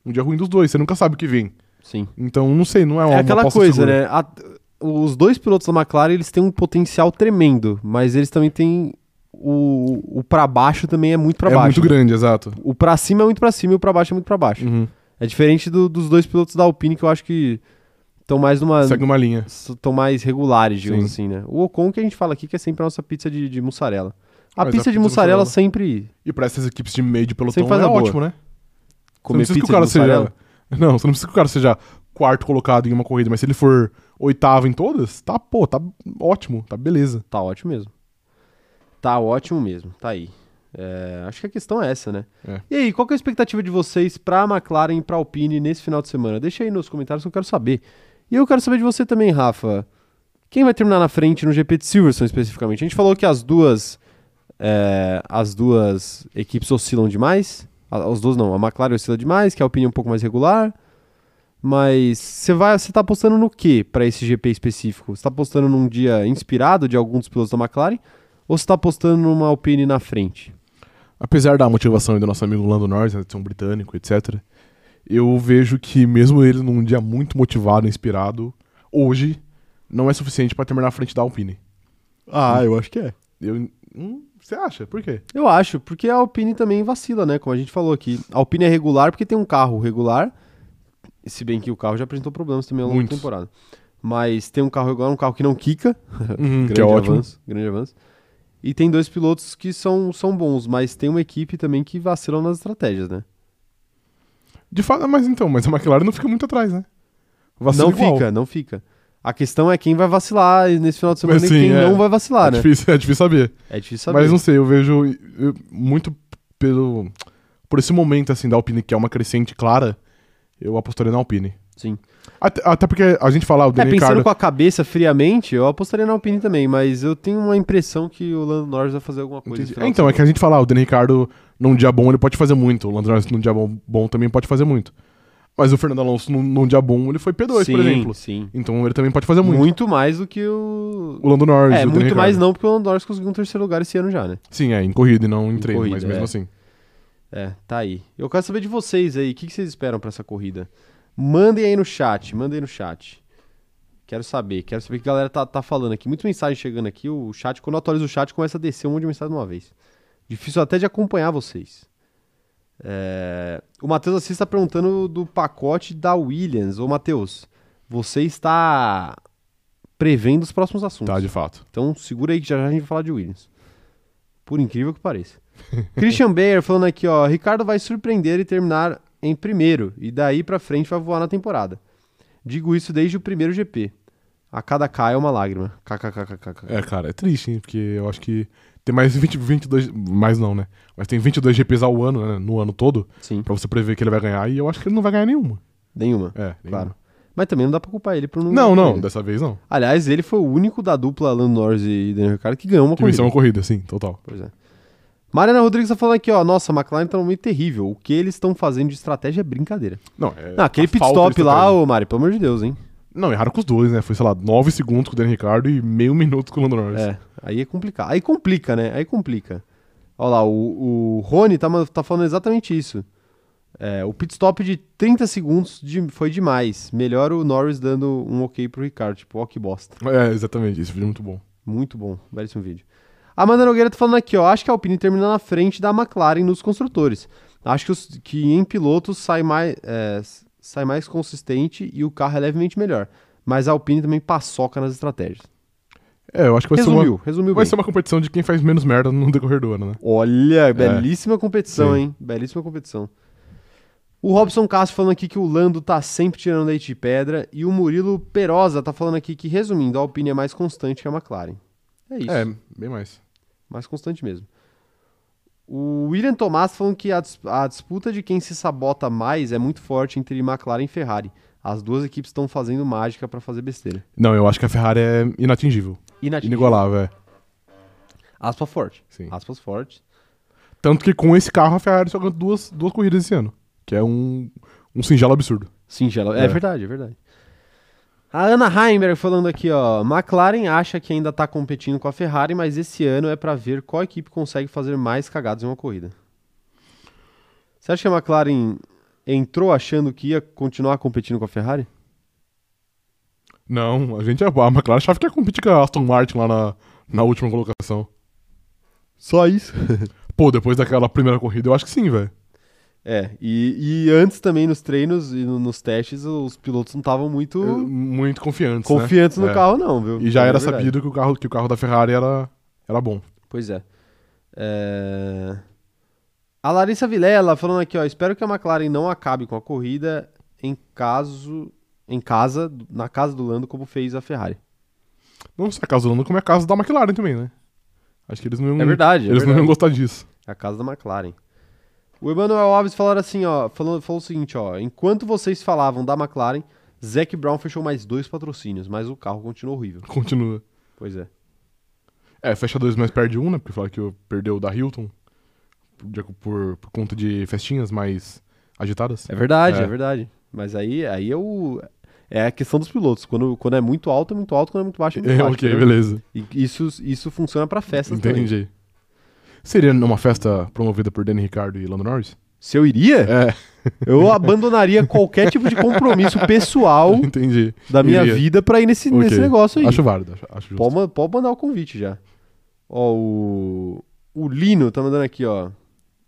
Speaker 2: Um dia ruim dos dois, você nunca sabe o que vem.
Speaker 1: Sim.
Speaker 2: Então, não sei, não é uma
Speaker 1: é
Speaker 2: uma
Speaker 1: aquela
Speaker 2: aposta
Speaker 1: coisa,
Speaker 2: segura.
Speaker 1: né? A- os dois pilotos da McLaren, eles têm um potencial tremendo, mas eles também têm o, o para baixo também é muito pra
Speaker 2: é
Speaker 1: baixo.
Speaker 2: muito grande, exato.
Speaker 1: O pra cima é muito pra cima e o pra baixo é muito pra baixo.
Speaker 2: Uhum.
Speaker 1: É diferente do- dos dois pilotos da Alpine que eu acho que estão mais numa
Speaker 2: Segue uma linha.
Speaker 1: estão mais regulares, digamos
Speaker 2: Sim.
Speaker 1: assim, né? O Ocon que a gente fala aqui que é sempre a nossa pizza de, de mussarela. A
Speaker 2: Mas
Speaker 1: pizza
Speaker 2: a
Speaker 1: de
Speaker 2: pizza de
Speaker 1: mussarela,
Speaker 2: mussarela.
Speaker 1: sempre
Speaker 2: E pra essas equipes de meio de pelotão
Speaker 1: Sempre faz
Speaker 2: é
Speaker 1: a boa.
Speaker 2: ótimo, né?
Speaker 1: comer
Speaker 2: você
Speaker 1: pizza
Speaker 2: não precisa que
Speaker 1: de
Speaker 2: o cara
Speaker 1: mussarela.
Speaker 2: seja. Não, você não precisa que o cara seja quarto colocado em uma corrida, mas se ele for oitavo em todas, tá, pô, tá ótimo, tá beleza.
Speaker 1: Tá ótimo mesmo. Tá ótimo mesmo, tá aí. É, acho que a questão é essa, né?
Speaker 2: É.
Speaker 1: E aí, qual que é a expectativa de vocês pra McLaren e pra Alpine nesse final de semana? Deixa aí nos comentários que eu quero saber. E eu quero saber de você também, Rafa. Quem vai terminar na frente no GP de Silverstone especificamente? A gente falou que as duas é, as duas equipes oscilam demais. A- As duas não, a McLaren oscila demais, que a Alpine é um pouco mais regular. Mas você vai, você tá apostando no que para esse GP específico? Você tá apostando num dia inspirado de algum dos pilotos da McLaren ou você tá apostando numa Alpine na frente?
Speaker 2: apesar da motivação aí do nosso amigo Lando Norris, né, de ser um britânico, etc., eu vejo que mesmo ele num dia muito motivado, inspirado, hoje não é suficiente pra terminar na frente da Alpine. Hum.
Speaker 1: Ah, eu acho que é.
Speaker 2: Eu, hum, você acha? Por quê?
Speaker 1: Eu acho, porque a Alpine também vacila, né? Como a gente falou aqui. A Alpine é regular porque tem um carro regular, se bem que o carro já apresentou problemas também ao longo da
Speaker 2: Muitos.
Speaker 1: temporada. Mas tem um carro regular, um carro que não quica,
Speaker 2: Hum,
Speaker 1: grande
Speaker 2: que é ótimo.
Speaker 1: avanço, grande avanço. E tem dois pilotos que são, são bons, mas tem uma equipe também que vacilam nas estratégias, né?
Speaker 2: De fato, mas então, mas a McLaren não fica muito atrás, né? Vacila
Speaker 1: não
Speaker 2: igual.
Speaker 1: fica, não fica. A questão é quem vai vacilar nesse final de semana
Speaker 2: Mas
Speaker 1: e
Speaker 2: sim,
Speaker 1: quem
Speaker 2: é.
Speaker 1: não vai vacilar,
Speaker 2: é,
Speaker 1: né?
Speaker 2: difícil, é difícil saber.
Speaker 1: É difícil saber.
Speaker 2: Mas não sei, eu vejo eu- muito pelo por esse momento assim da Alpine que é uma crescente clara, eu apostaria na Alpine.
Speaker 1: Sim.
Speaker 2: Até, até porque a gente falar o
Speaker 1: É,
Speaker 2: Daniel
Speaker 1: pensando
Speaker 2: Ricciardo-
Speaker 1: com a cabeça friamente, eu apostaria na Alpine também, mas eu tenho uma impressão que o Lando Norris vai fazer alguma coisa.
Speaker 2: Entendi.
Speaker 1: nesse
Speaker 2: É,
Speaker 1: final de
Speaker 2: então, é
Speaker 1: semana.
Speaker 2: que a gente fala, ah, o Dani Ricardo num dia bom ele pode fazer muito, o Lando Norris num dia bom, bom também pode fazer muito. Mas o Fernando Alonso, num, num dia bom, ele foi P2,
Speaker 1: sim,
Speaker 2: é por exemplo.
Speaker 1: Sim.
Speaker 2: Então ele também pode fazer
Speaker 1: Muito.
Speaker 2: muito.
Speaker 1: mais do que o.
Speaker 2: O Lando Norris,
Speaker 1: é,
Speaker 2: o Daniel
Speaker 1: muito
Speaker 2: Ricciardo.
Speaker 1: mais não, porque o Lando Norris conseguiu um terceiro lugar esse ano já, né?
Speaker 2: Sim, é, em corrida e não em,
Speaker 1: Em
Speaker 2: treino, mas
Speaker 1: corrida,
Speaker 2: mesmo
Speaker 1: é.
Speaker 2: assim.
Speaker 1: É, tá aí. Eu quero saber de vocês aí, o que, que vocês esperam pra essa corrida? Mandem aí no chat, mandem aí no chat. Quero saber, quero saber o que a galera tá, tá falando aqui. Muita mensagem chegando aqui, o chat, quando eu atualizo o chat, começa a descer um monte de mensagem de uma vez. Difícil até de acompanhar vocês. É, O Matheus Assis tá perguntando do pacote da Williams. Ô, Matheus, você está prevendo os próximos assuntos.
Speaker 2: Tá, de fato.
Speaker 1: Então segura aí que já, já a gente vai falar de Williams. Por incrível que pareça. Christian Bayer falando aqui, ó. Ricardo vai surpreender e terminar em primeiro. E daí pra frente vai voar na temporada. Digo isso desde o primeiro GP. A cada K é uma lágrima. KKKKK.
Speaker 2: É, cara, é triste, hein? Porque eu acho que tem mais 20, 22. Mais não, né? Mas tem 22 GPs ao ano, né? No ano todo,
Speaker 1: Sim,
Speaker 2: pra você prever que ele vai ganhar. E eu acho que ele não vai ganhar nenhuma.
Speaker 1: nenhuma.
Speaker 2: É,
Speaker 1: Claro.
Speaker 2: nenhuma.
Speaker 1: Mas também não dá pra culpar ele por não.
Speaker 2: Não, não,
Speaker 1: por ele.
Speaker 2: dessa vez não.
Speaker 1: Aliás, ele foi o único da dupla Lando Norris e Daniel Ricciardo que ganhou uma
Speaker 2: Que vai ser
Speaker 1: corrida.
Speaker 2: uma corrida, sim, total.
Speaker 1: Pois é. Mariana Rodrigues tá falando aqui, ó. Nossa, a McLaren tá num momento terrível. O que eles estão fazendo de estratégia é brincadeira.
Speaker 2: Não, é
Speaker 1: Não, aquele
Speaker 2: a
Speaker 1: pit
Speaker 2: falta
Speaker 1: stop
Speaker 2: de
Speaker 1: lá,
Speaker 2: estratégia.
Speaker 1: ô Mari, pelo amor de Deus, hein?
Speaker 2: Não, erraram com os dois, né? Foi, sei lá, 9 segundos com o Daniel Ricardo e meio minuto com o Lando Norris.
Speaker 1: É, aí é complicado. Aí complica, né? Aí complica. Olha lá, o, o Rony tá, ma- tá falando exatamente isso. É, o pit stop de 30 segundos de- foi demais. Melhor o Norris dando um ok pro Ricardo. Tipo, ó, que bosta.
Speaker 2: É, exatamente. Esse vídeo é muito bom.
Speaker 1: Muito bom, belíssimo vídeo. Amanda Nogueira tá falando aqui, ó. Acho que a Alpine termina na frente da McLaren nos construtores. Acho que, os- que em pilotos sai mais, é, s- sai mais consistente e o carro é levemente melhor. Mas a Alpine também paçoca nas estratégias.
Speaker 2: É, eu acho que vai ser
Speaker 1: resumiu,
Speaker 2: uma...
Speaker 1: resumiu
Speaker 2: Vai
Speaker 1: bem.
Speaker 2: ser uma competição de quem faz menos merda no decorrer do ano, né?
Speaker 1: Olha, belíssima competição,
Speaker 2: Sim.
Speaker 1: hein? Belíssima competição. O Robson Castro falando aqui que o Lando tá sempre tirando leite de pedra. E o Murilo Perosa tá falando aqui que, resumindo, a Alpine é mais constante que a McLaren. É isso.
Speaker 2: É, bem mais.
Speaker 1: Mais constante mesmo. O William Tomás falando que a, dis- a disputa de quem se sabota mais é muito forte entre McLaren e Ferrari. As duas equipes estão fazendo mágica pra fazer besteira.
Speaker 2: Não, eu acho que a Ferrari é inatingível.
Speaker 1: Inatingível.
Speaker 2: Inigualável, é.
Speaker 1: Aspas forte.
Speaker 2: Sim.
Speaker 1: Aspas forte.
Speaker 2: Tanto que com esse carro a Ferrari só ganhou duas, duas corridas esse ano. Que é um, um singelo absurdo.
Speaker 1: Singela. É,
Speaker 2: É.
Speaker 1: verdade, é verdade. A Ana Heimberg falando aqui, ó. McLaren acha que ainda tá competindo com a Ferrari, mas esse ano é pra ver qual equipe consegue fazer mais cagadas em uma corrida. Você acha que a McLaren entrou achando que ia continuar competindo com a Ferrari?
Speaker 2: Não, a gente a McLaren achava que ia competir com a Aston Martin lá na, na última colocação.
Speaker 1: Só isso.
Speaker 2: Pô, depois daquela primeira corrida, eu acho que sim, velho.
Speaker 1: É, e, e antes também nos treinos e no- nos testes, os pilotos não estavam muito
Speaker 2: Eu- Muito confiante.
Speaker 1: confiantes no
Speaker 2: É.
Speaker 1: carro, não, viu?
Speaker 2: E já
Speaker 1: É
Speaker 2: era
Speaker 1: verdade.
Speaker 2: sabido que o carro, que o carro da Ferrari era, era bom.
Speaker 1: Pois é. É, A Larissa Vilela falando aqui, ó. Espero que a McLaren não acabe com a corrida em caso. Em casa, na casa do Lando, como fez a Ferrari.
Speaker 2: Não sei a casa do Lando, como é a casa da McLaren também, né? Acho que eles não iam,
Speaker 1: É verdade, é
Speaker 2: eles não
Speaker 1: verdade.
Speaker 2: iam gostar disso.
Speaker 1: É A casa da McLaren. O Emmanuel Alves falaram assim, ó. Falou, falou o seguinte, ó. Enquanto vocês falavam da McLaren, Zac Brown fechou mais dois patrocínios, mas o carro continuou horrível.
Speaker 2: Continua.
Speaker 1: Pois é.
Speaker 2: É, fecha dois, mas perde um, né? Porque falaram que eu- perdeu o da Hilton de- por, por conta de festinhas mais agitadas.
Speaker 1: É verdade, é,
Speaker 2: É.
Speaker 1: verdade. Mas aí, aí é o. É a questão dos pilotos. Quando, quando é muito alto, é muito alto. Quando é muito baixo, é muito
Speaker 2: É,
Speaker 1: baixo.
Speaker 2: ok,
Speaker 1: entendeu?
Speaker 2: beleza.
Speaker 1: E isso, isso funciona pra festas também.
Speaker 2: Entendi. Seria numa festa promovida por Danny Ricardo e Lando Norris?
Speaker 1: Se eu iria,
Speaker 2: É,
Speaker 1: eu abandonaria qualquer tipo de compromisso pessoal
Speaker 2: É, entendi.
Speaker 1: da minha
Speaker 2: Iria.
Speaker 1: vida pra ir nesse,
Speaker 2: Ok.
Speaker 1: nesse negócio aí.
Speaker 2: Acho válido, acho, acho justo.
Speaker 1: Pode, ma- pode mandar o convite já. Ó, o, o Lino tá mandando aqui, ó.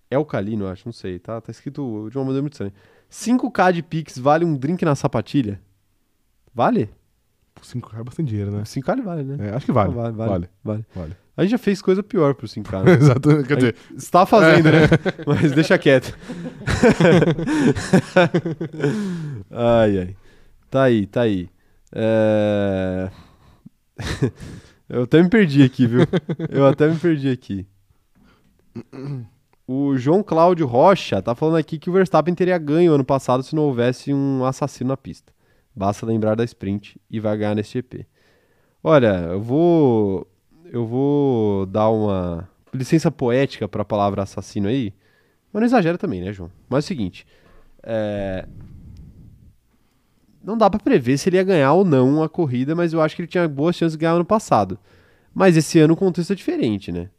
Speaker 1: É o Calino, eu acho, não sei. Tá, tá escrito de uma maneira muito estranha. 5k de Pix vale um drink na sapatilha? Vale?
Speaker 2: 5K é bastante dinheiro, né?
Speaker 1: 5k ele vale, né?
Speaker 2: É, acho que vale.
Speaker 1: Vale,
Speaker 2: Vale,
Speaker 1: vale. Vale.
Speaker 2: vale.
Speaker 1: A gente já fez coisa pior pro 5k, né?
Speaker 2: Exatamente. Quer dizer,
Speaker 1: Está fazendo, né? Mas deixa quieto. ai, ai. Tá aí, tá aí. É... Eu até me perdi aqui, viu? Eu até me perdi aqui. O João Cláudio Rocha tá falando aqui que o Verstappen teria ganho ano passado se não houvesse um assassino na pista. Basta lembrar da sprint e vai ganhar nesse GP. Olha, eu vou eu vou dar uma licença poética para a palavra assassino aí. Mas não exagera também, né, João? Mas é o seguinte: é, não dá pra prever se ele ia ganhar ou não a corrida, mas eu acho que ele tinha boas chances de ganhar ano passado. Mas esse ano o contexto é diferente, né?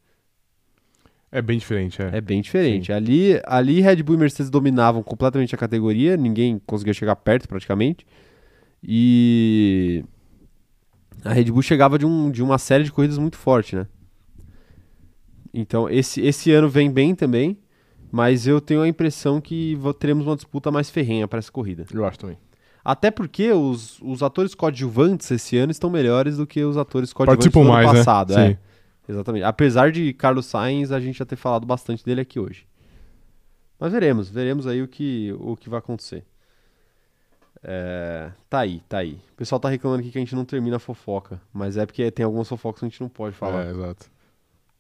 Speaker 2: É bem diferente, é.
Speaker 1: É bem diferente. Ali, ali Red Bull e Mercedes dominavam completamente a categoria, ninguém conseguia chegar perto praticamente. E a Red Bull chegava de, um, de uma série de corridas muito forte, né? Então esse, esse ano vem bem também, mas eu tenho a impressão que vo- teremos uma disputa mais ferrenha para essa corrida.
Speaker 2: Eu acho também.
Speaker 1: Até porque os, os atores coadjuvantes esse ano estão melhores do que os atores coadjuvantes
Speaker 2: Participam
Speaker 1: do ano
Speaker 2: mais, né?
Speaker 1: passado.
Speaker 2: Sim.
Speaker 1: É. Exatamente. Apesar de Carlos Sainz, a gente já ter falado bastante dele aqui hoje. Mas veremos, veremos aí o que, o que vai acontecer. É, tá aí, tá aí. O pessoal tá reclamando aqui que a gente não termina a fofoca, mas é porque tem algumas fofocas que a gente não pode falar.
Speaker 2: É, exato.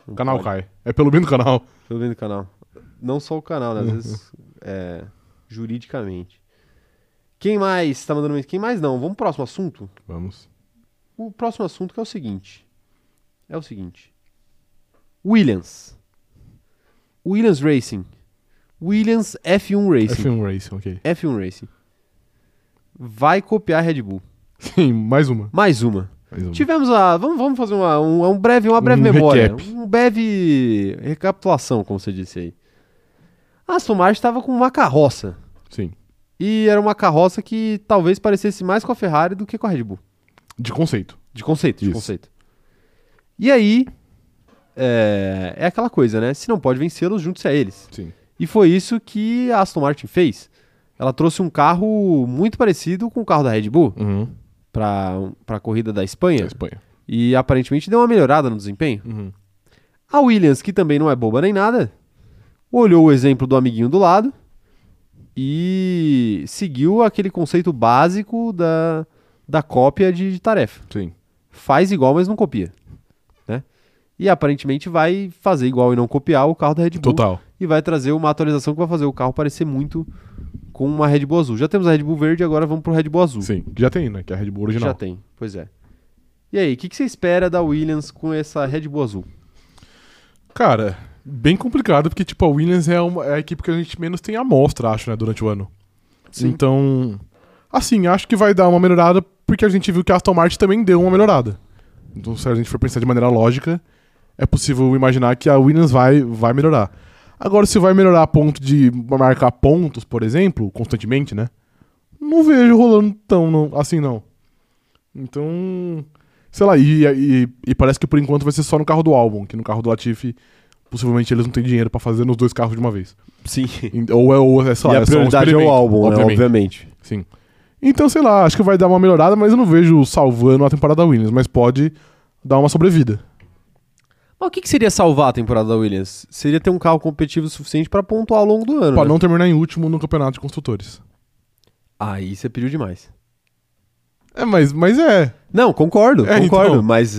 Speaker 1: Não
Speaker 2: O canal
Speaker 1: pode.
Speaker 2: cai. É pelo bem do canal.
Speaker 1: Pelo bem do canal. Não só o canal, né? Às vezes é, juridicamente. Quem mais tá mandando mensagem? Quem mais não? Vamos pro próximo assunto?
Speaker 2: Vamos.
Speaker 1: O próximo assunto que é o seguinte. É o seguinte. Williams. Williams Racing. Williams F1 Racing.
Speaker 2: F1 Racing, ok.
Speaker 1: F1, Racing. Vai copiar a Red Bull.
Speaker 2: Sim, mais uma.
Speaker 1: Mais uma.
Speaker 2: Mais uma.
Speaker 1: Tivemos a. Vamos, vamos fazer uma, um, um breve, uma breve
Speaker 2: Um
Speaker 1: memória.
Speaker 2: recap.
Speaker 1: Um breve recapitulação, como você disse aí. A Aston Martin estava com uma carroça.
Speaker 2: Sim.
Speaker 1: E era uma carroça que talvez parecesse mais com a Ferrari do que com a Red Bull.
Speaker 2: De conceito.
Speaker 1: De conceito, de
Speaker 2: Isso.
Speaker 1: conceito. E aí, é, é aquela coisa, né? Se não pode vencê-los, junte-se a eles.
Speaker 2: Sim.
Speaker 1: E foi isso que a Aston Martin fez. Ela trouxe um carro muito parecido com o carro da Red Bull
Speaker 2: Uhum.
Speaker 1: para a corrida da
Speaker 2: Da
Speaker 1: Espanha
Speaker 2: É Espanha.
Speaker 1: e aparentemente deu uma melhorada no desempenho.
Speaker 2: Uhum.
Speaker 1: A Williams, que também não é boba nem nada, olhou o exemplo do amiguinho do lado e seguiu aquele conceito básico da, da cópia de- de tarefa
Speaker 2: Sim.
Speaker 1: faz igual, mas não copia. Né? E aparentemente vai fazer igual e não copiar o carro da Red Bull.
Speaker 2: Total.
Speaker 1: E vai trazer uma atualização que vai fazer o carro parecer muito com uma Red Bull azul. Já temos a Red Bull verde, agora vamos pro Red Bull azul.
Speaker 2: Sim. Que já tem, né? Que é a Red Bull original.
Speaker 1: Já tem, pois é. E aí, o que, que você espera da Williams com essa Red Bull azul?
Speaker 2: Cara, bem complicado, porque, tipo, a Williams é, uma- é a equipe que a gente menos tem amostra, acho, né, durante o ano.
Speaker 1: Sim.
Speaker 2: Então, assim, acho que vai dar uma melhorada, porque a gente viu que a Aston Martin também deu uma melhorada. Então, se a gente for pensar de maneira lógica, é possível imaginar que a Williams vai, vai melhorar. Agora, se vai melhorar a ponto de marcar pontos, por exemplo, constantemente, né? Não vejo rolando tão não- assim, não. Então, sei lá, e, e- e parece que por enquanto vai ser só no carro do álbum, que no carro do Latifi, possivelmente eles não têm dinheiro pra fazer nos dois carros de uma vez.
Speaker 1: Sim.
Speaker 2: E- Ou é, ou é, sei lá,
Speaker 1: e a
Speaker 2: é só um
Speaker 1: prioridade é o
Speaker 2: experimento,
Speaker 1: álbum, né? Obviamente.
Speaker 2: Sim. Então, sei lá, acho que vai dar uma melhorada, mas eu não vejo salvando a temporada da Williams, mas pode dar uma sobrevida.
Speaker 1: Mas o que, que seria salvar a temporada da Williams? Seria ter um carro competitivo o suficiente para pontuar ao longo do ano.
Speaker 2: Pra
Speaker 1: né?
Speaker 2: não terminar em último no campeonato de construtores.
Speaker 1: Aí você pediu demais.
Speaker 2: É, mas, mas é.
Speaker 1: Não, concordo,
Speaker 2: É,
Speaker 1: concordo,
Speaker 2: então.
Speaker 1: mas.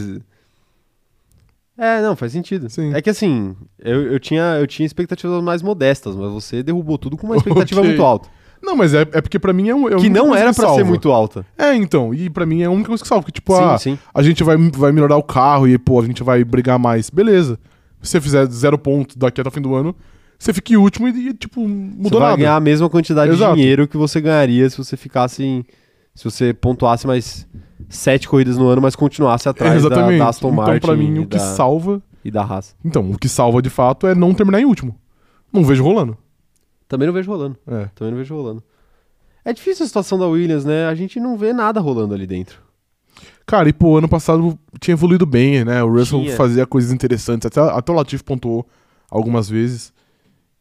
Speaker 1: É, não, faz sentido.
Speaker 2: Sim.
Speaker 1: É que assim, eu, eu tinha, eu tinha expectativas mais modestas, mas você derrubou tudo com uma expectativa
Speaker 2: Ok.
Speaker 1: muito alta.
Speaker 2: Não, mas é, é porque pra mim é um. é a
Speaker 1: Que
Speaker 2: única
Speaker 1: não
Speaker 2: coisa
Speaker 1: era
Speaker 2: que
Speaker 1: pra ser
Speaker 2: salva.
Speaker 1: muito alta.
Speaker 2: É, então. E pra mim é a única coisa que salva. Que, tipo, ah,
Speaker 1: sim, sim.
Speaker 2: a gente vai, vai melhorar o carro e, pô, a gente vai brigar mais. Beleza. Se você fizer zero ponto daqui até o fim do ano, você fica em último e, e, tipo,
Speaker 1: Você
Speaker 2: mudou
Speaker 1: vai
Speaker 2: nada.
Speaker 1: ganhar a mesma quantidade
Speaker 2: Exato.
Speaker 1: de dinheiro que você ganharia se você ficasse em. Se você pontuasse mais sete corridas no ano, mas continuasse
Speaker 2: É,
Speaker 1: atrás da,
Speaker 2: Exatamente.
Speaker 1: da Aston Martin
Speaker 2: então, pra mim,
Speaker 1: e,
Speaker 2: o que
Speaker 1: da,
Speaker 2: salva.
Speaker 1: e da Haas.
Speaker 2: Então, o que salva de fato é não terminar em último. Não vejo rolando.
Speaker 1: Também não vejo rolando.
Speaker 2: É.
Speaker 1: Também não vejo rolando. É difícil a situação da Williams, né? A gente não vê nada rolando ali dentro.
Speaker 2: Cara, e pô, ano passado tinha evoluído bem, né? O Russell
Speaker 1: Tinha.
Speaker 2: fazia coisas interessantes. Até, até o Latif pontuou algumas vezes.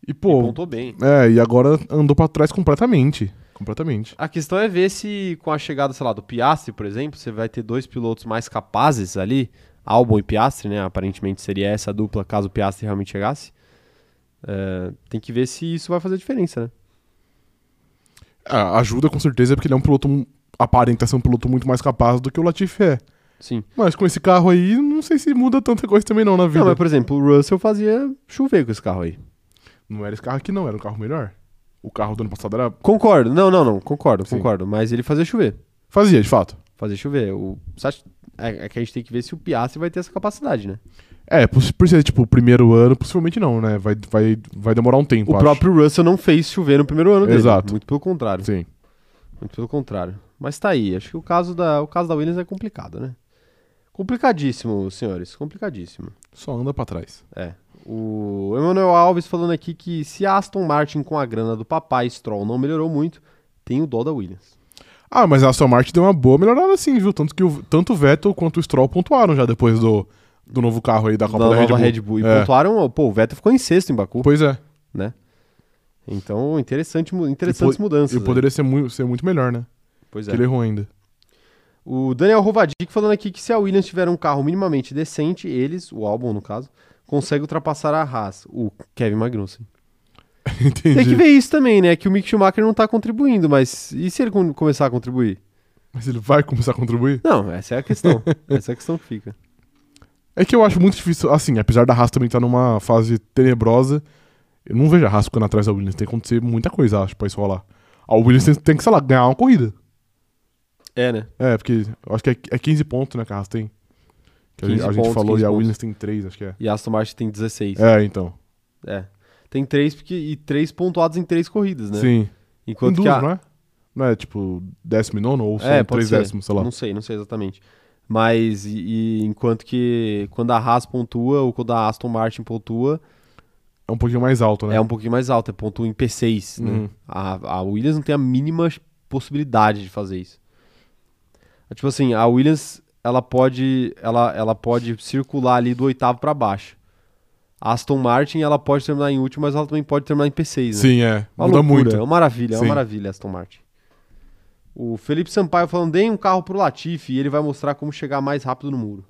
Speaker 2: E
Speaker 1: E
Speaker 2: pô.
Speaker 1: pontou bem.
Speaker 2: é, e agora andou pra trás completamente. Completamente.
Speaker 1: A questão é ver se com a chegada, sei lá, do Piastri, por exemplo, você vai ter dois pilotos mais capazes ali, Albon e Piastri, né? Aparentemente seria essa a dupla caso o Piastri realmente chegasse. É, tem que ver se isso vai fazer diferença, né?
Speaker 2: Ah, ajuda com certeza, porque ele é um piloto. mu- Aparenta ser um piloto muito mais capaz do que o Latif é.
Speaker 1: Sim.
Speaker 2: Mas com esse carro aí, não sei se muda tanta coisa também não na vida.
Speaker 1: Não,
Speaker 2: Não,
Speaker 1: mas por exemplo, o Russell fazia chover com esse carro aí.
Speaker 2: era esse carro aqui, não, era um carro melhor. O carro do ano passado era.
Speaker 1: Concordo, não, não, não, concordo,
Speaker 2: Sim.
Speaker 1: concordo. Mas ele fazia chover.
Speaker 2: Fazia, de fato.
Speaker 1: Fazia chover. O, você acha- é, é que a gente tem que ver se o Piastri vai ter essa capacidade, né?
Speaker 2: É, por, por ser, tipo, o primeiro ano, possivelmente não, né? Vai, vai, vai demorar um tempo,
Speaker 1: O
Speaker 2: acho.
Speaker 1: próprio Russell não fez chover no primeiro ano dele.
Speaker 2: Exato.
Speaker 1: Muito pelo contrário.
Speaker 2: Sim.
Speaker 1: Muito pelo contrário. Mas tá aí. Acho que o caso da, o caso da Williams é complicado, né? Complicadíssimo, senhores. Complicadíssimo.
Speaker 2: Só anda pra trás.
Speaker 1: O Emmanuel Alves falando aqui que se a Aston Martin com a grana do papai Stroll não melhorou muito, tem o dó da Williams.
Speaker 2: Ah, mas a Aston Martin deu uma boa melhorada sim, viu? Tanto que o, tanto o Vettel quanto o Stroll pontuaram já depois do, do novo carro aí da Copa da,
Speaker 1: nova
Speaker 2: Red Bull.
Speaker 1: E
Speaker 2: É.
Speaker 1: pontuaram, pô, o Vettel ficou em sexto em Baku.
Speaker 2: Pois é.
Speaker 1: Então, interessante, mu- interessantes
Speaker 2: E po-
Speaker 1: mudanças.
Speaker 2: E
Speaker 1: aí.
Speaker 2: poderia ser muito, ser muito melhor, né?
Speaker 1: Pois
Speaker 2: Que
Speaker 1: é.
Speaker 2: ele errou ainda.
Speaker 1: O Daniel Rovadic falando aqui que se a Williams tiver um carro minimamente decente, eles, o álbum no caso, consegue ultrapassar a Haas, o Kevin Magnussen.
Speaker 2: Entendi.
Speaker 1: Tem que ver isso também, né? Que o Mick Schumacher não tá contribuindo, mas e se ele com- começar a contribuir?
Speaker 2: Mas ele vai começar a contribuir?
Speaker 1: Não, essa é a questão. essa é a questão que fica.
Speaker 2: É que eu acho muito difícil, assim, apesar da Haas também estar numa fase tenebrosa, eu não vejo a Haas ficando atrás da Williams. Tem que acontecer muita coisa, acho, pra isso rolar. A Williams tem, tem que, sei lá, ganhar uma corrida.
Speaker 1: É, né?
Speaker 2: É, porque eu acho que é, é 15 pontos, né, que a Haas tem. Que a, gente-
Speaker 1: 15
Speaker 2: a gente
Speaker 1: pontos,
Speaker 2: falou
Speaker 1: 15
Speaker 2: e a
Speaker 1: pontos.
Speaker 2: Williams tem 3, acho que é.
Speaker 1: E a Aston Martin tem 16.
Speaker 2: É, então.
Speaker 1: É. Tem três porque, e três pontuados em três corridas, né?
Speaker 2: Sim. Em
Speaker 1: Enquanto
Speaker 2: duas,
Speaker 1: que a...
Speaker 2: não é? Não é, tipo, décimo e nono ou são
Speaker 1: É, pode
Speaker 2: três
Speaker 1: ser.
Speaker 2: décimos, sei lá.
Speaker 1: Não sei, não sei exatamente. Mas e, e enquanto que quando a Haas pontua ou quando a Aston Martin pontua,
Speaker 2: É um pouquinho mais alto, né?
Speaker 1: é um pouquinho mais alto, é pontua em P6, né?
Speaker 2: Uhum.
Speaker 1: A, a Williams não tem a mínima possibilidade de fazer isso. É Tipo assim, a Williams, ela pode, ela, ela pode circular ali do oitavo pra baixo. A Aston Martin, ela pode terminar em último, mas ela também pode terminar em P6, né?
Speaker 2: Sim, é.
Speaker 1: Uma
Speaker 2: Muda
Speaker 1: loucura,
Speaker 2: muito.
Speaker 1: É uma maravilha, é uma
Speaker 2: Sim.
Speaker 1: maravilha Aston Martin. O Felipe Sampaio falando, deem um carro pro Latifi e ele vai mostrar como chegar mais rápido no muro.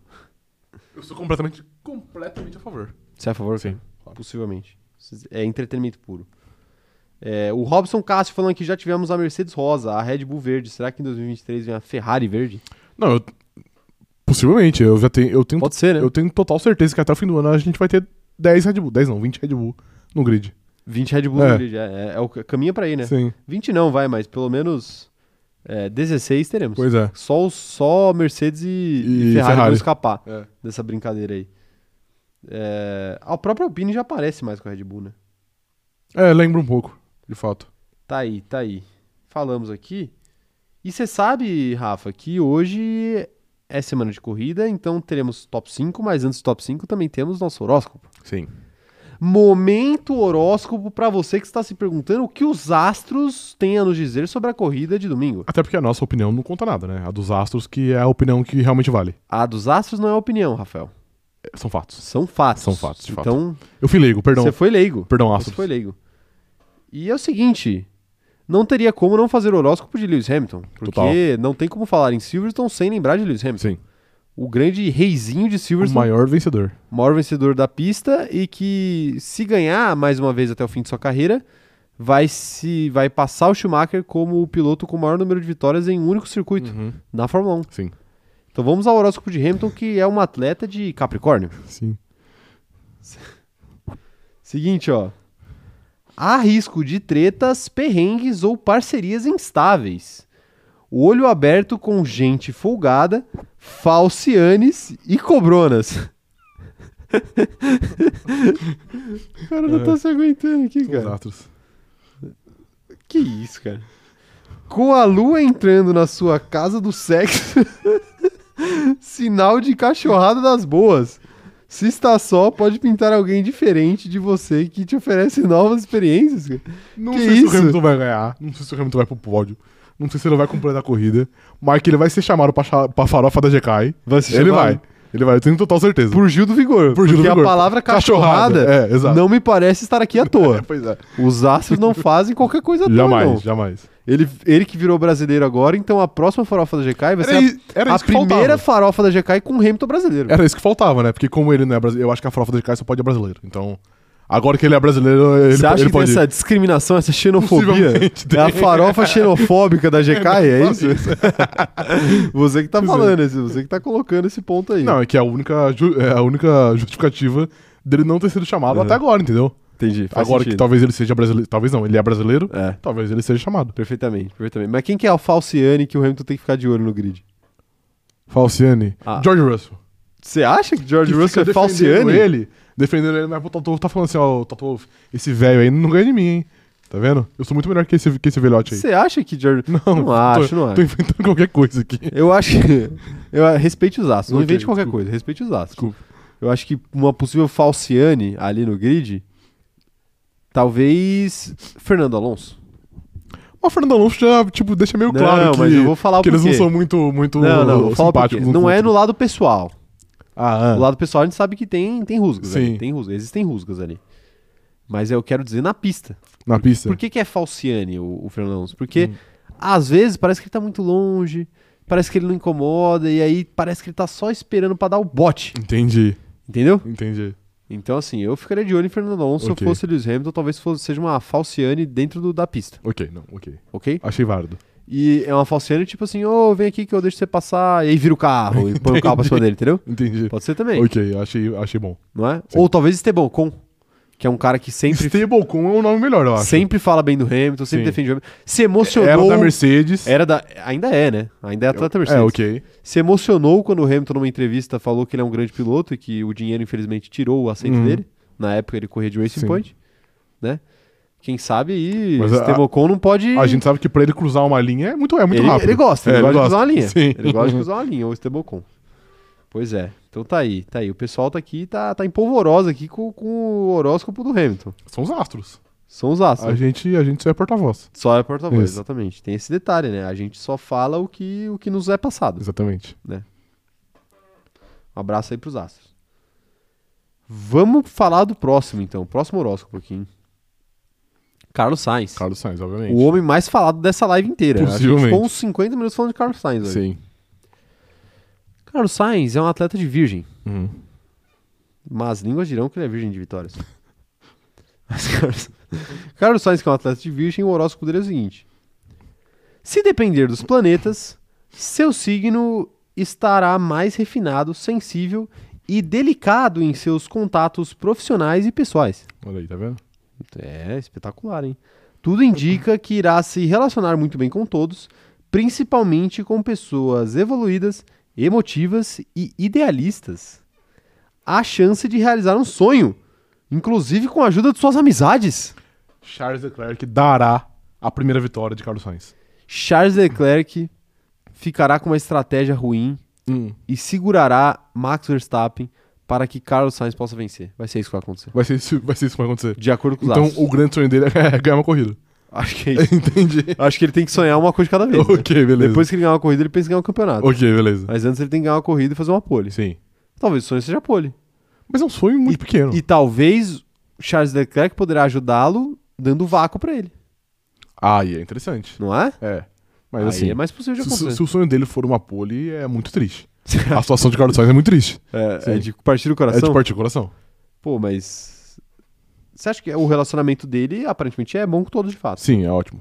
Speaker 2: Eu sou completamente, completamente a favor.
Speaker 1: Você é a favor?
Speaker 2: Sim,
Speaker 1: cara?
Speaker 2: claro.
Speaker 1: Possivelmente. É entretenimento puro. É, o Robson Cássio falando que já tivemos a Mercedes Rosa, a Red Bull Verde. Será que em 2023 vem a Ferrari Verde?
Speaker 2: Não, eu... Possivelmente, eu já tenho. Eu tenho,
Speaker 1: Pode ser, né?
Speaker 2: eu tenho total certeza que até o fim do ano a gente vai ter 10 Red Bull. 10 não, 20 Red Bull no grid.
Speaker 1: 20 Red Bull
Speaker 2: É.
Speaker 1: no Verde. É, é- é o caminho pra ir, né?
Speaker 2: Sim.
Speaker 1: 20 não, vai, mas pelo menos é, 16 teremos.
Speaker 2: Pois é.
Speaker 1: Só, os- só Mercedes e, e Ferrari,
Speaker 2: E
Speaker 1: vão
Speaker 2: Ferrari.
Speaker 1: escapar
Speaker 2: É.
Speaker 1: dessa brincadeira aí. É, a própria Alpine já aparece mais com a Red Bull, né?
Speaker 2: lembra um pouco, de fato.
Speaker 1: Tá aí, tá aí. Falamos aqui. E você sabe, Rafa, que hoje é semana de corrida, então teremos top 5, mas antes do top 5 também temos nosso horóscopo.
Speaker 2: Sim.
Speaker 1: Momento horóscopo pra você que está se perguntando o que os astros têm a nos dizer sobre a corrida de domingo.
Speaker 2: Até porque a nossa opinião não conta nada, né? A dos astros, que é a opinião que realmente vale.
Speaker 1: A dos astros não é opinião, Rafael.
Speaker 2: É, São fatos.
Speaker 1: São fatos.
Speaker 2: São fatos, de fato.
Speaker 1: Então,
Speaker 2: Eu fui leigo, perdão.
Speaker 1: você foi leigo.
Speaker 2: Perdão,
Speaker 1: Você
Speaker 2: astros.
Speaker 1: foi leigo. E é o seguinte, não teria como não fazer o horóscopo de Lewis Hamilton, porque
Speaker 2: Total.
Speaker 1: não tem como falar em Silverstone sem lembrar de Lewis Hamilton.
Speaker 2: Sim.
Speaker 1: O grande reizinho de
Speaker 2: O
Speaker 1: Silverstone,
Speaker 2: maior vencedor.
Speaker 1: maior vencedor da pista e que se ganhar mais uma vez até o fim de sua carreira, vai se vai passar o Schumacher como o piloto com o maior número de vitórias em um único circuito
Speaker 2: Uhum.
Speaker 1: na Fórmula 1.
Speaker 2: Sim.
Speaker 1: Então vamos ao horóscopo de Hamilton, que é um atleta de Capricórnio.
Speaker 2: Sim.
Speaker 1: Seguinte, ó. Há risco de tretas, perrengues ou parcerias instáveis. Olho aberto com gente folgada, falcianes e cobronas. o cara não tá se aguentando aqui,
Speaker 2: Os
Speaker 1: cara.
Speaker 2: astros.
Speaker 1: Que isso, cara. Com a lua entrando na sua casa do sexo, sinal de cachorrada das boas. Se está só, pode pintar alguém diferente de você que te oferece novas experiências. cara.
Speaker 2: Não
Speaker 1: Que
Speaker 2: sei se
Speaker 1: isso?
Speaker 2: o Hamilton vai ganhar. Não sei se o Hamilton vai pro pódio. Não sei se ele vai completar a corrida. Mas que ele vai ser chamado pra, cha- pra farofa da GKI.
Speaker 1: Vai se
Speaker 2: Ele
Speaker 1: chamar
Speaker 2: vai. Ele vai, eu tenho total certeza.
Speaker 1: Por Gil do Vigor.
Speaker 2: Por Gil do
Speaker 1: porque
Speaker 2: Vigor.
Speaker 1: a palavra cachorrada,
Speaker 2: É, exato.
Speaker 1: não me parece estar aqui à toa.
Speaker 2: Pois é.
Speaker 1: Os astros não fazem qualquer coisa à toa,
Speaker 2: Jamais,
Speaker 1: não.
Speaker 2: jamais.
Speaker 1: Ele, ele que virou brasileiro agora, então a próxima farofa da GK vai ser a-
Speaker 2: i-
Speaker 1: a,
Speaker 2: isso que
Speaker 1: primeira
Speaker 2: faltava.
Speaker 1: farofa da GK com o Hamilton brasileiro.
Speaker 2: Era isso que faltava, né? Porque como ele não é brasileiro, eu acho que a farofa do GK só pode ir brasileiro. Então, agora que ele é brasileiro, ele,
Speaker 1: Você
Speaker 2: po-
Speaker 1: acha que
Speaker 2: ele
Speaker 1: tem
Speaker 2: pode.
Speaker 1: essa discriminação, essa xenofobia?
Speaker 2: Possivelmente
Speaker 1: É
Speaker 2: tem.
Speaker 1: a farofa xenofóbica da GK, é,
Speaker 2: É,
Speaker 1: isso? você que tá
Speaker 2: Pois é.
Speaker 1: falando, esse- você que tá colocando esse ponto aí.
Speaker 2: Não, é que é a única, ju- é a única justificativa dele não ter sido chamado
Speaker 1: Uhum.
Speaker 2: até agora, entendeu?
Speaker 1: entendi. Faz
Speaker 2: agora que
Speaker 1: sentido.
Speaker 2: talvez ele seja brasileiro. Talvez não, ele é brasileiro,
Speaker 1: É,
Speaker 2: talvez ele seja chamado.
Speaker 1: perfeitamente, perfeitamente. Mas quem que é o Falciane que o Hamilton tem que ficar de olho no grid?
Speaker 2: Falciane.
Speaker 1: Ah.
Speaker 2: George Russell.
Speaker 1: Você acha que George
Speaker 2: que fica
Speaker 1: Russell é
Speaker 2: defendendo
Speaker 1: Falciane?
Speaker 2: ele, defendendo ele, mas o Toto Wolff tá falando assim, ó, o Toto Wolff, esse velho aí não ganha de mim, hein? Tá vendo? Eu sou muito melhor que esse, que esse velhote aí.
Speaker 1: Você acha que Jordan.
Speaker 2: Não,
Speaker 1: Não
Speaker 2: tô-
Speaker 1: acho, não
Speaker 2: Tô
Speaker 1: acho.
Speaker 2: inventando qualquer coisa aqui.
Speaker 1: Eu acho que. Eu respeite os astros. Não
Speaker 2: Ok,
Speaker 1: invente qualquer
Speaker 2: desculpa.
Speaker 1: coisa, respeite os astros.
Speaker 2: Desculpa.
Speaker 1: Eu acho que uma possível falciane ali no grid. Talvez. Fernando Alonso.
Speaker 2: Mas o Fernando Alonso já, tipo, deixa meio claro
Speaker 1: não,
Speaker 2: que,
Speaker 1: mas eu vou falar o
Speaker 2: que eles não
Speaker 1: porquê.
Speaker 2: são muito, muito
Speaker 1: Não, não, vou falar o porquê.
Speaker 2: simpáticos. um
Speaker 1: Não
Speaker 2: com
Speaker 1: é
Speaker 2: o
Speaker 1: no
Speaker 2: outro.
Speaker 1: lado pessoal.
Speaker 2: Ah,
Speaker 1: Do
Speaker 2: ah.
Speaker 1: lado pessoal a gente sabe que tem, tem rusgas
Speaker 2: Sim.
Speaker 1: ali. Tem rusgas, existem rusgas ali. Mas eu quero dizer na pista.
Speaker 2: na pista.
Speaker 1: Por que, que é falciane o, o Fernando Alonso? Porque
Speaker 2: Hum.
Speaker 1: às vezes parece que ele tá muito longe, parece que ele não incomoda, e aí parece que ele tá só esperando pra dar o bote.
Speaker 2: Entendi,
Speaker 1: Entendeu?
Speaker 2: entendi.
Speaker 1: Então, assim, eu ficaria de olho em Fernando Alonso se
Speaker 2: Ok.
Speaker 1: eu fosse Lewis Hamilton, talvez fosse, seja uma falciane dentro do- da pista,
Speaker 2: Ok, não, ok.
Speaker 1: ok?
Speaker 2: Achei válido.
Speaker 1: E é uma falciane tipo assim, ô, vem aqui que eu deixo você passar, e aí vira o carro, e põe o carro pra cima dele, entendeu?
Speaker 2: Entendi.
Speaker 1: Pode ser também,
Speaker 2: Ok, achei, achei bom.
Speaker 1: não é?
Speaker 2: Sim.
Speaker 1: Ou talvez Estebocon, que é um cara que sempre,
Speaker 2: Stablecoin é um nome melhor, eu acho.
Speaker 1: sempre fala bem do Hamilton, sempre
Speaker 2: Sim.
Speaker 1: defende o Hamilton. Se emocionou...
Speaker 2: Era da Mercedes.
Speaker 1: Era da. Ainda é, né? Ainda é atleta Mercedes.
Speaker 2: É, ok.
Speaker 1: Se emocionou quando o Hamilton, numa entrevista, falou que ele é um grande piloto e que o dinheiro, infelizmente, tirou o assento
Speaker 2: Uhum.
Speaker 1: dele. Na época ele corria de Racing
Speaker 2: Sim.
Speaker 1: Point. Né? Quem sabe aí
Speaker 2: Mas a-
Speaker 1: Estebocon não pode.
Speaker 2: A gente sabe que pra ele cruzar uma linha é muito, é muito
Speaker 1: ele,
Speaker 2: rápido.
Speaker 1: ele gosta, ele
Speaker 2: É,
Speaker 1: gosta de cruzar uma linha.
Speaker 2: Sim.
Speaker 1: Ele gosta de cruzar uma linha, o Estebocon. Pois é. Então tá aí, tá aí. O pessoal tá aqui, tá, tá em polvorosa aqui com, com o horóscopo do Hamilton.
Speaker 2: São os astros.
Speaker 1: São os
Speaker 2: A
Speaker 1: astros.
Speaker 2: gente, a gente só é porta-voz.
Speaker 1: Só é porta-voz,
Speaker 2: Isso.
Speaker 1: exatamente. Tem esse detalhe, né? A gente só fala o que, o que nos é passado.
Speaker 2: Exatamente.
Speaker 1: Um abraço aí pros astros. Vamos falar do próximo, então. Próximo horóscopo aqui. hein? Carlos Sainz.
Speaker 2: Carlos Sainz, obviamente.
Speaker 1: O homem mais falado dessa live inteira. Acho que A gente
Speaker 2: Possivelmente.
Speaker 1: ficou uns 50 minutos falando de Carlos Sainz. Hoje.
Speaker 2: Sim.
Speaker 1: Carlos Sainz é um atleta de virgem.
Speaker 2: Uhum.
Speaker 1: Mas línguas dirão que ele é virgem de vitórias. Mas Carlos... Carlos Sainz, que é um atleta de virgem, o horóscopo dele é o seguinte: Se depender dos planetas, seu signo estará mais refinado, sensível e delicado em seus contatos profissionais e pessoais.
Speaker 2: Olha aí, tá vendo?
Speaker 1: É espetacular, hein? Tudo indica que irá se relacionar muito bem com todos, principalmente com pessoas evoluídas, emotivas e idealistas. Há chance de realizar um sonho, inclusive com a ajuda de suas amizades.
Speaker 2: Charles Leclerc dará a primeira vitória de Carlos Sainz.
Speaker 1: Charles Leclerc ficará com uma estratégia ruim e segurará Max Verstappen para que Carlos Sainz possa vencer. Vai ser isso que vai acontecer.
Speaker 2: Vai, ser isso, vai ser isso que vai acontecer.
Speaker 1: De acordo com os
Speaker 2: Então,
Speaker 1: astros.
Speaker 2: o grande sonho dele é ganhar uma corrida.
Speaker 1: Acho que é isso.
Speaker 2: Entendi.
Speaker 1: Acho que ele tem que sonhar uma coisa de cada vez. né?
Speaker 2: ok, beleza.
Speaker 1: Depois que ele ganhar uma corrida, ele pensa em ganhar um campeonato.
Speaker 2: Ok, beleza.
Speaker 1: Mas antes ele tem que ganhar uma corrida e fazer uma pole.
Speaker 2: Sim.
Speaker 1: Talvez o sonho seja pole.
Speaker 2: Mas é um sonho muito pequeno.
Speaker 1: E talvez Charles Leclerc poderá ajudá-lo dando vácuo pra ele,
Speaker 2: Ah, e é interessante.
Speaker 1: não é?
Speaker 2: É. Mas
Speaker 1: Aí
Speaker 2: assim,
Speaker 1: é mais possível de
Speaker 2: se- se,
Speaker 1: acontecer.
Speaker 2: se o sonho dele for uma pole, é muito triste. A situação de Carlos Sainz é muito triste.
Speaker 1: é, é
Speaker 2: sim.
Speaker 1: de partir do
Speaker 2: É
Speaker 1: coração.
Speaker 2: de partir o coração.
Speaker 1: Pô, mas você acha que o relacionamento dele aparentemente é bom com todos de fato?
Speaker 2: Sim, é ótimo.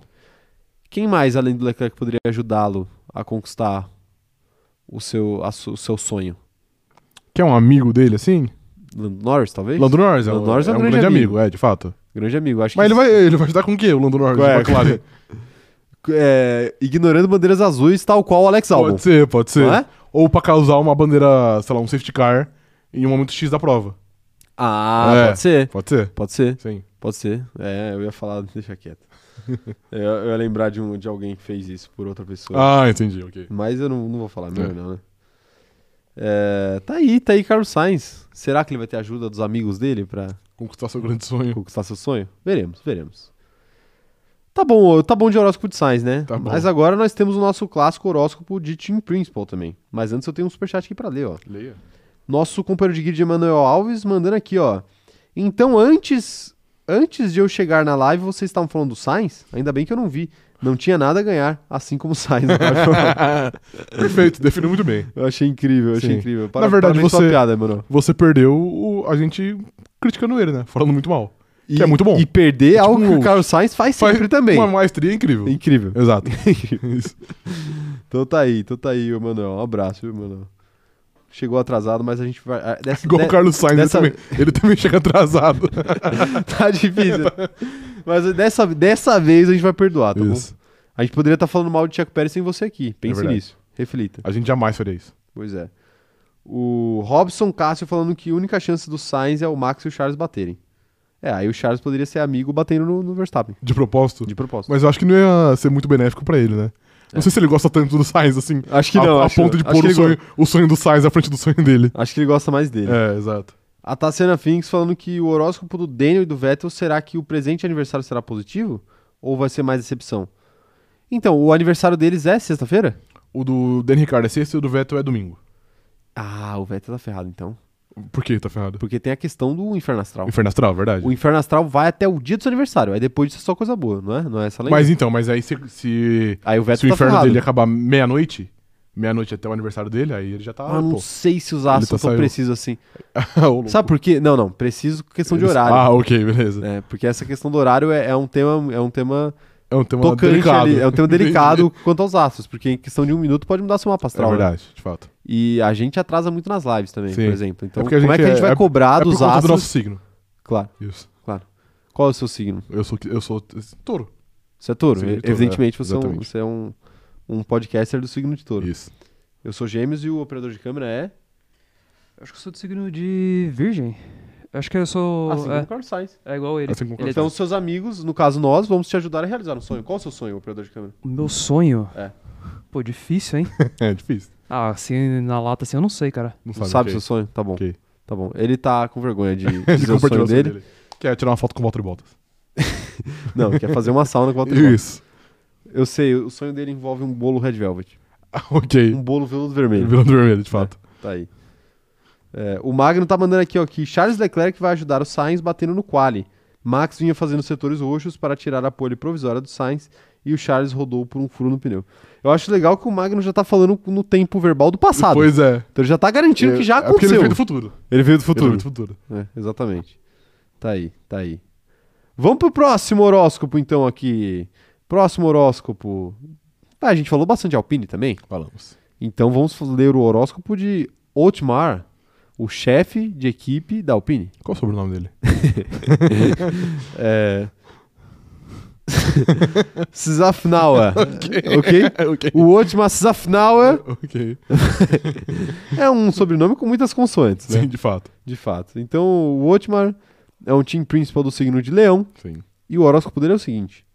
Speaker 1: Quem mais além do Leclerc poderia ajudá-lo a conquistar o seu, a su- o seu sonho?
Speaker 2: Quer um amigo dele, assim?
Speaker 1: Lando Norris, talvez?
Speaker 2: Lando Norris é,
Speaker 1: Lando
Speaker 2: um-
Speaker 1: Norris
Speaker 2: é um grande amigo. é, de fato.
Speaker 1: Grande amigo, acho
Speaker 2: Mas
Speaker 1: que
Speaker 2: ele vai, ele vai ajudar com o quê, o Lando Norris?
Speaker 1: É,
Speaker 2: É, claro.
Speaker 1: é, ignorando bandeiras azuis, tal qual o Alex Albon.
Speaker 2: Pode ser, pode ser.
Speaker 1: Não é?
Speaker 2: Ou pra causar uma bandeira, sei lá, um safety car em um momento X da prova.
Speaker 1: Ah,
Speaker 2: É.
Speaker 1: pode ser.
Speaker 2: Pode ser?
Speaker 1: Pode ser,
Speaker 2: Sim.
Speaker 1: pode ser. É, eu ia falar, deixa quieto. eu, eu ia lembrar de, um, de alguém que fez isso por outra pessoa.
Speaker 2: Ah, entendi, ok.
Speaker 1: Mas eu não, não vou falar melhor,
Speaker 2: É.
Speaker 1: não, né? É, tá aí, tá aí Carlos Sainz. Será que ele vai ter ajuda dos amigos dele pra
Speaker 2: Conquistar seu grande sonho.
Speaker 1: conquistar seu sonho? Veremos, veremos. Tá bom, tá bom de horóscopo de Sainz, né?
Speaker 2: Tá bom.
Speaker 1: Mas agora nós temos o nosso clássico horóscopo de Team Principal também. Mas antes eu tenho um superchat aqui pra ler, ó.
Speaker 2: Leia.
Speaker 1: Nosso companheiro de grid, Emanuel Alves, mandando aqui, ó. Então, antes antes de eu chegar na live, vocês estavam falando do Sainz? Ainda bem que eu não vi. Não tinha nada a ganhar, assim como o Sainz.
Speaker 2: Perfeito, definiu muito bem.
Speaker 1: eu achei incrível, eu achei
Speaker 2: Sim.
Speaker 1: incrível.
Speaker 2: Na verdade,
Speaker 1: parabéns pela
Speaker 2: você-
Speaker 1: piada, Emanuel.
Speaker 2: Você perdeu o- a gente criticando ele, né? Falando muito mal. Que é muito bom.
Speaker 1: E perder
Speaker 2: É tipo
Speaker 1: algo que
Speaker 2: um-
Speaker 1: o Carlos Sainz faz
Speaker 2: Faz
Speaker 1: sempre também.
Speaker 2: Uma maestria incrível.
Speaker 1: Incrível.
Speaker 2: Exato.
Speaker 1: Então tá aí, então tá aí, Emanuel. Um abraço, viu, Emanuel. Chegou atrasado, mas a gente vai. ah, Dessa,
Speaker 2: Igual
Speaker 1: de-
Speaker 2: o Carlos Sainz,
Speaker 1: dessa-
Speaker 2: ele, também, ele também chega atrasado.
Speaker 1: Tá difícil. mas dessa, dessa vez a gente vai perdoar, tá bom?
Speaker 2: Isso.
Speaker 1: A gente poderia estar falando mal de Tiago Pérez sem você aqui. Pense
Speaker 2: verdade.
Speaker 1: nisso. Reflita.
Speaker 2: A gente jamais faria isso.
Speaker 1: Pois é. O Robson Cássio falando que a única chance do Sainz é o Max e o Charles baterem. É É, aí o Charles poderia ser amigo batendo no, no Verstappen,
Speaker 2: De propósito.
Speaker 1: de propósito.
Speaker 2: Mas eu acho que não ia ser muito benéfico pra ele, né? Não
Speaker 1: É.
Speaker 2: sei se ele gosta tanto do Sainz, assim.
Speaker 1: Acho que
Speaker 2: a,
Speaker 1: não,
Speaker 2: a
Speaker 1: acho-
Speaker 2: ponto de
Speaker 1: acho
Speaker 2: pôr
Speaker 1: que
Speaker 2: o
Speaker 1: ele
Speaker 2: sonho, o sonho do Sainz à frente do sonho dele.
Speaker 1: Acho que ele gosta mais dele.
Speaker 2: É, exato.
Speaker 1: A Tassiana Finks falando que o horóscopo do Daniel e do Vettel será que o presente aniversário será positivo? Ou vai ser mais decepção? Então, o aniversário deles é sexta-feira?
Speaker 2: O do Dan Ricardo é sexta e o do Vettel é domingo.
Speaker 1: Ah, o Vettel tá ferrado então.
Speaker 2: Por que tá ferrado?
Speaker 1: Porque tem a questão do Inferno Astral.
Speaker 2: Inferno Astral, verdade.
Speaker 1: Então. O Inferno Astral vai até o dia do seu aniversário. Aí depois disso é só coisa boa, não é? Não é essa lei?
Speaker 2: Mas então, mas aí se, se,
Speaker 1: Aí o
Speaker 2: se
Speaker 1: Vettel
Speaker 2: o
Speaker 1: tá
Speaker 2: inferno
Speaker 1: ferrado.
Speaker 2: dele é acabar meia-noite, meia-noite até o aniversário dele, aí ele já tá.
Speaker 1: Ah, não
Speaker 2: pô.
Speaker 1: sei se os
Speaker 2: Ele
Speaker 1: astros
Speaker 2: tá
Speaker 1: são
Speaker 2: saindo.
Speaker 1: precisos assim.
Speaker 2: Ô, louco.
Speaker 1: Sabe por quê? Não, não. Preciso com questão de
Speaker 2: Eles-
Speaker 1: horário.
Speaker 2: Ah, ok, beleza.
Speaker 1: É, porque essa questão do horário é, é um tema, é um tema
Speaker 2: É um tema
Speaker 1: tocante
Speaker 2: delicado.
Speaker 1: ali, é um tema delicado quanto aos astros, porque em questão de um minuto pode mudar seu mapa
Speaker 2: É
Speaker 1: astral. né?
Speaker 2: verdade, de fato. É
Speaker 1: E a gente atrasa muito nas lives também,
Speaker 2: Sim.
Speaker 1: por exemplo. Então,
Speaker 2: É porque a
Speaker 1: como é
Speaker 2: gente
Speaker 1: que a
Speaker 2: é-
Speaker 1: gente vai
Speaker 2: é-
Speaker 1: cobrar
Speaker 2: é por
Speaker 1: dos
Speaker 2: conta do
Speaker 1: astros?
Speaker 2: nosso signo.
Speaker 1: Claro,
Speaker 2: Isso.
Speaker 1: claro. Qual é o seu signo?
Speaker 2: Eu sou, eu sou touro.
Speaker 1: Você é touro?
Speaker 2: Signo de touro,
Speaker 1: Evidentemente,
Speaker 2: é,
Speaker 1: você, é um,
Speaker 2: exatamente.
Speaker 1: você é um, um podcaster do signo de touro.
Speaker 2: Isso.
Speaker 1: Eu sou gêmeos e o operador de câmera é...
Speaker 3: Eu acho que eu sou do signo de virgem. Eu acho que eu sou...
Speaker 1: assim como
Speaker 3: é,
Speaker 1: o Carlos Sainz.
Speaker 3: é igual ele.
Speaker 2: Assim como
Speaker 3: Ele é-
Speaker 1: Então, seus amigos, no caso nós, vamos te ajudar a realizar um sonho. Qual é o seu sonho, operador de câmera?
Speaker 3: O meu sonho...
Speaker 1: É.
Speaker 3: Pô, difícil, hein?
Speaker 2: É difícil.
Speaker 3: Ah, assim, na lata, assim, eu não sei, cara.
Speaker 1: Não
Speaker 2: Não sabe,
Speaker 1: sabe
Speaker 2: ok.
Speaker 1: seu sonho? Tá bom.
Speaker 2: Ok.
Speaker 1: Tá bom. Ele tá com vergonha de
Speaker 2: Ele
Speaker 1: dizer o
Speaker 2: compartilhou
Speaker 1: sonho
Speaker 2: o sonho
Speaker 1: dele.
Speaker 2: Quer tirar uma foto com o Walter Bottas.
Speaker 1: Não, quer fazer uma sauna com o Walter Bottas.
Speaker 2: Isso.
Speaker 1: Eu sei, o sonho dele envolve um bolo Red Velvet.
Speaker 2: Ah, ok.
Speaker 1: Um bolo veludo
Speaker 2: Ele
Speaker 1: vermelho.
Speaker 2: virou do vermelho, de fato.
Speaker 1: Tá aí. É, o Magno tá mandando aqui, ó, que Charles Leclerc vai ajudar o Sainz batendo no quali. Max vinha fazendo setores roxos para tirar a pole provisória do Sainz e o Charles rodou por um furo no pneu. Eu acho legal que o Magno já tá falando no tempo verbal do passado.
Speaker 2: Pois é.
Speaker 1: Então ele já tá garantindo que já
Speaker 2: É porque
Speaker 1: aconteceu.
Speaker 2: ele veio do futuro.
Speaker 1: Ele veio do
Speaker 2: Ele veio do futuro.
Speaker 1: É, exatamente. Tá aí, tá aí. Vamos pro próximo horóscopo, então, aqui. Próximo horóscopo. Ah, a gente falou bastante de Alpine também.
Speaker 2: Falamos.
Speaker 1: Então vamos ler o horóscopo de Otmar, o chefe de equipe da Alpine.
Speaker 2: Qual é o sobrenome dele?
Speaker 1: É. Safnaua. ok?
Speaker 2: ok.
Speaker 1: O Otmar Safnaua
Speaker 2: Ok.
Speaker 1: é um sobrenome com muitas consoantes, né?
Speaker 2: Sim, de fato.
Speaker 1: De fato. Então, o Otmar é um time principal do signo de Leão.
Speaker 2: Sim.
Speaker 1: E o horóscopo dele é o seguinte: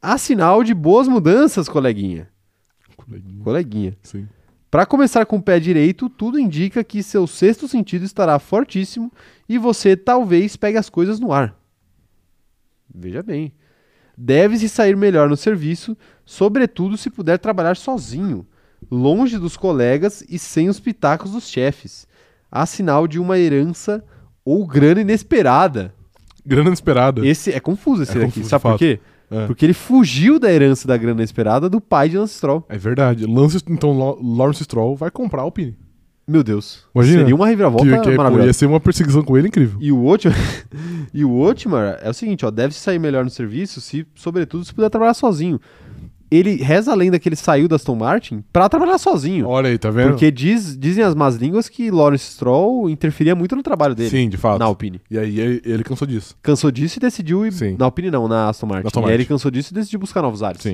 Speaker 1: há sinal de boas mudanças, coleguinha.
Speaker 2: Coleguinha.
Speaker 1: Coleguinha.
Speaker 2: Sim.
Speaker 1: Pra começar com o pé direito, tudo indica que seu sexto sentido estará fortíssimo e você talvez pegue as coisas no ar. Veja bem. Deve se sair melhor no serviço, sobretudo se puder trabalhar sozinho, longe dos colegas e sem os pitacos dos chefes. Há sinal de uma herança ou grana inesperada.
Speaker 2: Grana inesperada.
Speaker 1: Esse é confuso esse
Speaker 2: É
Speaker 1: daqui.
Speaker 2: confuso, de
Speaker 1: Sabe por
Speaker 2: fato.
Speaker 1: quê?
Speaker 2: É.
Speaker 1: Porque ele fugiu da herança da grana esperada do pai de Lance Stroll.
Speaker 2: É verdade. Lance, então, Lo- Lawrence Stroll vai comprar a Alpine.
Speaker 1: Meu Deus.
Speaker 2: Imagina.
Speaker 1: Seria uma reviravolta
Speaker 2: que, é que, pô,
Speaker 1: maravilhosa.
Speaker 2: ia ser uma perseguição com ele incrível.
Speaker 1: E o último, e o último é o seguinte, ó, deve se sair melhor no serviço se, sobretudo, se puder trabalhar sozinho. Ele reza a lenda que ele saiu da Aston Martin pra trabalhar sozinho,
Speaker 2: Olha aí, tá vendo?
Speaker 1: porque diz- dizem as más línguas que Lawrence Stroll interferia muito no trabalho dele
Speaker 2: Sim, de fato.
Speaker 1: na Alpine.
Speaker 2: E aí ele, ele cansou disso.
Speaker 1: Cansou disso e decidiu ir
Speaker 2: Sim.
Speaker 1: na Alpine não, na Aston Martin.
Speaker 2: Aston
Speaker 1: E aí ele
Speaker 2: Martin.
Speaker 1: cansou disso e decidiu buscar novos ares.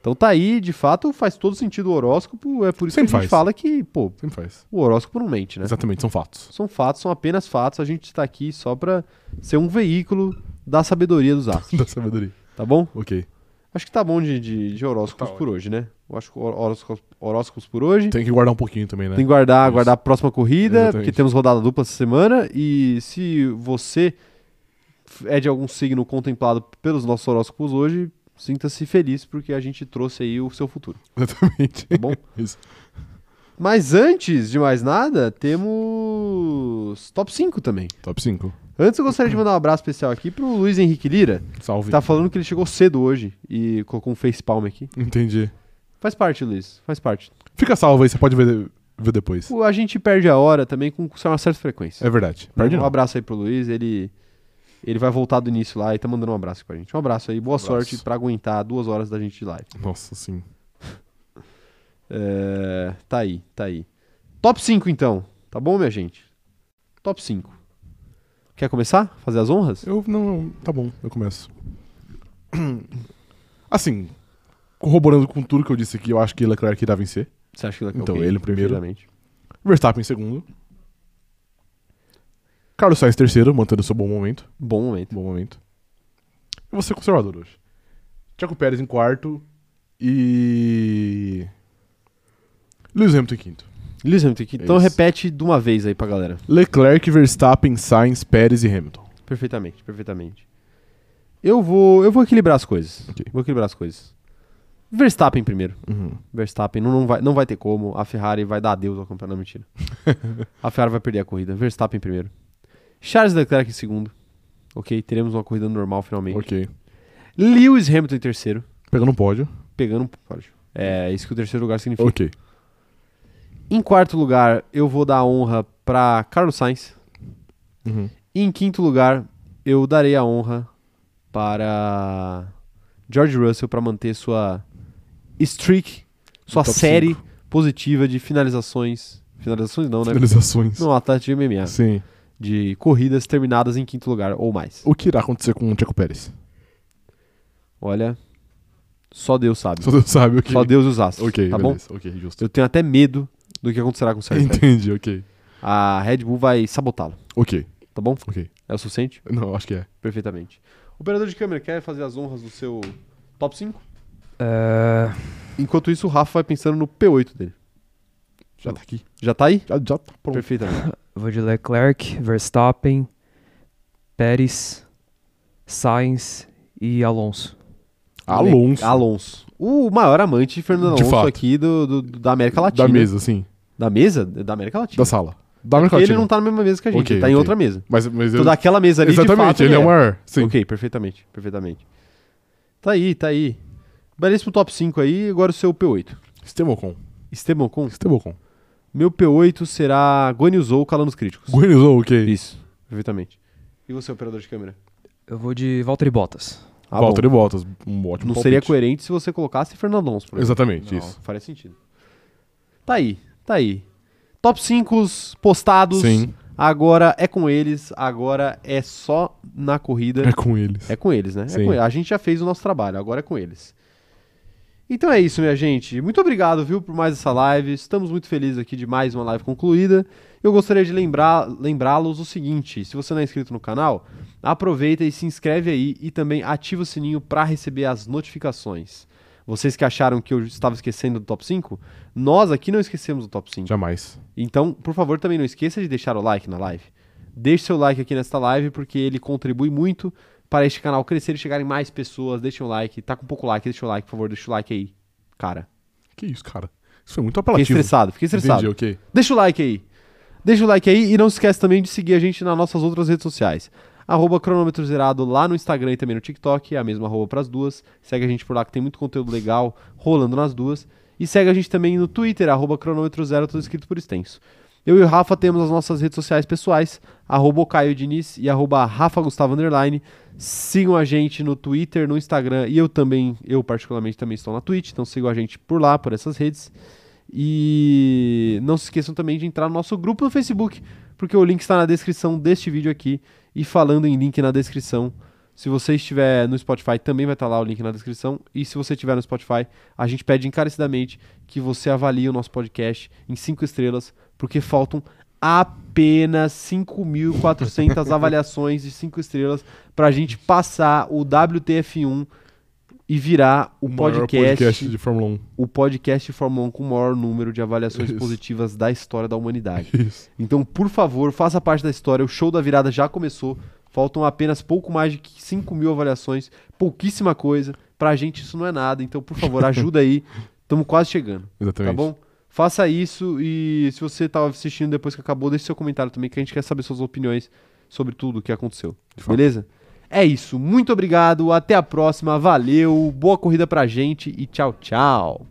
Speaker 1: Então tá aí, de fato, faz todo sentido o horóscopo. É por isso
Speaker 2: Sempre
Speaker 1: que a gente
Speaker 2: faz.
Speaker 1: fala que, pô,
Speaker 2: Sempre faz.
Speaker 1: o horóscopo não mente, né?
Speaker 2: Exatamente, são fatos.
Speaker 1: São fatos, são apenas fatos. A gente tá aqui só pra ser um veículo da sabedoria dos astros,
Speaker 2: da sabedoria.
Speaker 1: tá bom?
Speaker 2: Ok.
Speaker 1: Acho que tá bom de, de, de horóscopos
Speaker 2: Tá
Speaker 1: por hoje, né? Eu acho que hor- horóscopos, horóscopos por hoje.
Speaker 2: Tem que guardar um pouquinho também, né?
Speaker 1: Tem que guardar,
Speaker 2: Isso.
Speaker 1: guardar a próxima corrida,
Speaker 2: Exatamente.
Speaker 1: porque temos rodada dupla essa semana. E se você f- é de algum signo contemplado pelos nossos horóscopos hoje, sinta-se feliz, porque a gente trouxe aí o seu futuro.
Speaker 2: Exatamente.
Speaker 1: Tá bom?
Speaker 2: Isso.
Speaker 1: Mas antes de mais nada, temos top 5 também.
Speaker 2: Top 5.
Speaker 1: Antes eu gostaria de mandar um abraço especial aqui pro Luiz Henrique Lira, que
Speaker 2: Salve.
Speaker 1: tá falando que ele chegou cedo hoje e colocou um facepalm aqui.
Speaker 2: Entendi.
Speaker 1: Faz parte, Luiz, faz parte.
Speaker 2: Fica salvo aí, você pode ver, ver depois.
Speaker 1: Pô, A gente perde a hora também com uma certa frequência.
Speaker 2: É verdade. Perde
Speaker 1: um
Speaker 2: não.
Speaker 1: abraço aí pro Luiz, ele ele vai voltar do início lá e tá mandando um abraço aqui pra gente. Um abraço aí, boa
Speaker 2: abraço.
Speaker 1: sorte pra aguentar duas horas da gente de live.
Speaker 2: Nossa, sim.
Speaker 1: É, tá aí, tá aí. Top 5 então, tá bom, minha gente? Top 5. Quer começar? Fazer as honras?
Speaker 2: Eu não. Tá bom, eu começo. Assim, corroborando com tudo que eu disse aqui, eu acho que Leclerc irá vencer.
Speaker 1: Você acha que daqui
Speaker 2: Então, ele primeiro.
Speaker 1: perfeitamente.
Speaker 2: Verstappen em segundo. Carlos Sainz terceiro, mantendo seu bom momento.
Speaker 1: Bom momento.
Speaker 2: Bom momento. Eu vou ser conservador hoje. Tiago Pérez em quarto e. Lewis Hamilton em quinto.
Speaker 1: Lewis Hamilton, que- então
Speaker 2: É isso.
Speaker 1: repete de uma vez aí pra galera.
Speaker 2: Leclerc, Verstappen, Sainz, Pérez e Hamilton.
Speaker 1: Perfeitamente, perfeitamente. Eu vou, eu vou equilibrar as coisas.
Speaker 2: Ok.
Speaker 1: Vou equilibrar as coisas. Verstappen primeiro.
Speaker 2: Uhum.
Speaker 1: Verstappen não, não, vai, não vai ter como. A Ferrari vai dar adeus ao campeonato. Não, mentira. a Ferrari vai perder a corrida. Verstappen em primeiro. Charles Leclerc em segundo. Ok, teremos uma corrida normal finalmente.
Speaker 2: Ok.
Speaker 1: Lewis Hamilton em terceiro.
Speaker 2: Pegando um pódio.
Speaker 1: Pegando um pódio. É isso que o terceiro lugar significa.
Speaker 2: Ok.
Speaker 1: Em quarto lugar, eu vou dar a honra pra Carlos Sainz.
Speaker 2: Uhum.
Speaker 1: E em quinto lugar, eu darei a honra para George Russell para manter sua streak, sua
Speaker 2: top
Speaker 1: série
Speaker 2: cinco.
Speaker 1: positiva de finalizações. Finalizações não, né?
Speaker 2: Finalizações.
Speaker 1: Não, atleta de MMA.
Speaker 2: Sim.
Speaker 1: De corridas terminadas em quinto lugar ou mais.
Speaker 2: O que irá acontecer com o Tiago Pérez?
Speaker 1: Olha, só Deus sabe.
Speaker 2: Só Deus sabe o que.
Speaker 1: Só Deus e os astros,
Speaker 2: Ok,
Speaker 1: tá bom?
Speaker 2: beleza. Ok, justo.
Speaker 1: Eu tenho até medo do que acontecerá com o Sérgio Pérez.
Speaker 2: Entendi, ok.
Speaker 1: A Red Bull vai sabotá-lo,
Speaker 2: Ok,
Speaker 1: tá bom?
Speaker 2: ok.
Speaker 1: É o suficiente?
Speaker 2: Não, acho que é.
Speaker 1: Perfeitamente. Operador de câmera, quer fazer as honras do seu top 5?
Speaker 3: É,
Speaker 1: Enquanto isso, o Rafa vai pensando no P8 dele.
Speaker 2: Já tá aqui.
Speaker 1: Já tá aí?
Speaker 2: Já, já tá pronto.
Speaker 1: Perfeitamente.
Speaker 3: vou de Leclerc, Verstappen, Pérez, Sainz e Alonso.
Speaker 2: Alonso.
Speaker 1: Alonso. O maior amante de Fernando
Speaker 2: De
Speaker 1: Alonso
Speaker 2: fato.
Speaker 1: aqui do, do- do- da América Latina.
Speaker 2: Da mesa, sim.
Speaker 1: Da mesa? Da América Latina.
Speaker 2: Da sala. Da
Speaker 1: Porque
Speaker 2: América
Speaker 1: ele não tá na mesma mesa que a gente,
Speaker 2: Ok,
Speaker 1: ele tá em
Speaker 2: ok.
Speaker 1: outra mesa.
Speaker 2: Mas, mas eu...
Speaker 1: Então daquela mesa ali,
Speaker 2: Exatamente,
Speaker 1: de fato, né?
Speaker 2: ele é o maior. Sim.
Speaker 1: Ok, perfeitamente, perfeitamente. Tá aí, tá aí. Belíssimo top 5 aí, agora o seu P8.
Speaker 2: Estebocon.
Speaker 1: Esteban Con,
Speaker 2: Estebocon.
Speaker 1: meu P8 será Guanizou calando os críticos.
Speaker 2: Guenizou, ok.
Speaker 1: Isso, perfeitamente. E você, operador de câmera?
Speaker 3: Eu vou de Valtteri Bottas.
Speaker 1: Ah,
Speaker 2: Walter
Speaker 1: bom.
Speaker 2: e Bottas. Um ótimo
Speaker 1: Não
Speaker 2: palpite.
Speaker 1: seria coerente se você colocasse Fernando Alonso, por exemplo.
Speaker 2: Exatamente,
Speaker 4: Não.
Speaker 2: isso.
Speaker 1: Faria sentido. Tá aí, tá aí. Top 5 postados.
Speaker 2: Sim.
Speaker 1: Agora é com eles, agora é só na corrida.
Speaker 2: É com eles.
Speaker 1: É com eles, né? É
Speaker 2: Sim.
Speaker 1: com- A gente já fez o nosso trabalho, agora é com eles. Então é isso, minha gente. Muito obrigado, viu, por mais essa live. Estamos muito felizes aqui de mais uma live concluída. Eu gostaria de lembrar- lembrá-los o seguinte: se você não é inscrito no canal, aproveita e se inscreve aí e também ativa o sininho para receber as notificações. Vocês que acharam que eu estava esquecendo do top 5, nós aqui não esquecemos do top 5.
Speaker 2: Jamais.
Speaker 1: Então, por favor, também não esqueça de deixar o like na live. Deixe seu like aqui nesta live, porque ele contribui muito para este canal crescer e chegarem mais pessoas. Deixem um like. Tá com pouco like, deixa o like, por favor, deixa o like aí. Cara,
Speaker 2: Que isso, cara? Isso foi muito
Speaker 1: fiquei
Speaker 2: apelativo.
Speaker 1: estressado, fiquei estressado.
Speaker 2: Entendi, ok.
Speaker 1: Deixa o like aí. Deixa o like aí e não se esquece também de seguir a gente nas nossas outras redes sociais. Arroba cronômetro zerado lá no Instagram e também no TikTok, é a mesma arroba pras duas. Segue a gente por lá que tem muito conteúdo legal rolando nas duas. E segue a gente também no Twitter, arroba cronômetro zero, tudo escrito por extenso. Eu e o Rafa temos as nossas redes sociais pessoais, arroba o Caio Diniz e arroba Rafa Gustavo Underline. Sigam a gente no Twitter, no Instagram e eu também, eu particularmente também estou na Twitch, então sigam a gente por lá, por essas redes. E não se esqueçam também de entrar no nosso grupo no Facebook, porque o link está na descrição deste vídeo aqui. E falando em link na descrição, se você estiver no Spotify, também vai estar lá o link na descrição. E se você estiver no Spotify, a gente pede encarecidamente que você avalie o nosso podcast em 5 estrelas, porque faltam apenas 5.400 avaliações de 5 estrelas para a gente passar o WTF1 e virar o,
Speaker 2: maior
Speaker 1: podcast
Speaker 2: de Fórmula um.
Speaker 1: o podcast Fórmula 1 com o maior número de avaliações
Speaker 2: Isso.
Speaker 1: positivas da história da humanidade.
Speaker 2: 1. Isso.
Speaker 1: Então, por favor, faça parte da história. O show da virada já começou. Faltam apenas pouco mais de 5 mil avaliações, pouquíssima coisa. Pra gente isso não é nada. Então, por favor, ajuda aí. Estamos quase chegando.
Speaker 2: Exatamente.
Speaker 1: Tá bom? Faça isso e se você tá assistindo depois que acabou, deixe seu comentário também, que a gente quer saber suas opiniões sobre tudo o que aconteceu.
Speaker 2: De fato.
Speaker 1: Beleza? É isso. Muito obrigado. Até a próxima. Valeu. Boa corrida pra gente e tchau, tchau.